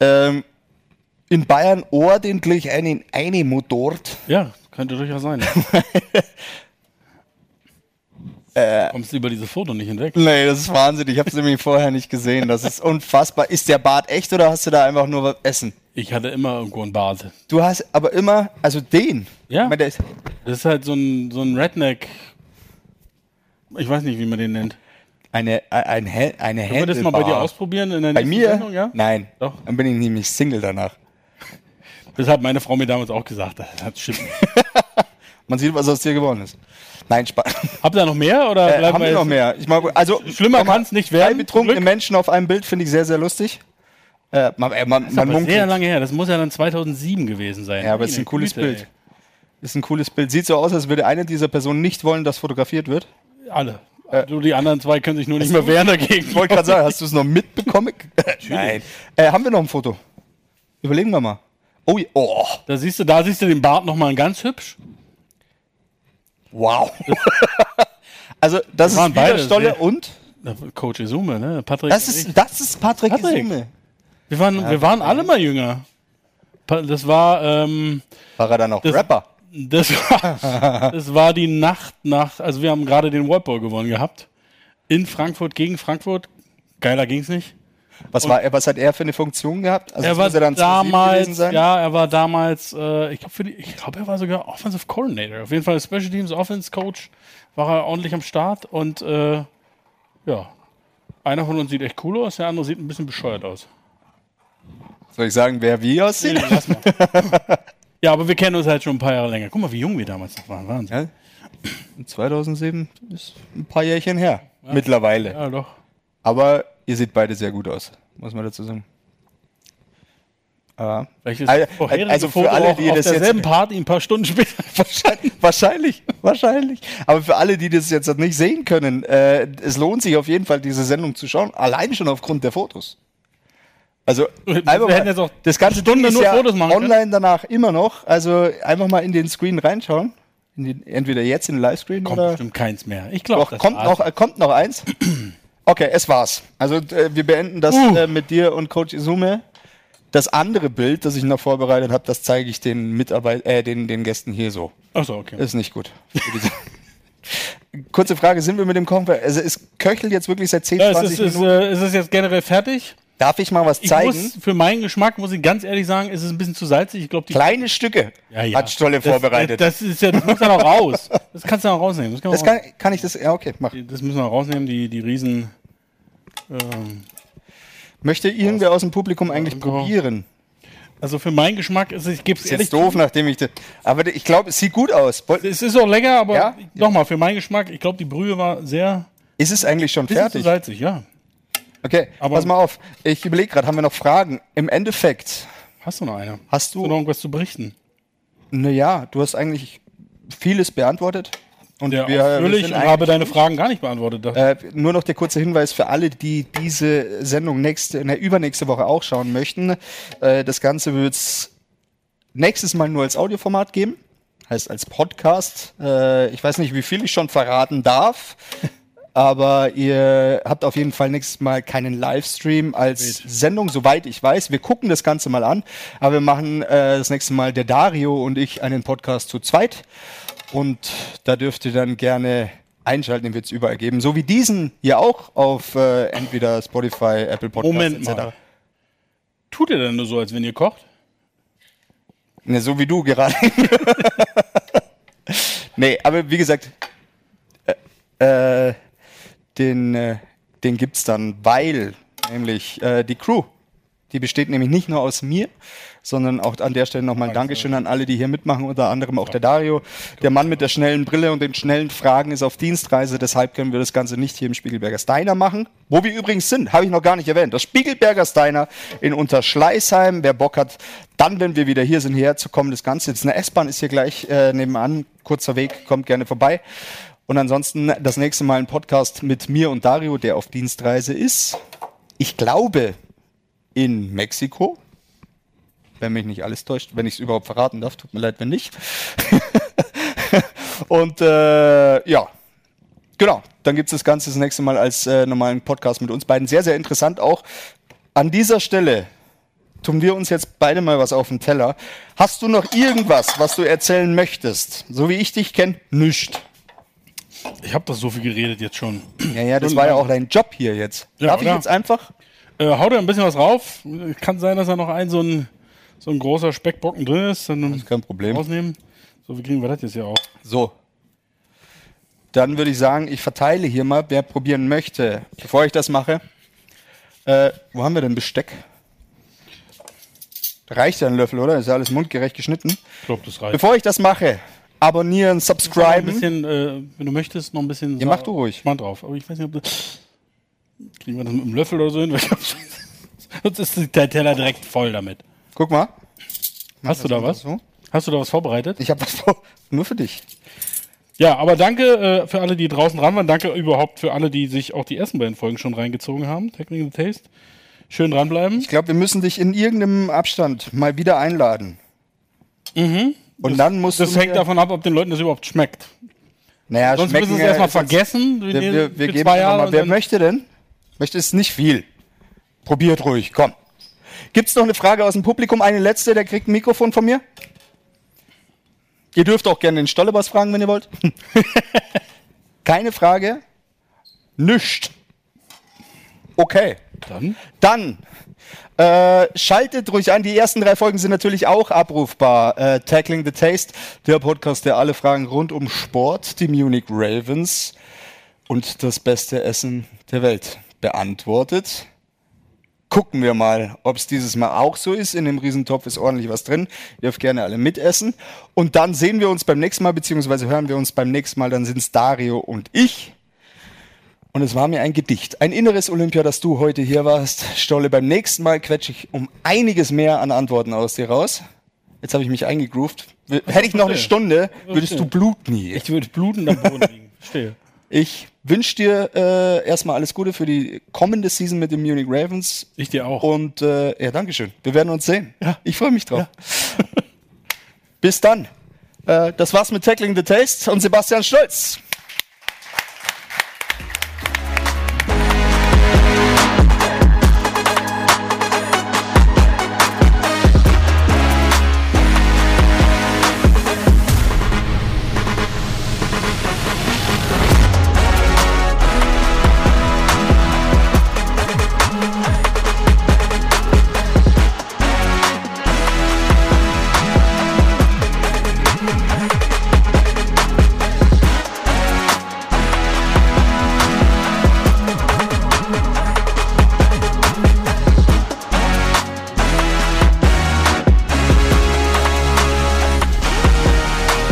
A: ähm, in Bayern ordentlich einen eingemotort.
B: Ja, könnte durchaus sein.
A: Äh.
B: Du kommst über dieses Foto nicht hinweg.
A: Nee, das ist Wahnsinn. Ich habe es nämlich vorher nicht gesehen. Das ist unfassbar. Ist der Bart echt oder hast du da einfach nur was essen?
B: Ich hatte immer irgendwo einen Bart.
A: Du hast aber immer, also den.
B: Ja.
A: Ich meine, der ist,
B: Das ist halt so ein, so ein Redneck. Ich weiß nicht, wie man den nennt.
A: Eine, äh, ein, Hä- eine
B: Können wir das mal bei dir
A: Händelbar.
B: ausprobieren in der
A: Bei
B: nächsten
A: mir?
B: Sendung, ja?
A: Nein.
B: Doch.
A: Dann bin ich nämlich Single danach.
B: Das hat meine Frau mir damals auch gesagt. Das hat Schippen.
A: Man sieht, was aus dir geworden ist. Nein, Spaß.
B: Habt ihr noch mehr oder
A: Äh, haben wir
B: jetzt-
A: noch mehr? Ich meine, also
B: Schlimmer
A: nochmal,
B: kann's nicht werden,
A: Drei betrunkene
B: zum Glück.
A: Menschen auf einem Bild finde ich sehr, sehr lustig. Äh, man äh, man,
B: Das
A: man
B: ist aber sehr
A: munkelt.
B: lange her. Das muss ja dann 2007 gewesen sein.
A: Ja, aber es ist
B: Meine
A: ein cooles
B: Güte,
A: Bild. Ist ein cooles Bild. Sieht so aus, als würde eine dieser Personen nicht wollen, dass fotografiert wird.
B: ey. Alle.
A: Äh.
B: Nur die anderen zwei können sich nur nicht mehr wehren dagegen.
A: Ich wollte gerade sagen, hast du es noch mitbekommen? Nein. Äh, haben wir noch ein Foto? Überlegen wir mal. Oh, ja. oh
B: Da siehst du, da siehst du den Bart nochmal ganz hübsch.
A: wow. also, das ist
B: waren
A: wieder
B: beide
A: Stolle
B: sehr-
A: und?
B: Na, Coach Isume, ne? Patrick.
A: Das
B: und ich.
A: ist, das ist Patrick,
B: Patrick.
A: Isume.
B: wir waren, wir waren alle mal jünger. Pa- Das war, ähm,
A: War er dann auch Rapper?
B: das war, das war die Nacht nach, also wir haben gerade den World Bowl gewonnen gehabt. In Frankfurt gegen Frankfurt. Geiler ging's nicht.
A: Was, war, er- was hat er für eine Funktion gehabt? Also
B: Er
A: jetzt
B: war
A: muss dann 7
B: damals, ja, er war damals, äh, ich glaube, glaub, er war sogar Offensive Coordinator. Auf jeden Fall Special Teams Offense Coach war er ordentlich am Start und äh, ja, einer von uns sieht echt cool aus, der andere sieht ein bisschen bescheuert aus.
A: Soll ich sagen, wer wie aussieht?
B: Lass mal. ja, aber wir kennen uns halt schon ein paar Jahre länger. Guck mal, wie jung wir damals noch waren. Wahnsinn.
A: 2007 ist ein paar Jährchen her. Mittlerweile.
B: Ja, doch.
A: Aber ihr seht beide sehr gut aus, muss man dazu sagen. Ah,
B: Vielleicht ist oh,
A: Also-
B: das vorherige
A: also für
B: Foto
A: alle,
B: auch
A: die
B: auf
A: das jetzt-
B: derselben Party ein paar Stunden später.
A: wahrscheinlich, wahrscheinlich, wahrscheinlich. Aber für alle, die das jetzt nicht sehen können, äh, es lohnt sich auf jeden Fall, diese Sendung zu schauen, allein schon aufgrund der Fotos. Also einfach
B: hätten
A: mal,
B: jetzt auch
A: das ganze
B: Stunde
A: Ding ist
B: nur
A: ja
B: Fotos machen können.
A: online danach immer noch. Also einfach mal in den Screen reinschauen. In den, entweder jetzt in den Livescreen
B: Kommt
A: oder
B: bestimmt keins mehr. Ich
A: Doch,
B: glaube,
A: kommt noch, äh, kommt noch eins. Okay, es war's. Also äh, wir beenden das
B: Uh.
A: äh, mit dir und Coach Isume. Das andere Bild, das ich noch vorbereitet habe, das zeige ich den Mitarbeit äh, den, den Gästen hier so.
B: Achso, okay.
A: Ist nicht gut. Für diese- Kurze Frage, sind wir mit dem Konfer also ist Köchel jetzt wirklich seit 10,
B: Ja, es
A: 20
B: ist, ist,
A: Minuten?
B: äh, es ist jetzt generell fertig.
A: Darf ich mal was
B: Ich
A: zeigen?
B: muss, für meinen Geschmack muss ich ganz ehrlich sagen, ist es ein bisschen zu salzig. Ich glaube, die
A: Kleine Stücke hat Stolle
B: das, äh,
A: vorbereitet. Das,
B: Das, das ist ja, das muss ja noch raus. Das kannst du noch rausnehmen. Das, kann man
A: kann, kann ich das? Ja, okay, mach.
B: raus- das müssen wir noch rausnehmen, die, die Riesen. Ähm,
A: Möchte irgendwer aus dem Publikum eigentlich
B: genau.
A: probieren?
B: also für meinen Geschmack ist es, ich gebe es
A: Ist jetzt doof, nachdem ich das. Aber ich glaube, es sieht gut aus. Woll-
B: Es ist auch lecker, aber
A: Ja?
B: nochmal, für meinen Geschmack, ich glaube, die Brühe war sehr
A: Ist es eigentlich schon
B: bisschen zu
A: fertig?
B: salzig, ja.
A: Okay,
B: Aber-
A: pass mal auf. Ich überlege gerade, haben wir noch Fragen? Im Endeffekt
B: Hast du noch eine? Hast
A: hast
B: du noch
A: du,
B: irgendwas zu berichten?
A: naja, du hast eigentlich vieles beantwortet. Und
B: Der
A: wir, wir
B: ausführlich
A: sind
B: und habe
A: eigentlich,
B: deine Fragen gar nicht beantwortet. Das-
A: äh, nur noch der kurze Hinweis für alle, die diese Sendung nächste, ne, übernächste Woche auch schauen möchten. Äh, das Ganze wird es nächstes Mal nur als Audioformat geben, heißt als Podcast. Äh, ich weiß nicht, wie viel ich schon verraten darf, aber ihr habt auf jeden Fall nächstes Mal keinen Livestream als Sendung, soweit ich weiß. Wir gucken das Ganze mal an, aber wir machen äh, das nächste Mal der Dario und ich einen Podcast zu zweit und da dürft ihr dann gerne einschalten, den wird es überall geben, so wie diesen hier auch auf äh, entweder Spotify, Apple Podcasts
B: Moment
A: etc.
B: mal. Tut ihr denn nur so, als wenn ihr kocht?
A: Ne, so wie du gerade. nee, aber wie gesagt, äh, äh, den, äh, den gibt's dann, weil nämlich äh, die Crew, die besteht nämlich nicht nur aus mir, sondern auch an der Stelle nochmal ein Dankeschön an alle, die hier mitmachen, unter anderem auch der Dario. Der Mann mit der schnellen Brille und den schnellen Fragen ist auf Dienstreise, deshalb können wir das Ganze nicht hier im Spiegelberger Steiner machen. Wo wir übrigens sind, habe ich noch gar nicht erwähnt. Das Spiegelberger Steiner in Unterschleißheim. Wer Bock hat, dann, wenn wir wieder hier sind, hierher zu kommen, das Ganze. Jetzt eine S-Bahn ist hier gleich äh, nebenan, kurzer Weg, kommt gerne vorbei. Und ansonsten das nächste Mal ein Podcast mit mir und Dario, der auf Dienstreise ist. Ich glaube, in Mexiko. Wenn mich nicht alles täuscht, wenn ich es überhaupt verraten darf, tut mir leid, wenn nicht. Und äh, ja, genau. Dann gibt es das Ganze das nächste Mal als äh, normalen Podcast mit uns beiden. Sehr, sehr interessant auch. An dieser Stelle tun wir uns jetzt beide mal was auf den Teller. Hast du noch irgendwas, was du erzählen möchtest? So wie ich dich kenne, nüscht.
B: Ich habe das so viel geredet jetzt schon.
A: Ja, ja, das war ja auch dein Job hier jetzt.
B: Ja,
A: Darf ich
B: oder?
A: jetzt einfach?
B: Äh, haut er ein bisschen was rauf. Kann sein, dass da noch ein so ein, so ein großer Speckbrocken drin ist. Dann
A: Kein Problem.
B: rausnehmen. So, wie kriegen wir das jetzt hier auch?
A: So. dann würde ich sagen, ich verteile hier mal, wer probieren möchte. Bevor ich das mache, äh, wo haben wir denn Besteck? Da Reicht ja ein Löffel, oder? Ist ja alles mundgerecht geschnitten.
B: Ich glaube, das reicht.
A: Bevor ich das mache, abonnieren,
B: Noch ein
A: subscriben.
B: bisschen, äh, wenn du möchtest, noch ein bisschen.
A: Ja, mach du ruhig.
B: Mal drauf. Aber ich weiß nicht, ob das. Kriegen wir das mit einem Löffel oder so hin? Weil ich hab's- Sonst ist der Teller direkt voll damit.
A: Guck mal.
B: Hast du da was?
A: so.
B: Hast du da was vorbereitet?
A: Ich habe was vor. Nur für dich.
B: Ja, aber danke äh, für alle, die draußen dran waren. Danke überhaupt für alle, die sich auch die ersten beiden Folgen schon reingezogen haben. Technical Taste. Schön dranbleiben.
A: Ich glaube, wir müssen dich in irgendeinem Abstand mal wieder einladen. Und dann musst
B: Mhm. Das
A: du.
B: hängt
A: mir-
B: davon ab, ob den Leuten das überhaupt schmeckt.
A: Naja,
B: Sonst müssen sie es
A: schmecken, äh,
B: erstmal
A: ist jetzt-
B: vergessen.
A: Wir, wir, wir
B: für
A: geben
B: zwei Jahre
A: nochmal.
B: und
A: Wer
B: dann-
A: möchte denn? Möchte es nicht viel. Probiert ruhig, komm. Gibt es noch eine Frage aus dem Publikum? Eine letzte, der kriegt ein Mikrofon von mir. Ihr dürft auch gerne den Stollebass fragen, wenn ihr wollt. Keine Frage. Nüscht. Okay.
B: Dann?
A: Dann äh, schaltet ruhig ein. Die ersten drei Folgen sind natürlich auch abrufbar. Äh, Tackling the Taste, der Podcast, der alle Fragen rund um Sport, die Munich Ravens und das beste Essen der Welt beantwortet. Gucken wir mal, ob es dieses Mal auch so ist. In dem Riesentopf ist ordentlich was drin. Ihr dürft gerne alle mitessen. Und dann sehen wir uns beim nächsten Mal, beziehungsweise hören wir uns beim nächsten Mal. Dann sind es Dario und ich. Und es war mir ein Gedicht. Ein inneres Olympia, dass du heute hier warst. Stolle, beim nächsten Mal quetsche ich um einiges mehr an Antworten aus dir raus. Jetzt habe ich mich eingegroovt. W- Hätte ich noch eine Stunde, würdest du bluten hier.
B: Ich würde blutend am Boden liegen. Verstehe.
A: Ich wünsche dir äh, erstmal alles Gute für die kommende Season mit den Munich Ravens.
B: Ich dir auch.
A: Und äh, ja, Dankeschön. Wir werden uns sehen. Ich freue mich drauf. Bis dann. Äh, das war's mit Tackling the Taste und Sebastian Stolz.